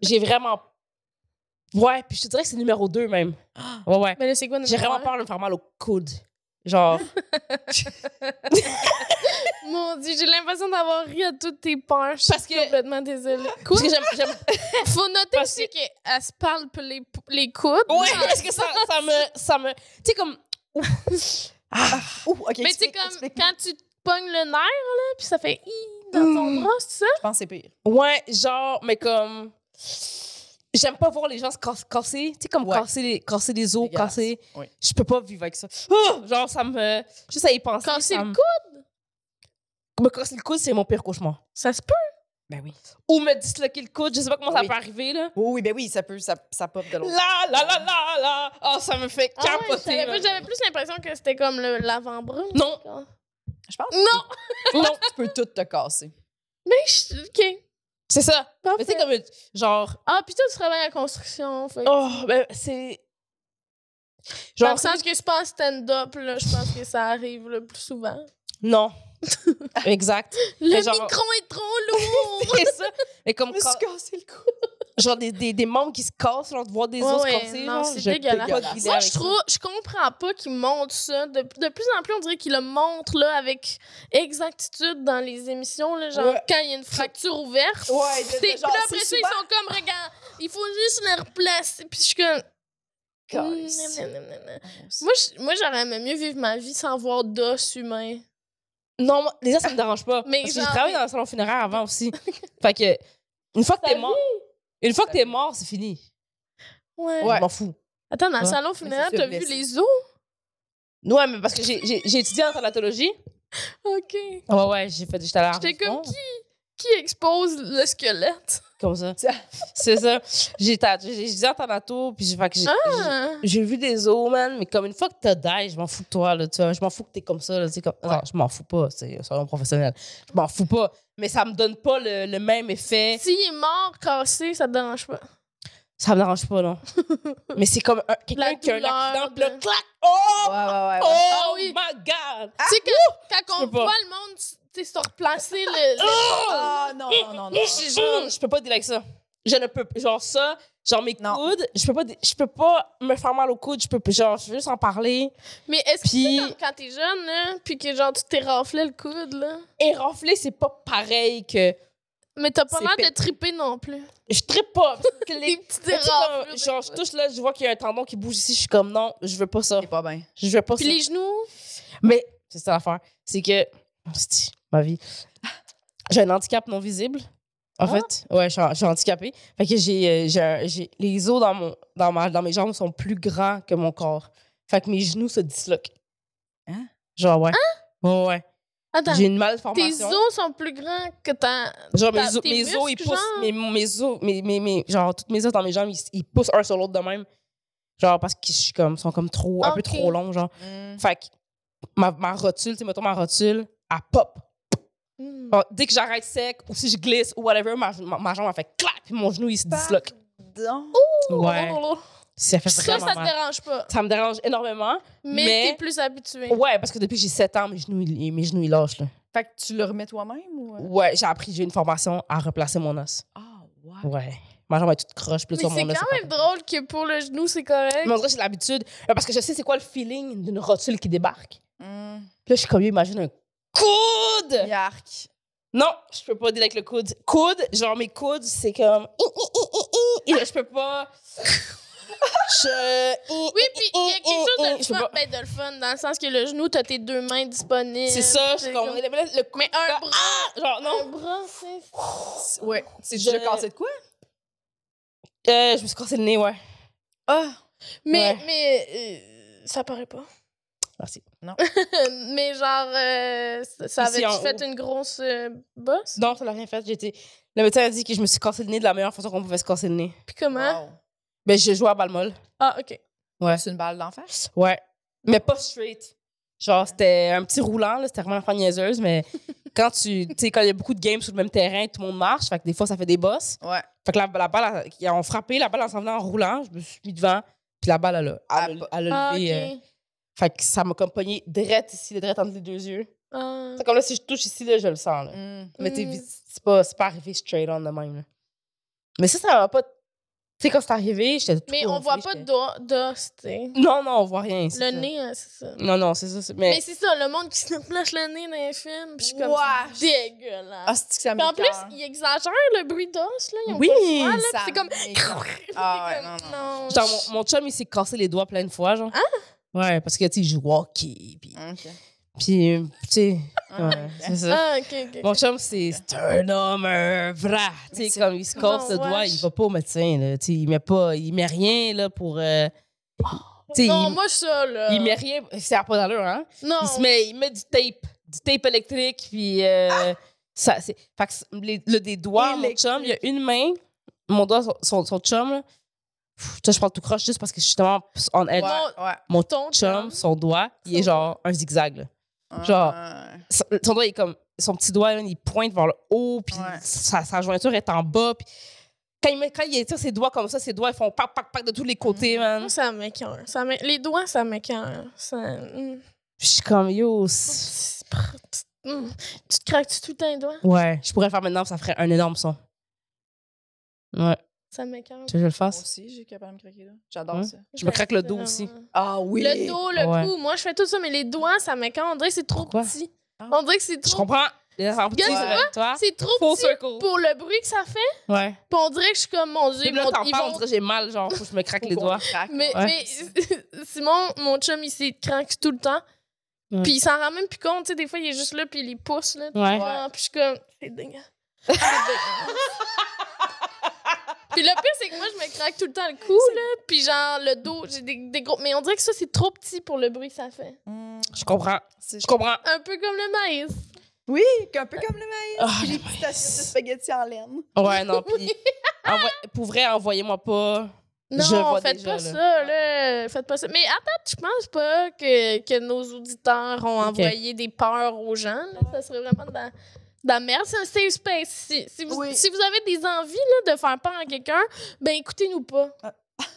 D: j'ai vraiment Ouais, puis je te dirais que c'est numéro 2 même. Ouais ouais.
B: [GASPS]
C: Mais là, c'est quoi notre
D: J'ai vraiment
C: affaire?
D: peur de me faire mal au coude. Genre,
C: Mon Dieu, j'ai l'impression d'avoir ri à toutes tes peurs. Je
D: Parce
C: suis
D: que-
C: complètement désolée.
D: parce que j'aime-
B: [LAUGHS]
D: j'aime
C: Faut noter
D: Parce
C: aussi qu'elle se parle pour les, pour les coudes.
D: Ouais, parce que ça, ça me. Ça me tu sais, comme.
B: Ah! Ouh, OK,
C: Mais tu sais,
B: explique,
C: comme
B: explique.
C: quand tu te pognes le nerf, là, puis ça fait i dans ton
B: Mm.
C: bras, c'est ça?
B: Je pense que c'est pire.
D: Ouais, genre, mais comme. J'aime pas voir les gens se cas- casser. Tu sais, comme
B: Ouais.
D: casser, les, casser des os,
B: Dégueulasse.
D: casser.
B: Oui.
D: Je peux pas vivre avec ça. Ah! genre, ça me. Juste à y penser.
C: Casser
D: ça
C: le
D: me- Me casser le coude, c'est mon pire cauchemar.
C: Ça se peut.
D: Ben oui. Ou me disloquer le coude, je sais pas comment ça
B: Oui.
D: peut arriver, là.
B: Oui, oui, ben oui, ça peut, ça, ça pop de l'autre.
D: Là, là, là, là, là. Oh, ça me fait
C: Ah ouais,
D: capoter.
C: j'avais
D: là.
C: plus- J'avais plus l'impression que c'était comme le- l'avant-bras. [LAUGHS]
D: non,
B: Je pense
C: Non!
D: non.
B: que tu peux tout te casser.
C: Mais je. OK.
D: C'est ça. Mais tu
C: Parfait.
D: sais, comme. Genre.
C: Ah, puis toi, tu travailles en construction. Fait. que-
D: Oh, ben, c'est.
C: Dans le
D: Genre,
C: sens que je pense stand-up, là, je pense que ça arrive le plus souvent.
D: non. exact.
C: Le
D: Mais genre-
C: micro
B: [LAUGHS]
C: est trop lourd!
D: C'est ça. Mais comme quand-
B: cassé le cou.
D: genre des, des, des membres qui se cassent, genre de voir des
C: Ouais,
D: os
C: ouais,
D: cassés.
C: non,
D: genre,
C: c'est
D: je peux
C: dégueulasse.
D: pas dealer
C: Moi,
D: avec
C: je
D: ça.
C: trouve, je comprends pas qu'ils montrent ça. De, de plus en plus, on dirait qu'ils le montrent là, avec exactitude dans les émissions. Là, genre,
B: Ouais.
C: quand il y a une fracture ouverte,
B: Ouais, de- de-
C: c'est-
B: genre,
C: là,
B: c'est
C: après ça, ils
B: souvent-
C: sont comme, regarde, il faut juste les replacer. Puis je suis comme.
B: Calisse.
C: Mm, nan, nan, nan, nan. Moi, je- moi, j'aurais aimé mieux vivre ma vie sans voir d'os humain.
D: Non, moi, déjà, ça me dérange pas.
C: Mais
D: parce que
C: genre-
D: j'ai travaillé dans un salon
C: [LAUGHS]
D: funéraire avant aussi. fait que, une fois que t'es
C: Salut.
D: mort, une fois que t'es mort, c'est fini.
C: Ouais.
D: Je m'en fous.
C: Attends, dans le
D: Ouais.
C: salon funéraire,
B: c'est
C: t'as
B: sûr,
C: vu
B: blessé.
C: les os?
D: Ouais, mais parce que j'ai j'ai- j'ai étudié en thanatologie.
C: OK.
D: Ouais, ouais, j'ai fait. J'étais allée à
C: J'étais comme,
D: Argenteuil.
C: qui, qui expose le squelette?
D: Comme ça.
B: Ça.
D: [LAUGHS] c'est ça. J'ai ta- j'ai- j'ai étudié en thanato, puis j'ai fait que j'ai- j'ai-
C: Ah!
D: J'ai vu des os, man, mais comme une fois que t'as die, je m'en fous de toi, là, tu vois. Je m'en fous que t'es comme ça, là, tu sais, comme... Non, je m'en fous pas, c'est soyons professionnels. Je m'en fous pas, mais ça me donne pas le, le même effet.
C: S'il est mort, cassé, ça te dérange pas.
D: Ça me
B: [LAUGHS]
D: dérange pas, non. mais c'est comme un- quelqu'un
C: La
D: qui a un
C: douleur
D: accident,
C: de-
D: puis là, clac! Oh!
B: Ouais, Ah ouais, ouais.
D: Oh,
B: ouais.
C: Ah oui.
D: my God!
C: tu sais, quand,
D: Ah, Je
C: quand on
D: peux pas.
C: voit le monde tu sais, se replacer, le, le-
B: Ah, non, non, non, non.
D: Oh! Je, genre, je peux pas dire avec ça. Je ne peux... Genre ça, genre mes
B: Non.
D: coudes, je peux pas... dé- Je peux pas me faire mal au coude, je peux... Genre, je veux juste en parler.
C: Mais est-ce que
D: Ah! Puis-
C: c'est comme quand t'es jeune, là, puis que genre tu t'es raflé le coude, là?
D: Et renfler, c'est pas pareil que...
C: Mais t'as pas
D: C'est
C: l'air
D: pé-
C: de triper non plus.
D: Je trippe pas. parce que
C: Des
D: les-
C: petites
D: Mais tu sais,
C: éraflures.
D: comme,
C: des
D: genre, je
C: fois.
D: touche là, je vois qu'il y a un tendon qui bouge ici, je suis comme non, je veux pas ça.
B: C'est pas bien.
D: Je veux pas
C: Puis
D: ça.
C: les genoux,
D: Mais c'est ça l'affaire. C'est que. Hostie, ma vie. J'ai un handicap non visible.
B: Ah.
D: En fait, ouais, je suis, je suis handicapée. Fait que j'ai, euh, j'ai, un- j'ai- les os dans, mon, dans, ma, dans mes jambes sont plus grands que mon corps. Fait que mes genoux se disloquent.
B: Hein?
D: Genre, ouais. Ouais, ouais.
C: attends,
D: J'ai une
C: tes
D: malformation.
C: os sont plus grands que ta.
D: Genre, mes,
C: Ta-
D: os-
C: tes
D: mes os, ils
C: muscles,
D: poussent.
C: genre?
D: Mes, mes os, mes, mes, mes- genre, toutes mes os dans mes jambes, ils, ils poussent un sur l'autre de même. Genre, parce qu'ils je suis comme, sont comme trop, un peu
C: Ok.
D: trop longs, genre.
B: Mm.
D: Fait que ma, ma rotule, tu sais, mettons ma rotule, elle pop.
C: Hmm.
D: Bon, dès que j'arrête sec, ou si je glisse, ou whatever, ma, ma, ma jambe, elle fait clac, puis mon genou, il se disloque.
B: Pardon.
D: Ouais. Ça
C: Oh,
D: fait
C: Ça,
D: vraiment
C: ça te
D: mal.
C: dérange pas.
D: Ça me dérange énormément.
C: Mais,
D: Mais- Oh,
C: t'es plus habitué.
D: Ouais, parce que depuis que j'ai 7 ans, mes genoux, ils, mes genoux, ils lâchent, là.
B: Fait que tu le remets toi-même ou. euh?
D: Ouais, j'ai appris, j'ai une formation à replacer mon os.
B: Ah, ouais.
D: Ouais. Ma jambe, elle est toute croche, plus
C: Mais
D: sur mon os.
C: c'est
D: c'est
C: quand
D: pas
C: même drôle que pour le genou, c'est correct.
D: Mais on dirait que j'ai l'habitude. euh, Parce que je sais c'est quoi le feeling d'une rotule qui débarque.
B: Mm.
D: Puis là, je suis comme, imagine un coude!
B: Yark.
D: Non, je peux pas dire avec le coude. Coude, genre mes coudes, c'est comme. Et là, je peux pas.
C: [LAUGHS]
D: Je.
C: Oui, puis il
D: oh,
C: y a quelque chose de le
D: Je peux
C: fun,
D: pas.
C: ben, de le fun, dans le sens que le genou, t'as tes deux mains disponibles.
D: C'est ça, je
C: t'es
D: suis comme.
C: comme-
D: Le coude.
C: Mais
D: ah!
C: un bras,
D: Genre,
C: un
D: non.
C: bras, c'est...
B: Ouais. C'est
D: Je-
B: déjà cassé de quoi?
D: Euh, je me suis cassé le nez, ouais.
B: Ah.
C: Mais,
D: Ouais.
C: mais euh, ça paraît pas. [LAUGHS]
D: Merci.
C: mais genre, euh, ça- ça
D: Ici,
C: avait
D: en
C: fait une grosse euh, bosse?
D: Non, ça l'a rien fait. J'étais. Le médecin a dit que je me suis cassé le nez de la meilleure façon qu'on pouvait se casser le nez.
C: Puis comment?
B: Wow.
D: Ben, j'ai joué à balle molle.
C: Ah, OK.
B: C'est une balle d'enfer?
D: Ouais. Mais pas straight. Genre, c'était un petit roulant, là, c'était vraiment la fin niaiseuse, mais quand tu. Tu sais, quand il y a beaucoup de games sur le même terrain, tout le monde marche, fait que des fois, ça fait des bosses.
B: Ouais.
D: Fait que la, la balle, elle- ils ont frappé, la balle, elle s'en venait en roulant, je me suis mis devant, puis la balle, elle a, elle a- elle a
C: Ah, OK.
D: levé. euh, fait que ça m'a comme pogné direct ici, direct entre les deux yeux.
C: Ah.
D: C'est comme là, si je touche ici, là, je le sens, là.
B: Mm.
D: Mais t'es
C: Mm.
D: vite- c'est pas, c'est pas arrivé straight on de même, là. Mais ça, ça m'a pas Tu sais, quand c'est arrivé, j'étais tout
C: Mais on voit
D: gonflée,
C: pas
D: j'étais-
C: d'os, d'os, tu sais.
D: Non, non, on voit rien.
C: Le
D: c'est ça.
C: nez, hein, c'est ça.
D: Non, non, c'est ça. c'est- Mais,
C: Mais c'est ça, le monde qui se plâche le nez dans les films, puis je suis comme
B: Wesh.
C: c'est dégueulasse.
B: Ah, c'est que ça
C: Puis en
B: m'écoeure.
C: plus, ils exagèrent le bruit d'os, là. Ils ont [LAUGHS]
D: Oui,
C: pas le choix, là,
B: Ça
C: puis c'est comme...
B: m'écoeure. Ah ouais,
C: Comme,
B: non, non.
D: genre, mon, mon chum, il s'est cassé les doigts plein de fois, genre. Ah? Ouais, parce que, tu sais, il joue au hockey, puis,
B: OK.
D: puis euh, tu sais, Ah, ouais,
B: Ok.
D: c'est ça.
C: Ah, OK, OK.
D: Mon chum, c'est c'est un homme euh, vrai. Tu sais, comme il se casse
C: Non,
D: le doigt,
C: wesh.
D: il va pas au médecin, là. Tu sais, il met pas, il met rien, là, pour... euh, tu sais,
C: non,
D: il,
C: moi, ça, là...
D: il met rien, c'est pas d'allure, hein?
C: Non,
D: Il, se met, il met du tape, du tape électrique, puis euh, ça, c'est, fait que c'est- les- le des doigts, mon
B: Électrique.
D: chum, il y a une main, mon doigt, son, son, son chum, là. Pff, ça, je parle tout croche juste parce que je suis tellement en
B: Ouais,
D: edge.
B: ouais.
D: Mon
C: ton
D: chum,
C: chum.
D: son doigt, il est
C: Son
D: genre un zigzag, là. Genre,
B: Ah,
D: Son, son doigt, il est comme, son petit doigt, là, il pointe vers le haut, puis
B: Ouais.
D: sa, sa jointure est en bas, puis quand il, met- quand il étire ses doigts comme ça, ses doigts, ils font pac, pac, pac de tous les côtés, man.
C: Moi, ça m'écoeure. Ça m'é- Les doigts, ça m'écoeure. Ça... Mm.
D: Puis je suis comme, yo, c'est-
C: Mm. Tu te craques-tu tout le temps les doigts?
D: ouais, je pourrais le faire maintenant, puis ça ferait un énorme son. Ouais.
C: Ça m'écoeure.
D: Tu veux que je le
B: moi
D: fasse?
B: aussi, j'ai capable de me craquer là. J'adore
D: Hein?
B: ça.
D: Je me craque le dos
C: Vraiment.
D: aussi.
B: Ah oui.
C: Le dos, le
D: Ouais.
C: cou. Moi, je fais tout ça, mais les doigts, ça m'écoeure. On dirait que c'est trop
D: Pourquoi?
C: petit.
B: Ah.
C: On dirait que c'est
D: Je
C: trop...
D: comprends. Les affaires petites,
C: Guys,
D: euh, toi.
C: C'est trop
D: Full
C: petit
D: circle.
C: pour le bruit que ça fait.
D: Ouais.
C: Puis on dirait que je suis comme, mon Dieu,
D: Puis là,
C: mon-
D: t'en
C: ils
D: parles, on
C: vont-
D: dirait que j'ai mal, genre, faut que je me craque les doigts.
C: Mais,
D: Ouais.
C: mais [LAUGHS] Simon, mon chum, il s'y craque tout le temps.
D: Ouais.
C: Puis il s'en rend même plus compte. Tu sais, des fois, il est juste là, puis il les pousse. Là, tu
D: Ouais.
C: vois. Puis je suis comme, c'est dingue. C'est dégueulasse. [LAUGHS] puis le pire, c'est que moi, je me craque tout le temps le cou, là. Puis genre, le dos, j'ai des, des gros. Mais on dirait que ça, c'est trop petit pour le bruit que ça fait.
B: Hum,
D: Je comprends.
B: c'est-
D: Mm. Je comprends.
C: Un peu comme le maïs.
B: Oui, un peu comme le maïs.
D: Ah,
B: puis
D: le
B: les petites assiettes de spaghettis en laine.
D: Ouais, non, puis... envoie- Pour vrai, envoyez-moi pas...
C: Non,
D: Je vois
C: faites
D: déjà,
C: pas
D: là.
C: ça, là. Faites pas ça. Mais à date, je pense pas que, que nos auditeurs ont
D: Ok.
C: envoyé des peurs aux gens. là. Ça serait vraiment de la, de la merde. C'est un safe space ici. Si vous,
B: Oui.
C: si vous avez des envies là, de faire peur à quelqu'un, ben écoutez-nous pas.
B: Ah.
C: [LAUGHS]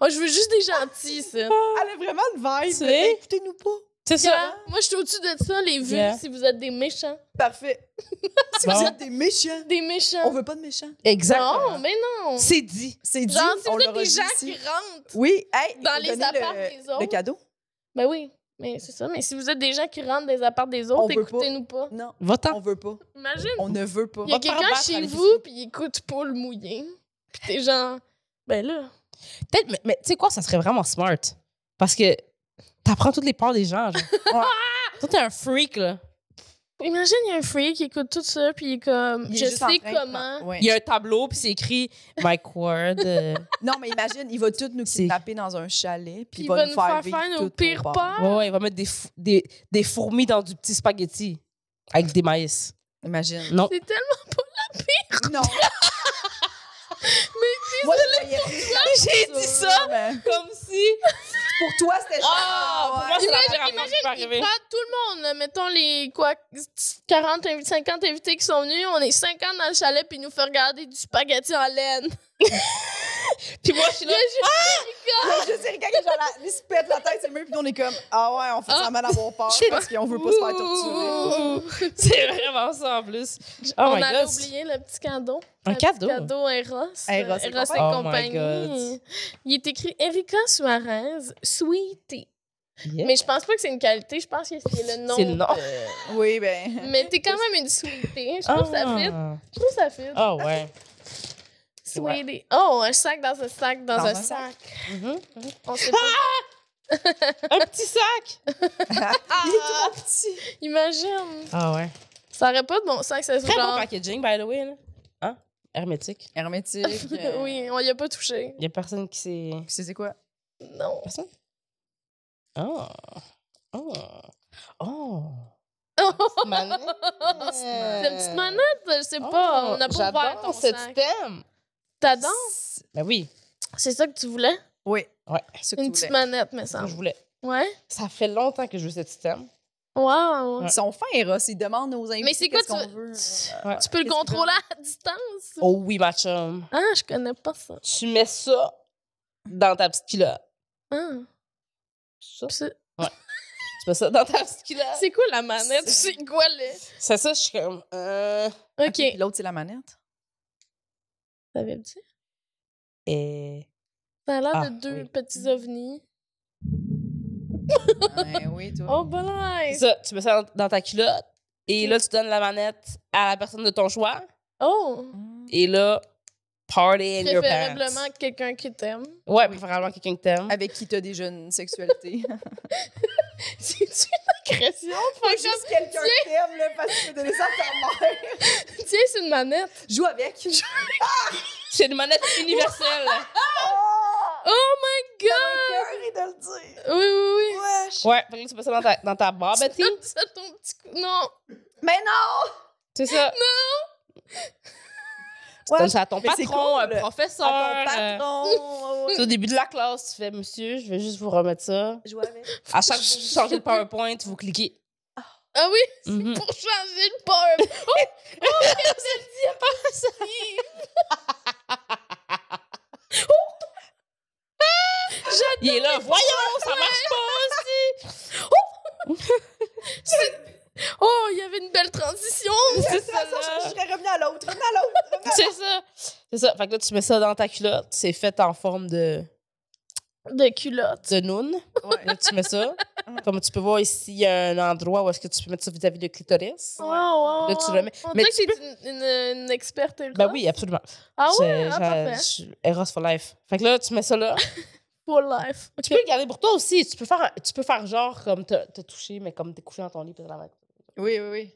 C: Oh, je veux juste des gentils, ça.
B: Elle a vraiment une vibe.
D: Ah. Tu sais?
B: Écoutez-nous pas.
D: C'est
C: Yeah. Moi, je suis au-dessus de ça, les vues,
D: Yeah.
C: si vous êtes des méchants.
B: Parfait. [LAUGHS] si
D: Bon.
B: vous êtes des méchants,
C: Des
B: on
C: méchants.
B: veut pas de méchants.
C: Non,
D: Exactement.
C: mais non.
D: C'est dit.
B: C'est dit,
C: Genre, si
B: on
C: vous êtes
B: l'aura
C: des
B: dit
C: gens
B: ici.
C: qui rentrent,
B: Oui, hey,
C: Dans
B: faut
C: les
B: donner
C: apparts
B: le-
C: des autres.
B: Le cadeau?
C: Ben oui, mais c'est ça. Mais si vous êtes des gens qui rentrent des apparts des
B: On
C: autres,
B: veut pas.
C: écoutez-nous pas.
B: Non,
D: Va-t'en.
B: on veut pas.
C: Imagine,
B: On ne veut pas.
C: Ah. il y a
D: va te faire
C: quelqu'un
D: battre à
C: chez
D: l'épicerie.
C: vous, puis il écoute pas le mouillé. Puis t'es genre, ben là.
D: Peut-être, mais, mais tu sais quoi, ça serait vraiment smart. Parce que t'apprends toutes les peurs des gens, [LAUGHS] genre.
B: Ouais.
D: Toi, t'es un freak, là.
C: Imagine, il y a un freak qui écoute tout ça, puis il est comme,
B: Il est
C: je
B: juste en
C: sais
B: train de
C: comment.
B: prendre- ouais.
D: Il y a un tableau, puis c'est écrit « Mike Ward [LAUGHS] euh,
B: Non, mais imagine, il va tout nous
D: C'est-
B: kidnapper dans un chalet, puis il va, nous
C: faire
B: faire,
C: faire
B: vivre
C: nos
B: tout
C: pires
B: au bord.
C: peurs.
D: Ouais, ouais, il va mettre des, fou- des, des fourmis dans du petit spaghetti avec des maïs. [LAUGHS]
B: Imagine.
D: Non.
C: C'est tellement.
B: Non. mais moi, je voyais plus la
D: J'ai dit
B: nature,
D: ça
B: mais
D: comme si...
B: Pour toi, c'était
D: Ah, pour moi, c'est
C: Imagine,
D: l'affaire à faire qui peut
C: Il
D: arriver.
C: prend tout le monde, là, mettons les quoi, 40, invi- 50 invités qui sont venus, on est 50 dans le chalet, puis il nous fait regarder du spaghetti en
B: [LAUGHS]
C: laine.
D: Puis moi, je suis
C: Là,
D: là... [LAUGHS]
C: je-
B: Là, [LAUGHS] je sais, quelqu'un qui a la- il se pète la tête, c'est le mur, puis nous, on est comme Ah ouais, on fait
C: Ah.
B: semblant d'avoir peur
D: Je sais
B: parce qu'on veut pas se faire torturer.
C: [LAUGHS]
D: Ouh, C'est vraiment ça, en plus. Oh
C: on
D: my
C: avait
D: God.
C: oublié le petit cadeau.
D: Un cadeau?
C: Petit cadeau à Eros.
B: Eros
C: Eros,
B: et
C: et,
D: compagnie. Oh my
C: compagnie.
D: God.
C: Il est écrit Erika Suarez, Sweetie.
D: Yeah.
C: Mais je pense pas que c'est une qualité, je pense que c'est le nom.
D: C'est le nom.
B: Oui,
C: [LAUGHS]
B: ben.
C: Mais t'es quand même une sweetie. Je trouve ça fit. Je trouve ça fit.
D: Ah ouais.
C: Sweetie. Oh, un sac dans un sac dans,
B: Dans
C: un
B: un
C: sac.
D: Mhm.
C: On sait pas.
D: Un petit [LAUGHS] sac!
B: Il est trop petit.
C: Imagine.
D: Ah ouais.
C: Ça aurait pas de bon sac, c'est
D: Très bon
C: genre.
D: packaging, by the way. Là. Hein? Hermétique.
B: Hermétique. euh,
C: [LAUGHS] Oui, on y a pas touché.
D: Il y a personne qui s'est...
B: puis C'est c'est quoi?
C: Non.
D: Personne? Oh. Oh.
C: Ah.
D: Oh.
C: [LAUGHS]
D: Manette.
C: C'est [LAUGHS] une petite manette, je sais
D: Oh,
C: pas. On n'a pas
D: j'adore
C: ouvert ton
D: ce
C: sac.
D: thème.
C: T'adores?
B: C'est-
D: Ben oui,
C: C'est ça que tu voulais?
B: Oui.
D: Ouais.
B: Ce que
C: Une
B: tu
C: petite
B: voulais.
C: manette, me
D: ça je
C: semble.
D: voulais.
C: Ouais.
D: Ça fait longtemps que je veux cet thème.
C: Wow.
D: Ouais.
B: Ils sont fins, Eros. Ils demandent aux invités.
C: Mais c'est quoi,
B: qu'est-ce qu'on
C: tu-
B: veut. euh.
C: tu-
D: Ouais.
C: Tu peux
B: Qu'est-ce
C: le
B: qu'ils
C: contrôler à distance?
D: Oh oui, ma chum.
C: Ah, je connais pas ça.
D: Tu mets ça dans ta petite culotte.
C: Ah.
D: Ça.
C: Pis c'est-
D: Tu mets ça dans ta petite culotte.
C: C'est quoi la manette? C'est quoi le.
D: C'est ça, je suis comme... euh,
B: OK. Ah, puis
C: OK.
B: L'autre, c'est la manette.
C: T'avais dit?
D: Et...
C: Ça a l'air
D: Ah,
C: de deux
D: oui.
C: petits ovnis.
B: Ben oui, toi.
C: Oh, bon, nice!
D: Ça, tu mets ça dans- dans ta culotte. Et là, tu donnes la manette à la personne de ton choix.
C: Oh!
B: Mm.
D: Et là, party in your pants.
C: Préférablement quelqu'un qui t'aime. [LAUGHS]
D: Ouais, préférablement quelqu'un que t'aimes.
B: Avec qui t'as déjà une [LAUGHS] sexualité.
C: C'est une agression.
B: Faut juste quelqu'un qui t'aime, là, parce que tu donné ça à ta mère.
C: Tiens, c'est une manette.
B: [LAUGHS] Joue avec.
D: C'est une manette [LAUGHS]
B: [LAUGHS]
D: universelle.
B: Oh!
C: God!
B: Cœur et de le dire.
C: Oui, oui, oui.
B: Wesh.
D: ouais, fait que là, tu mets ça dans ta, dans ta barbette.
C: Tu donnes ça à ton petit cou. Non!
B: Mais non!
D: C'est ça. Tu donnes
B: Wesh.
D: ça à ton
B: Mais c'est
D: patron,
B: cool.
D: un professeur.
B: À ton
D: euh,
B: [LAUGHS] patron.
D: tu sais, au début de la classe, tu fais Monsieur, je vais juste vous remettre ça.
B: Joue avec.
D: À chaque fois que vous changez de PowerPoint, vous cliquez.
C: Ah oui?
D: Mhm.
C: Pour changer le power.
D: Il est [LAUGHS] là, voyons, ça marche pas aussi.
C: Oh, il y avait une belle transition.
D: C'est
B: De toute
D: ça.
B: façon,
D: là.
B: je, je serais revenue à l'autre. Revenue à l'autre. revenue à
D: C'est ça. C'est ça. Fait que là, tu mets ça dans ta culotte. C'est fait en forme de,
C: De culotte.
D: de noun.
B: l'autre. [LAUGHS] Ouais.
D: Là, tu
C: [LAUGHS]
D: mets ça. Comme tu peux voir ici, il y a un endroit où est-ce que tu peux mettre ça vis-à-vis de clitoris.
C: Oh, wow.
D: Là, tu le mets.
C: On
D: Mais
C: dirait que
D: tu
C: c'est une, une, une experte.
D: Ben
C: là.
D: oui, absolument.
C: Ah
D: C'est-
C: ouais? Ah,
D: j'ai-
C: parfait.
D: je- Eros for life. Fait que là, tu mets
C: [LAUGHS]
D: ça là.
C: For life.
D: tu peux le garder pour toi aussi. Tu peux faire, tu peux faire genre comme te, te toucher, mais comme t'es couché dans ton lit. puis t'as la
C: [LAUGHS]
D: main.
B: Oui, oui, oui.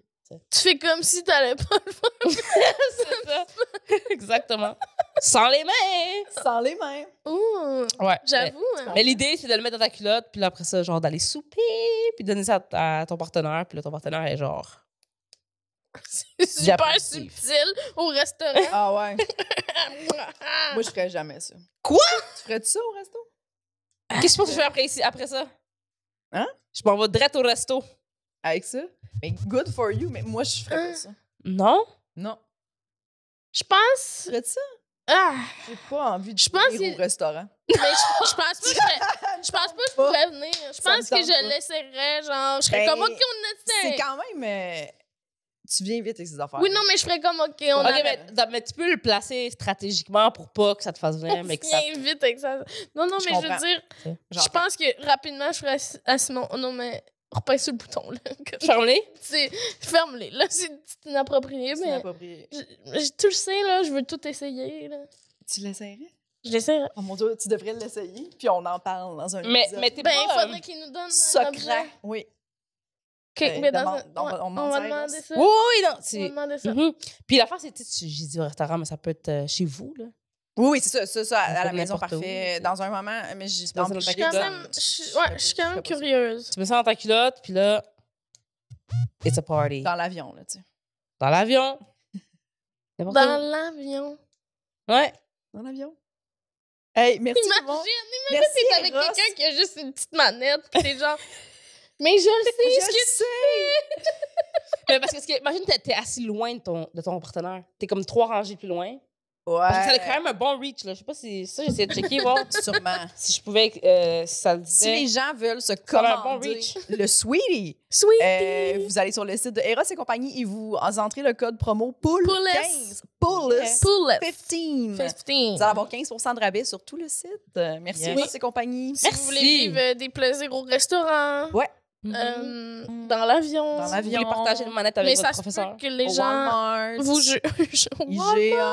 C: Tu fais comme si t'allais pas le faire.
D: C'est ça. [LAUGHS] Exactement. Sans les mains.
B: Sans les mains.
C: Ouh.
D: Ouais.
C: J'avoue. hein.
D: Mais l'idée, c'est de le mettre dans ta culotte, puis là, après ça, genre d'aller souper, puis donner ça à, à ton partenaire, puis là, ton partenaire est genre.
C: [LAUGHS] C'est super
D: J'apprécie.
C: subtil au restaurant.
B: Ah [LAUGHS] ouais. Moi, je ferais jamais ça.
D: Quoi?
B: Tu ferais-tu ça au resto?
C: Ah,
D: Qu'est-ce que tu penses que je fais après, ici, après ça?
B: Hein?
D: Je m'en vais direct au resto.
B: Avec ça? Mais good for you, mais moi, je ferais
C: Hein?
B: pas ça.
D: Non?
B: Non.
C: Je pense.
B: Tu ferais ça?
C: Ah!
B: J'ai pas envie de
C: Je pense
B: venir
C: que-
B: au restaurant.
C: Mais je, je pense pas que je, ferais-
B: [LAUGHS]
C: je pense pas que je pourrais venir. Je
B: Ça me
C: pense que
B: tente
C: je
B: pas.
C: laisserais, genre, je serais
B: Ben,
C: comme, OK, on
B: C'est
C: était.
B: quand même... euh, Tu viens vite avec ces affaires.
C: Oui, non, mais je ferais comme, OK, on
D: Ok,
C: a
D: mais, non, mais tu peux le placer stratégiquement pour pas que ça te fasse venir, mais que ça.
C: bien vite avec ça. Non, non,
B: Je
C: mais je veux
B: comprends.
C: dire, je
B: J'entends.
C: pense que rapidement, je ferais à- à Simon. Non, mais repasse sur le bouton, là. [LAUGHS] Comme,
D: Ferme-les.
C: c'est- Ferme-les. Là, c'est c'est inapproprié,
B: C'est
C: mais.
B: inapproprié.
C: je- je- tu le sais, là, je veux tout essayer, là.
B: Tu l'essayerais?
C: Je l'essayerai.
B: Oh mon dieu, tu devrais l'essayer, puis on en parle dans un
D: Mais,
B: épisode.
D: mais t'es
C: Ben, il
D: pas. euh,
C: faudrait qu'il nous donne. un objet.
B: secret. Oui.
C: OK,
B: Ben,
C: mais dans
B: demande-
C: un-
B: on va-
C: ouais,
B: on
C: on
B: m'en
C: va
B: dira.
C: demander ça.
D: Oui, oui, oui, non.
C: On va
D: c'est-
C: demander ça.
D: Mhm. Puis l'affaire, c'est, tu sais, tu- j'ai dit au restaurant, mais ça peut être euh, chez vous, là.
B: Oui, oui, c'est ça, ça, ça, à
D: fait
B: la maison,
D: n'importe où,
B: parfait.
D: c'est-
B: dans un moment, mais j'ai
D: dans un
B: j'ai-
C: Je suis
D: Les
C: quand
D: donne.
C: même, je suis- ouais, je suis quand
B: Je ferais pas
C: même
B: ça.
C: curieuse.
D: Tu mets ça dans ta culotte, puis là. It's a party. Dans,
B: euh, Dans l'avion, là, tu sais.
D: l'avion. N'importe
B: [LAUGHS]
C: Dans l'avion.
D: où. Ouais.
B: Dans l'avion. Hey, merci tout le
C: Imagine,
B: monde.
C: imagine
B: Merci,
C: t'es avec
B: Ross.
C: quelqu'un qui a juste une petite manette, pis t'es genre. Mais je le sais,
B: Je
C: ce que
B: sais.
D: Mais parce que, parce que imagine, t'es, t'es assis loin de ton, de ton partenaire. T'es comme trois rangées plus loin. Parce que ça a quand
B: Ouais,
D: même un bon reach, là. Je sais pas si ça, j'essayais de checker, voir
B: sûrement.
D: si je pouvais, euh, si ça le
B: Si
D: disait.
B: les gens veulent se
D: va avoir bon
B: commander
D: reach.
B: [LAUGHS] le Sweetie,
C: Sweet!
B: euh, vous allez sur le site de Eros et compagnie et vous entrez le code promo
C: Poules.
B: POULS15. POULS15.
C: Poulet.
B: 15. Vous allez
C: Fifteen.
B: avoir 15 de rabais sur tout le site. Euh, Merci,
D: Yes.
B: Eros et compagnie.
C: Si vous voulez
D: Merci.
C: vivre euh, des plaisirs au restaurant,
B: Ouais.
D: Mm-hmm.
C: euh,
B: Mhm.
C: dans l'avion,
B: Dans
D: Si vous voulez
B: l'avion.
D: partager une manette avec
C: mais
D: votre
C: ça se
D: professeur.
C: peut que les
B: Au
C: gens
B: Walmart.
C: vous [LAUGHS] jugent.
B: IGA.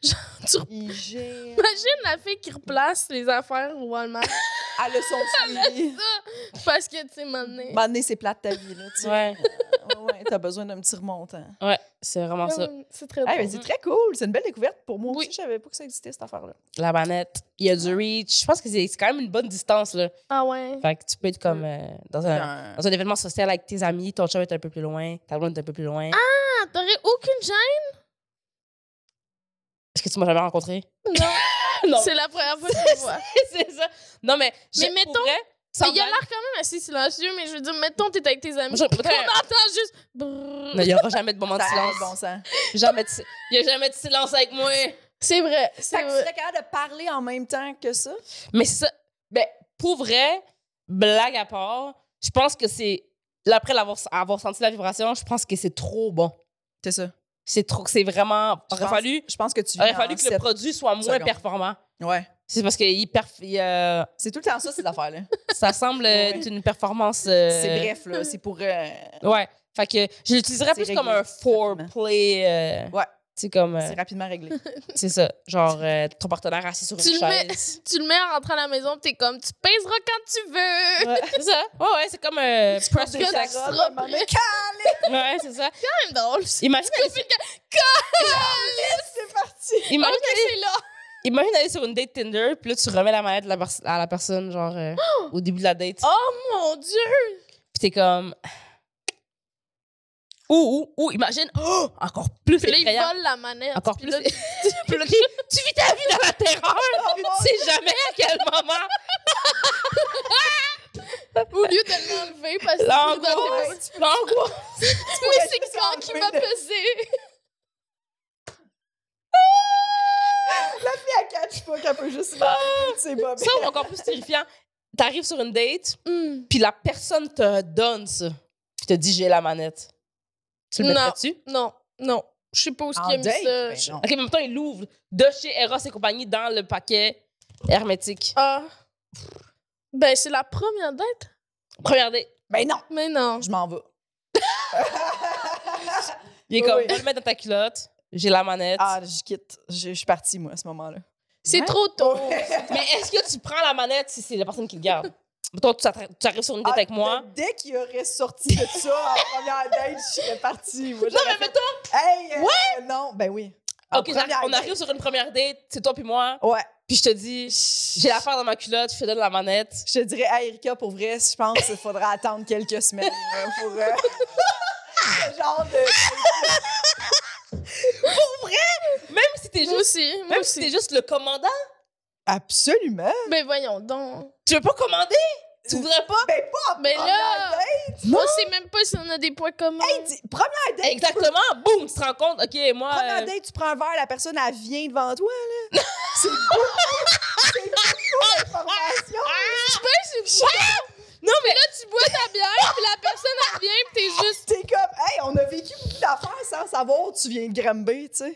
C: Genre,
B: IGA.
C: [LAUGHS] Imagine la fille qui replace les affaires au Walmart
D: [LAUGHS]
B: Elle a son suivi.
C: parce que, tu sais, maintenant.
B: M'amener, c'est plate ta vie, là, tu sais.
D: Ouais,
B: Ouais, ouais, t'as besoin d'un petit remontant.
D: ouais, c'est vraiment ça.
C: C'est très
B: Hey, mais
C: drôle.
B: c'est très cool. C'est une belle découverte pour moi
C: Oui.
B: aussi. Je savais pas que ça existait, cette affaire-là.
D: La manette, il y a du reach. Je pense que c'est c'est quand même une bonne distance, là.
C: Ah ouais.
D: Fait que tu peux être comme euh, dans, un,
B: Un-
D: dans un événement social avec tes amis, ton chat est un peu plus loin, ta blonde est un peu plus loin.
C: Ah, T'aurais aucune gêne?
D: Est-ce que tu m'as jamais rencontré?
C: Non.
D: [LAUGHS] Non.
C: C'est la première fois que je le vois.
D: [LAUGHS] c'est ça. Non, mais,
C: Mais
D: je-
C: mettons-
D: pour vrai,
C: Mais
D: sans
C: il a
D: blague-
C: l'air quand même assez silencieux, mais je veux dire, mettons, t'es avec tes amis.
D: Je-
C: On entend juste. brrr.
D: Non, il n'y aura jamais de moment de
B: Ça a
D: silence.
B: de bon sens.
D: Jamais de si- Il n'y a jamais de silence avec moi.
C: C'est vrai.
B: Fait
C: C'est
D: Euh,
B: que tu
C: vrai.
B: serais capable de parler en même temps que ça.
D: Mais ça, ben, pour vrai, blague à part, je pense que c'est. Après l'avoir- avoir, senti la vibration, je pense que c'est trop bon.
B: C'est ça.
D: C'est trop, c'est vraiment.
B: Je
D: Aurait
B: pense-
D: fallu,
B: Je pense que tu.
D: aurait
B: vis
D: fallu
B: en
D: que le
B: sept-
D: produit soit moins
B: secondes.
D: performant.
B: Ouais.
D: C'est parce que il perf- il, euh,
B: C'est tout le temps ça,
D: [LAUGHS]
B: cette affaire-là.
D: ça semble
B: [LAUGHS]
D: euh,
B: Ouais.
D: être une performance. euh,
B: C'est bref, là. C'est pour. euh,
D: Ouais. Fait que je l'utiliserais
B: C'est
D: plus
B: réglé,
D: comme un
B: rapidement.
D: foreplay. euh,
B: Ouais.
D: C'est comme. euh,
B: C'est rapidement réglé.
D: [LAUGHS] c'est ça. Genre, euh, ton partenaire assis sur
C: Tu
D: une
C: le mets-
D: chaise.
C: Tu le mets en rentrant à la maison, pis t'es comme, tu pèseras quand tu veux.
D: Ouais, c'est ça. Ouais, ouais, c'est comme. Euh, press
B: Des
D: your
B: carottes,
D: sex.
B: un moment donné, Calme,
D: [LAUGHS] Ouais,
B: [LAUGHS]
D: c'est ça.
C: [LAUGHS] C'est même drôle. ça.
D: Imagine,
B: c'est parti.
D: imagine,
C: Ok, c'est là.
D: imagine aller sur une date Tinder, puis là, tu remets la mallette de la pers- à la personne,
C: [GASPS]
D: genre, euh, au début de la date.
C: Oh Mon Dieu.
D: Puis t'es comme. Ou, ou, ou, imagine, [GASPS] oh, encore plus
C: Puis là, il
D: [LAUGHS] effrayant.
C: vole la manette.
D: Encore
C: Puis
D: plus.
C: là,
D: tu, tu vis ta vie dans
C: [LAUGHS]
D: la terreur.
C: Oh.
D: tu sais jamais à quel moment.
C: Au lieu de l'enlever, parce que c'est dans tes [LAUGHS]
D: L'angoisse. L'angoisse.
C: Oui, c'est quand qui m'a
B: de-
C: pesé.
B: Elle catch pas qu'elle peut
D: [LAUGHS]
B: juste. faire. C'est pas
D: Ça,
B: bien.
D: c'est encore plus terrifiant. T'arrives sur une date,
C: Hmm.
D: puis la personne te donne ça, puis te dit j'ai la manette. Tu le
C: Non.
D: mettrais-tu?
C: Non, non. Je sais pas où ce
B: En
C: qu'il a mis
B: date,
C: ça.
B: ben
C: Je-
B: non.
D: Ok, mais en même temps, il l'ouvre de chez Eros et compagnie dans le paquet hermétique.
C: Ah. Ben, c'est la première date.
D: Première date.
B: Ben non,
C: Mais non.
B: je m'en vais.
D: Il est comme,
B: Oui.
D: va le mettre dans ta culotte, j'ai la manette.
B: Ah, je quitte. Je je suis partie, moi, à ce moment-là.
C: C'est
D: Ouais.
C: trop tôt.
B: [LAUGHS]
D: Mais est-ce que tu prends la manette si c'est la personne qui le garde? Mettons, tu attra- tu arrives sur une date
B: Ah,
D: avec moi.
B: Dès dès qu'il aurait sorti de ça
D: [LAUGHS]
B: en première date, je serais partie. Moi,
D: Non,
B: j'aurais
D: mais
B: fait, Hey! euh, Non, ben oui. En
D: Ok, j'arrive-
B: première
D: on arrive sur une première date, c'est toi puis moi,
B: date. Ouais.
D: puis je te dis, j'ai l'affaire dans ma culotte, je te donne la manette.
B: Je te dirais, hey, Erika, pour vrai, je pense qu'il faudra attendre quelques semaines euh, pour. euh, ce genre de.
D: Même si t'es
C: Moi
D: juste,
C: aussi, moi
D: même si t'es
C: aussi.
D: juste le commandant,
B: Absolument!
C: Ben voyons donc.
D: tu veux pas commander? Tu voudrais pas?
B: Ben pas! en
C: Mais
B: première
C: là, on sait même pas si on a des points communs.
B: date. Dis- Première date!
D: Exactement, boum, tu te rends compte, ok, moi.
B: Première
D: euh,
B: date, tu prends un verre, la personne, elle vient devant toi, là. [LAUGHS] C'est beaucoup! C'est beaucoup d'informations!
C: Tu peux, c'est
D: Non, mais.
C: Là, tu bois ta bière, puis la personne, elle revient, puis t'es juste.
B: T'es comme, hey, on a vécu beaucoup d'affaires sans savoir où tu viens de Granby, tu sais.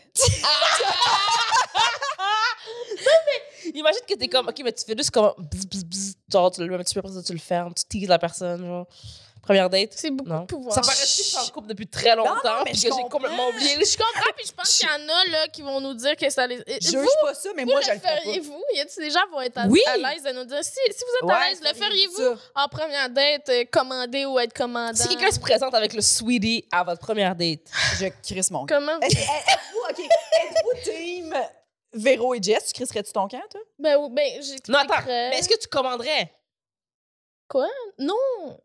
D: Imagine que t'es comme, ok, mais tu fais juste comme. bzz, bzz, bzz, genre, tu le mets un petit peu après ça, tu le fermes, tu teases la personne, genre. Première date.
C: C'est beaucoup
D: Non.
C: de pouvoir.
D: Ça paraît que je suis en couple depuis très longtemps,
B: Non, non, mais
D: puis
B: je
D: que j'ai
B: comprends.
D: complètement oublié.
C: Je comprends, puis je pense qu'il y en a là, qui vont nous dire que ça les.
B: Je
C: vous,
B: juge pas ça, mais
C: vous
B: moi, je
C: le
B: le ferais pas.
C: feriez-vous? Y a-t-il des gens qui vont être à,
D: Oui.
C: à l'aise de nous dire si, si vous êtes
B: Ouais,
C: à l'aise, le
B: ça.
C: feriez-vous en première date, euh, commander ou être commandant?
D: Si quelqu'un se présente avec le sweetie à votre première date,
B: Je crisse mon camp.
C: Comment?
B: Est- est- Êtes-vous, OK, êtes-vous team Véro et Jess? Tu crisserais-tu ton camp, toi?
C: Ben, ou- ben j'ai.
D: non, attends, mais est-ce que tu commanderais?
C: Non!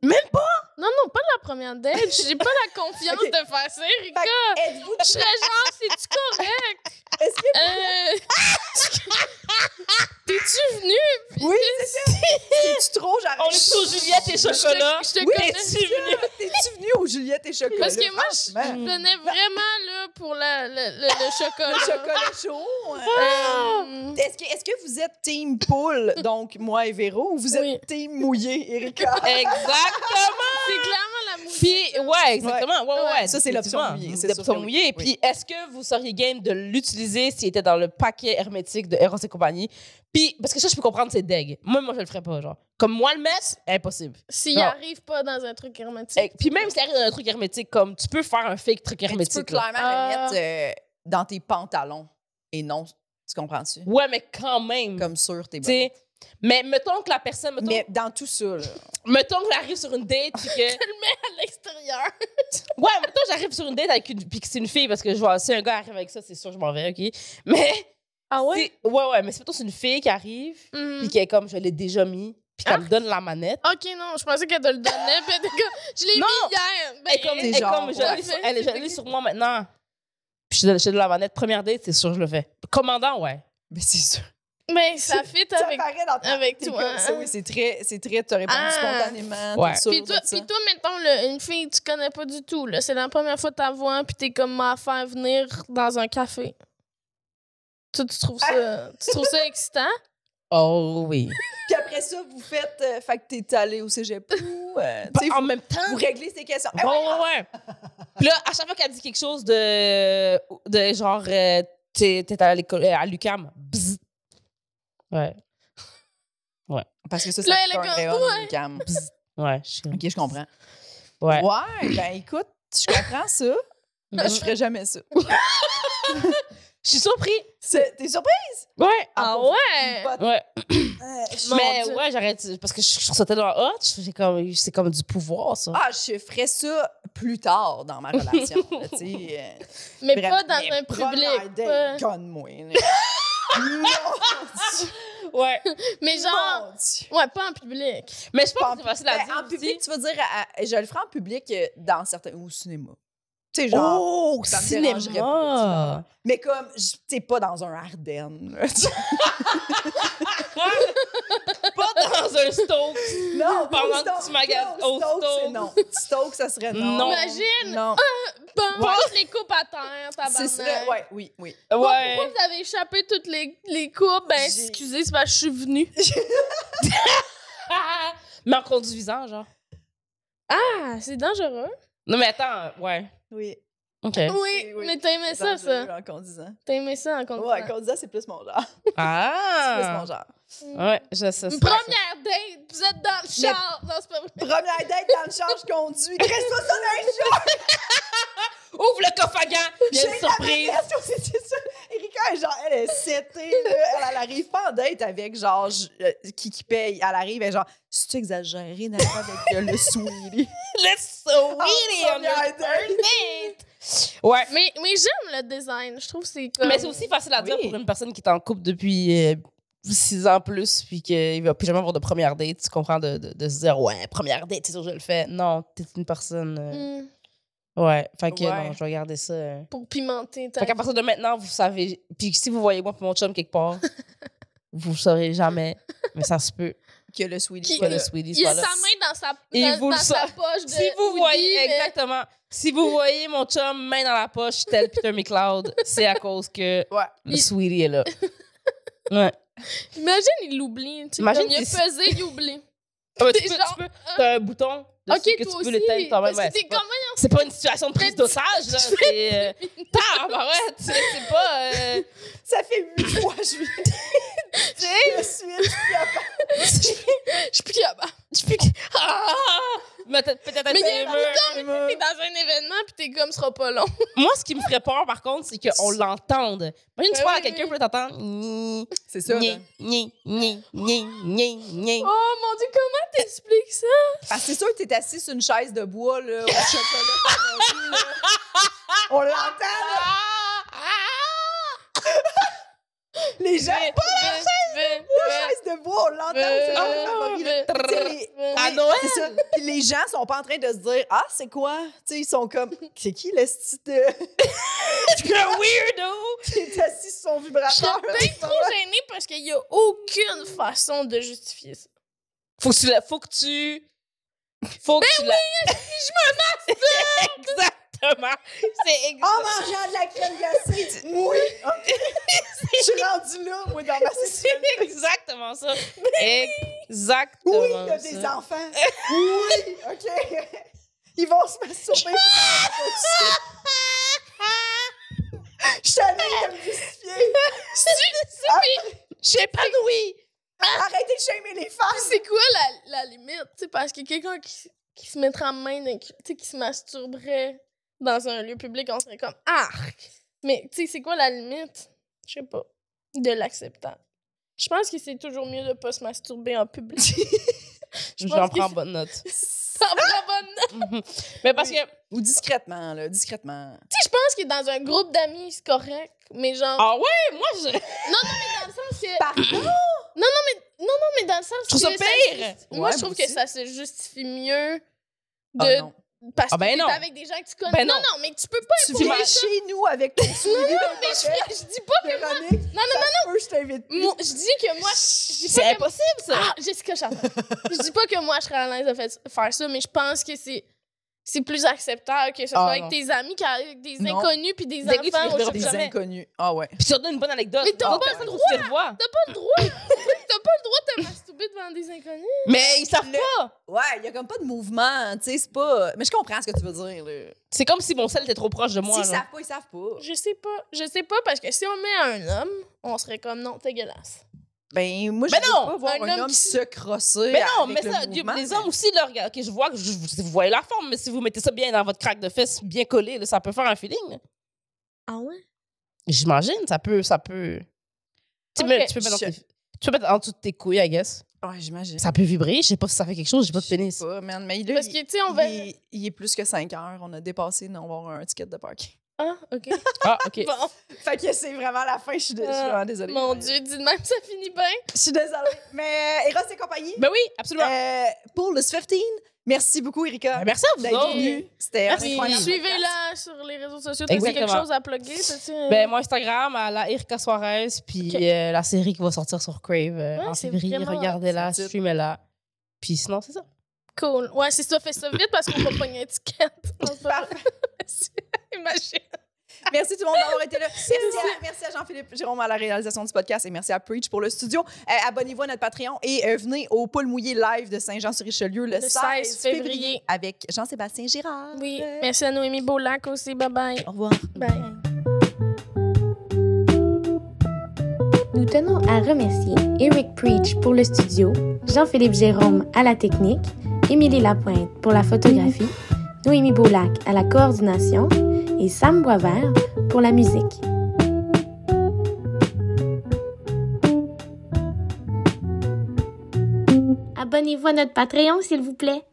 D: Même
C: pas? Non, non, pas la première date. J'ai pas la confiance
B: Ok.
C: de faire ça, Erika.
B: [LAUGHS] Êtes-vous...
C: Je serais genre, c'est-tu correct?
B: Est-ce que...
C: Euh. [LAUGHS] T'es-tu venu?
B: [LAUGHS] Oui, c'est ça. [LAUGHS] Es-tu trop, genre...
D: On est sur Juliette et Chocolat.
C: Je te
B: Oui,
C: connais.
D: T'es-tu venue?
B: T'es-tu venu au Juliette et Chocolat?
C: Parce que moi, je
B: franchement?
C: je venais vraiment là pour la- le, le- le chocolat.
B: Le chocolat chaud. euh,
D: Ah!
C: Euh,
B: Est-ce que, est-ce que vous êtes team poule, donc moi et Véro, ou vous êtes
C: Oui.
B: team mouillé, Erika? [LAUGHS]
D: Exactement!
C: c'est clairement la mouille.
D: Puis, ouais, exactement. Ouais, ouais, ouais,
B: Ça, c'est l'option
D: effectivement.
B: mouillée, c'est
D: C'est l'option
B: sûr que oui.
D: mouillée.
B: Oui.
D: Puis, est-ce que vous seriez game de l'utiliser s'il était dans le paquet hermétique de Eros et compagnie? Puis, parce que ça, je peux comprendre, c'est deg. Moi, moi, je le ferais pas, genre. Comme moi, le mettre, impossible.
C: S'il
D: Non.
C: arrive pas dans un truc hermétique.
D: Et- puis, même si arrive dans un truc hermétique, comme tu peux faire un fake truc
B: Mais tu peux
D: hermétique. là.
B: clairement
C: Ah.
B: le mettre euh, dans tes pantalons et non, tu comprends-tu?
D: Ouais, mais quand même.
B: Comme sur tes
D: tu sais. Mais mettons que la personne, mettons,
B: Mais dans tout ça, là.
D: mettons que j'arrive sur une date, puis que. [LAUGHS]
C: Je le mets à l'extérieur.
D: Ouais, mettons que j'arrive sur une date avec une. Puis que c'est une fille, parce que je vois, si un gars arrive avec ça, c'est sûr, je m'en vais, OK? Mais.
C: Ah
D: c'est- Ouais, ouais, mais si mettons, c'est une fille qui arrive,
C: Hmm.
D: puis qui est comme je l'ai déjà mis, puis qu'elle me donne la manette.
C: Ok, non, je pensais qu'elle te le donnait. puis elle était comme, je l'ai
D: Non.
C: mis hier. Ben,
D: Elle est comme, elle est
B: genre,
D: comme, je l'ai
C: ouais.
D: sur, elle est- je l'ai sur moi maintenant. Puis je te donne- je te donne la manette. Première date, c'est sûr, je le fais. Commandant, ouais.
B: [LAUGHS] Mais c'est sûr.
C: mais ben, ça fit
B: Ça
C: avec.
B: apparaît dans ta-
C: avec
B: t'es
C: toi,
B: comme ça,
C: hein?
B: oui, c'est très, c'est très, t'as répondu
C: Ah.
B: spontanément.
D: Ouais.
B: t'es sûre
C: Puis toi,
B: de ça.
C: puis toi, mettons, là, une fille que tu connais pas du tout, là, c'est la première fois que tu vois, puis t'es comme ma faire venir dans un café. Toi, tu
B: [LAUGHS]
C: trouves ça, tu trouves ça excitant?
D: Oh [LAUGHS] oui.
B: Puis après ça, vous faites, euh, fait que t'es allé au cégep ou, euh, tu sais,
D: Bah, en même temps.
B: vous, vous réglez ces questions. Eh
D: Ah Ouais,
B: ouais,
D: ouais, ouais. Puis là, à chaque fois qu'elle dit quelque chose de, de genre, euh, t'es t'es à l'école, euh, à l'UCAM. Bzz. Ouais,
B: Ah, Parce que ça, ça
C: Là,
B: fait
C: elle est
B: un
C: comme,
B: rayon de cam.
D: ouais, je suis.
B: OK, je comprends.
D: Ouais.
B: Ouais, ben écoute, je comprends ça, mais je ferais jamais ça.
D: Je suis surpris.
B: C'est- T'es surpris?
D: Ouais.
C: Ah
B: pour-
C: ouais!
B: But-
D: Ouais.
B: euh, je-
C: Mon
D: mais
C: Dieu.
D: ouais, j'aurais dû- parce que je, je ressortais dans hot, c'est comme c'est comme du pouvoir ça.
B: Ah, je ferais ça plus tard dans ma relation. là, tu sais, euh,
C: Mais
B: bref,
C: pas dans
B: mais
C: un
B: pas dans un
C: public.
B: date,
C: pas-
B: Conne-moi. [LAUGHS] là.
D: Ouais.
C: Mais genre,
B: Mon Dieu.
C: ouais, pas en public.
D: [LAUGHS] Mais je
B: Pas en
D: pense que c'est facile à
B: Ben,
D: dire.
B: en
D: aussi.
B: public, tu vas dire, à- à- je le ferai en public euh, dans certains. ou au cinéma. Tu sais, genre.
D: Oh,
B: ça me dérangerait pas,
D: cinéma.
B: Mais comme, je- t'es pas dans un Ardennes. [LAUGHS] là.
D: [LAUGHS] pas dans un Stokes.
B: non,
D: [LAUGHS] Pendant que
B: Stoke,
D: tu magasines
B: non,
D: au
B: Stoke, c'est
D: Stoke.
B: non. Stoke, ça serait non.
D: Non.
C: Imagine,
B: Non.
C: bon,
B: Ouais.
C: toutes les coupes à terre,
B: C'est
C: tabarnak.
B: ça. Ouais, oui, oui.
C: Bon,
D: Ouais.
C: Pourquoi vous avez échappé toutes les, les coupes? Ben,
B: J'ai-
C: excusez, c'est parce que je suis venue.
D: Ah, [LAUGHS] mais en conduisant genre.
C: Ah, c'est dangereux.
D: Non mais attends, ouais.
B: Oui.
D: OK.
C: Oui, hein.
B: oui.
C: mais t'as aimé ça, ça.
B: En conduisant.
C: T'as aimé ça en conduisant.
B: Ouais, conduisant, c'est plus mon genre. C'est plus mon
D: Ah.
B: genre.
D: Ouais, je sais
C: Une
D: ça.
C: première date, vous êtes dans le char. Non, c'est pas vrai.
B: Première date dans le char, je conduis. Reste pas ça dans le char.
D: Ouvre le coffre à gants, il y a une surprise.
B: [LAUGHS] C'est c'est ça. Erika, genre, elle est setée, là. Elle, elle arrive pas en date avec, genre, je- euh, qui qui paye. Elle arrive, elle est genre, c'est exagéré d'aller avec euh, le [LAUGHS] sweetie.
D: Let's so
B: En Ah, première date.
D: Ouais.
C: [LAUGHS] Mais, mais j'aime le design. Je trouve que c'est comme...
D: Mais c'est aussi facile à dire
B: Oui.
D: pour une personne qui est en couple depuis euh, six ans plus, puis qu'il va plus jamais avoir de première date. Tu comprends de, de, de se dire, ouais, première date, c'est sûr que je le fais. Non, t'es une personne. euh,
C: Hmm,
D: Ouais. Fait que
B: Ouais.
D: non, je vais garder ça. euh.
C: pour pimenter ta
D: Fait qu'à partir de maintenant, vous savez. Puis si vous voyez moi pour mon chum quelque part, vous saurez jamais. Mais ça se peut
B: Que le sweetie
C: Qui-
D: que
B: soit
D: le
B: là.
D: sweetie
C: Il y
D: soit
C: a
D: là.
C: sa main dans sa,
D: Et
C: dans,
D: vous
C: dans
D: le
C: sa
D: savez.
C: poche de
D: Si vous
C: Woody,
D: voyez,
C: mais-
D: exactement, si vous voyez mon chum main dans la poche, tel Peter McLeod, c'est à cause que
B: Ouais.
D: le sweetie est là.
C: [LAUGHS]
D: Ouais.
C: Imagine, il l'oublie. Tu sais,
D: Imagine
C: comme il a
D: si-
C: pesé, il
D: [LAUGHS]
C: oublie.
D: Ah ouais, tu,
C: T'es
D: peux,
C: genre, hein?
D: tu peux- t'as un bouton
C: Ok,
D: dessus que
C: toi
D: tu peux
C: aussi.
D: l'éteindre toi-même.
C: parce
D: Ouais,
C: que t'es
D: c'est, pas,
C: comme...
D: c'est pas une situation de
C: [LAUGHS]
D: prise
C: Fais-
D: d'otage. là, C'est. euh, [LAUGHS] tabarouette, c'est, c'est pas. euh,
B: Ça fait huit fois, je lui [LAUGHS] Je suis
C: [LAUGHS] Je suis plus capable.
D: je suis plus. Ah! Mais t'as- peut-être
C: Mais il y a un
D: un peu-
C: T'es dans un événement, puis t'es comme, ce sera pas long.
D: Moi, ce qui me ferait peur, par contre,
C: [LAUGHS]
D: c'est qu'on l'entende. Imagine, tu
C: Ben
D: parles à
C: oui,
D: quelqu'un,
C: oui.
D: puis là, t'entends. Ni,
B: C'est ça. là.
D: ni, ni, ni, ni, ni, ni.
C: Oh mon Dieu, comment t'expliques ça?
B: Parce que c'est sûr que t'es assis sur une chaise de bois, là, au [LAUGHS] chocolat. fondu, là. On l'entend, là. Ah! Les gens,
C: Pas la chaise!
B: la chaise de bois, on l'entend. C'est notre favori, là.
C: Ah,
B: Tu sais, les-
D: À
B: les-
D: Noël?
B: c'est ça. Puis les gens sont pas en train de se dire Ah, c'est quoi? Tu sais, ils sont
C: [LAUGHS]
B: comme C'est qui le style de- [LAUGHS]
D: Un weirdo!
B: qui est assis sur son
C: Je suis
B: vibrateur?
C: bien trop gênée parce qu'il y a aucune façon de justifier ça.
D: Faut que tu. la- Faut que tu. Faut que tu. la- [LAUGHS] Exactement! Ah, C'est exactement.
B: En mangeant de la crème glacée.
C: [LAUGHS]
B: tu- Oui! OK. Je suis rendue là, moi, dans ma
D: C'est
B: sexualité.
D: [LAUGHS] exactement ça.
B: Oui,
D: Exactement.
B: il y a des
C: hein.
D: ça.
B: enfants. Oui, OK. [LAUGHS] Ils vont se
C: [LAUGHS]
B: masturber. Je suis allée de me justifier. Ah,
D: Je sais pas oui.
B: Arrêtez de shamer les
C: Puis
B: femmes.
C: C'est quoi la, la limite? Tu sais, parce que quelqu'un qui, qui se mettrait en main, d'un- tu sais, qui se masturberait dans un lieu public, on serait comme arc! Mais tu sais, c'est quoi la limite? Je sais pas. De l'acceptable. Je pense que c'est toujours mieux de pas se masturber en public. [LAUGHS] Je
D: J'en
C: pense que
D: prends
C: c'est-
D: bonne note.
C: Ça en prend bonne note.
D: Mhm. [LAUGHS] Mais parce que.
B: Ou discrètement, là, discrètement.
C: Tu sais, je pense que dans un groupe d'amis, c'est correct, mais genre.
D: Ah ouais, moi, je, je
C: Dans le sens que.
B: Pardon?
C: Non, mais dans le sens
D: trouve ça
C: que
D: pire.
C: se- Moi,
B: Ouais,
C: je trouve
B: moi
C: que
B: aussi.
C: ça se justifie mieux de.
B: Ah non.
C: Parce
D: Ah, ben
C: que
D: non.
C: t'es avec des gens que tu connais.
D: Ben
C: non.
D: non.
C: non, mais tu peux pas
B: Tu
D: Pour
B: viens
D: moi,
B: chez nous avec ton soulier dans
C: Mais
B: le
C: je, je dis pas que.
B: Véronique,
C: Non, non,
B: non, non. je t'invite.
C: Moi, je dis que moi. Je dis
D: C'est
C: pas que.
D: impossible, ça.
C: Ah, Jessica Chastain. je dis pas que moi, je serais à l'aise de fait- faire ça, mais je pense que c'est. C'est plus acceptable que ce soit
B: Ah,
C: avec
B: non.
C: tes amis qu'avec des
B: Non.
C: inconnus puis des
D: Des gars, tu
C: enfants
D: leur
C: au
D: dis
B: Des
C: jamais.
B: inconnus. Ah ouais.
D: Puis surtout une bonne anecdote.
C: Mais t'as
D: Ah,
C: pas le
D: personne trouve que tu le vois.
C: T'as pas le droit. T'as pas le droit de te masturber devant des inconnus.
D: Mais ils savent
B: Le-
D: pas.
B: Ouais, il n'y a comme pas de mouvement, tu sais, c'est pas... Mais je comprends ce que tu veux dire, là.
D: C'est comme si mon sel était trop proche de moi.
B: S'ils
D: là.
B: savent pas, ils savent pas.
C: Je sais pas. Je sais pas parce que si on met un homme, on serait comme non, t'es dégueulasse.
B: Ben, moi, je
D: Ben
B: veux
D: non,
B: pas voir
C: un
B: un,
C: homme
B: homme
C: qui-
B: se crosser
D: Mais Ben non,
B: avec
D: mais
B: le
D: ça, y a-
B: mouvement,
D: les
B: mais-
D: hommes aussi, là, regarde, OK, je vois que je- vous, vous voyez la forme, mais si vous mettez ça bien dans votre craque de fesses, bien collé, là, ça peut faire un feeling. là.
C: Ah ouais?
D: J'imagine, ça peut. Ça peut... Tu, sais, mais
C: Ok,
D: tu peux mettre dans
B: je-
D: tes- tu peux mettre en dessous de tes couilles, I guess.
B: Ouais, j'imagine.
D: Ça peut vibrer, je sais pas si ça fait quelque chose, j'ai pas de
B: Je sais
D: pénis.
B: pas, man, mais là,
C: Parce
B: il-
C: que, tu sais, on va.
B: il, est- il est plus que 5 heures. On a dépassé, non, on va avoir un ticket de parking.
C: Ah, OK.
D: Ah, OK.
C: Bon,
B: Fait que c'est vraiment la fin. Je suis, de- je suis
C: Ah,
B: vraiment désolée.
C: mon Dieu, dis de même, ça finit bien.
B: Je suis désolée. Mais euh, Eros et compagnie,
D: [LAUGHS] ben oui, absolument.
B: euh, pour le Swifteen, merci beaucoup, Erika,
D: Ben, merci à vous
B: d'être
D: autres.
B: venue. C'était
D: Merci.
B: incroyable.
C: Suivez-la sur les réseaux sociaux. T'as quelque
D: Exactement.
C: chose à plugger? T'as-tu un-
D: Ben, mon Instagram, à la Irka Suarez, puis
C: Ok.
D: euh, la série qui va sortir sur Crave euh,
C: Ouais,
D: en
C: c'est
D: février.
C: vraiment-
D: Regardez-la,
B: c'est le titre.
D: suivez-la. Puis sinon, c'est ça.
C: Cool. Ouais, c'est ça. Fais ça vite parce qu'on va pogner une étiquette. Non, c'est pas [LAUGHS] vrai. Imagine.
B: Merci tout le monde d'avoir été là. Merci à, merci à Jean-Philippe Jérôme à la réalisation du podcast et merci à Preach pour le studio. Euh, Abonnez-vous à notre Patreon et euh, venez au Pôle Mouillé live de Saint-Jean-sur-Richelieu le,
C: Le
B: 16 février, avec Jean-Sébastien Girard.
C: Oui. Merci à Noémie Beaulac aussi. Bye bye.
B: Au revoir.
C: Bye.
E: Nous tenons à remercier Eric Preach pour le studio, Jean-Philippe Jérôme à la technique, Émilie Lapointe pour la photographie, Noémie Boulac à la coordination et Sam Boisvert pour la musique. Abonnez-vous à notre Patreon, s'il vous plaît.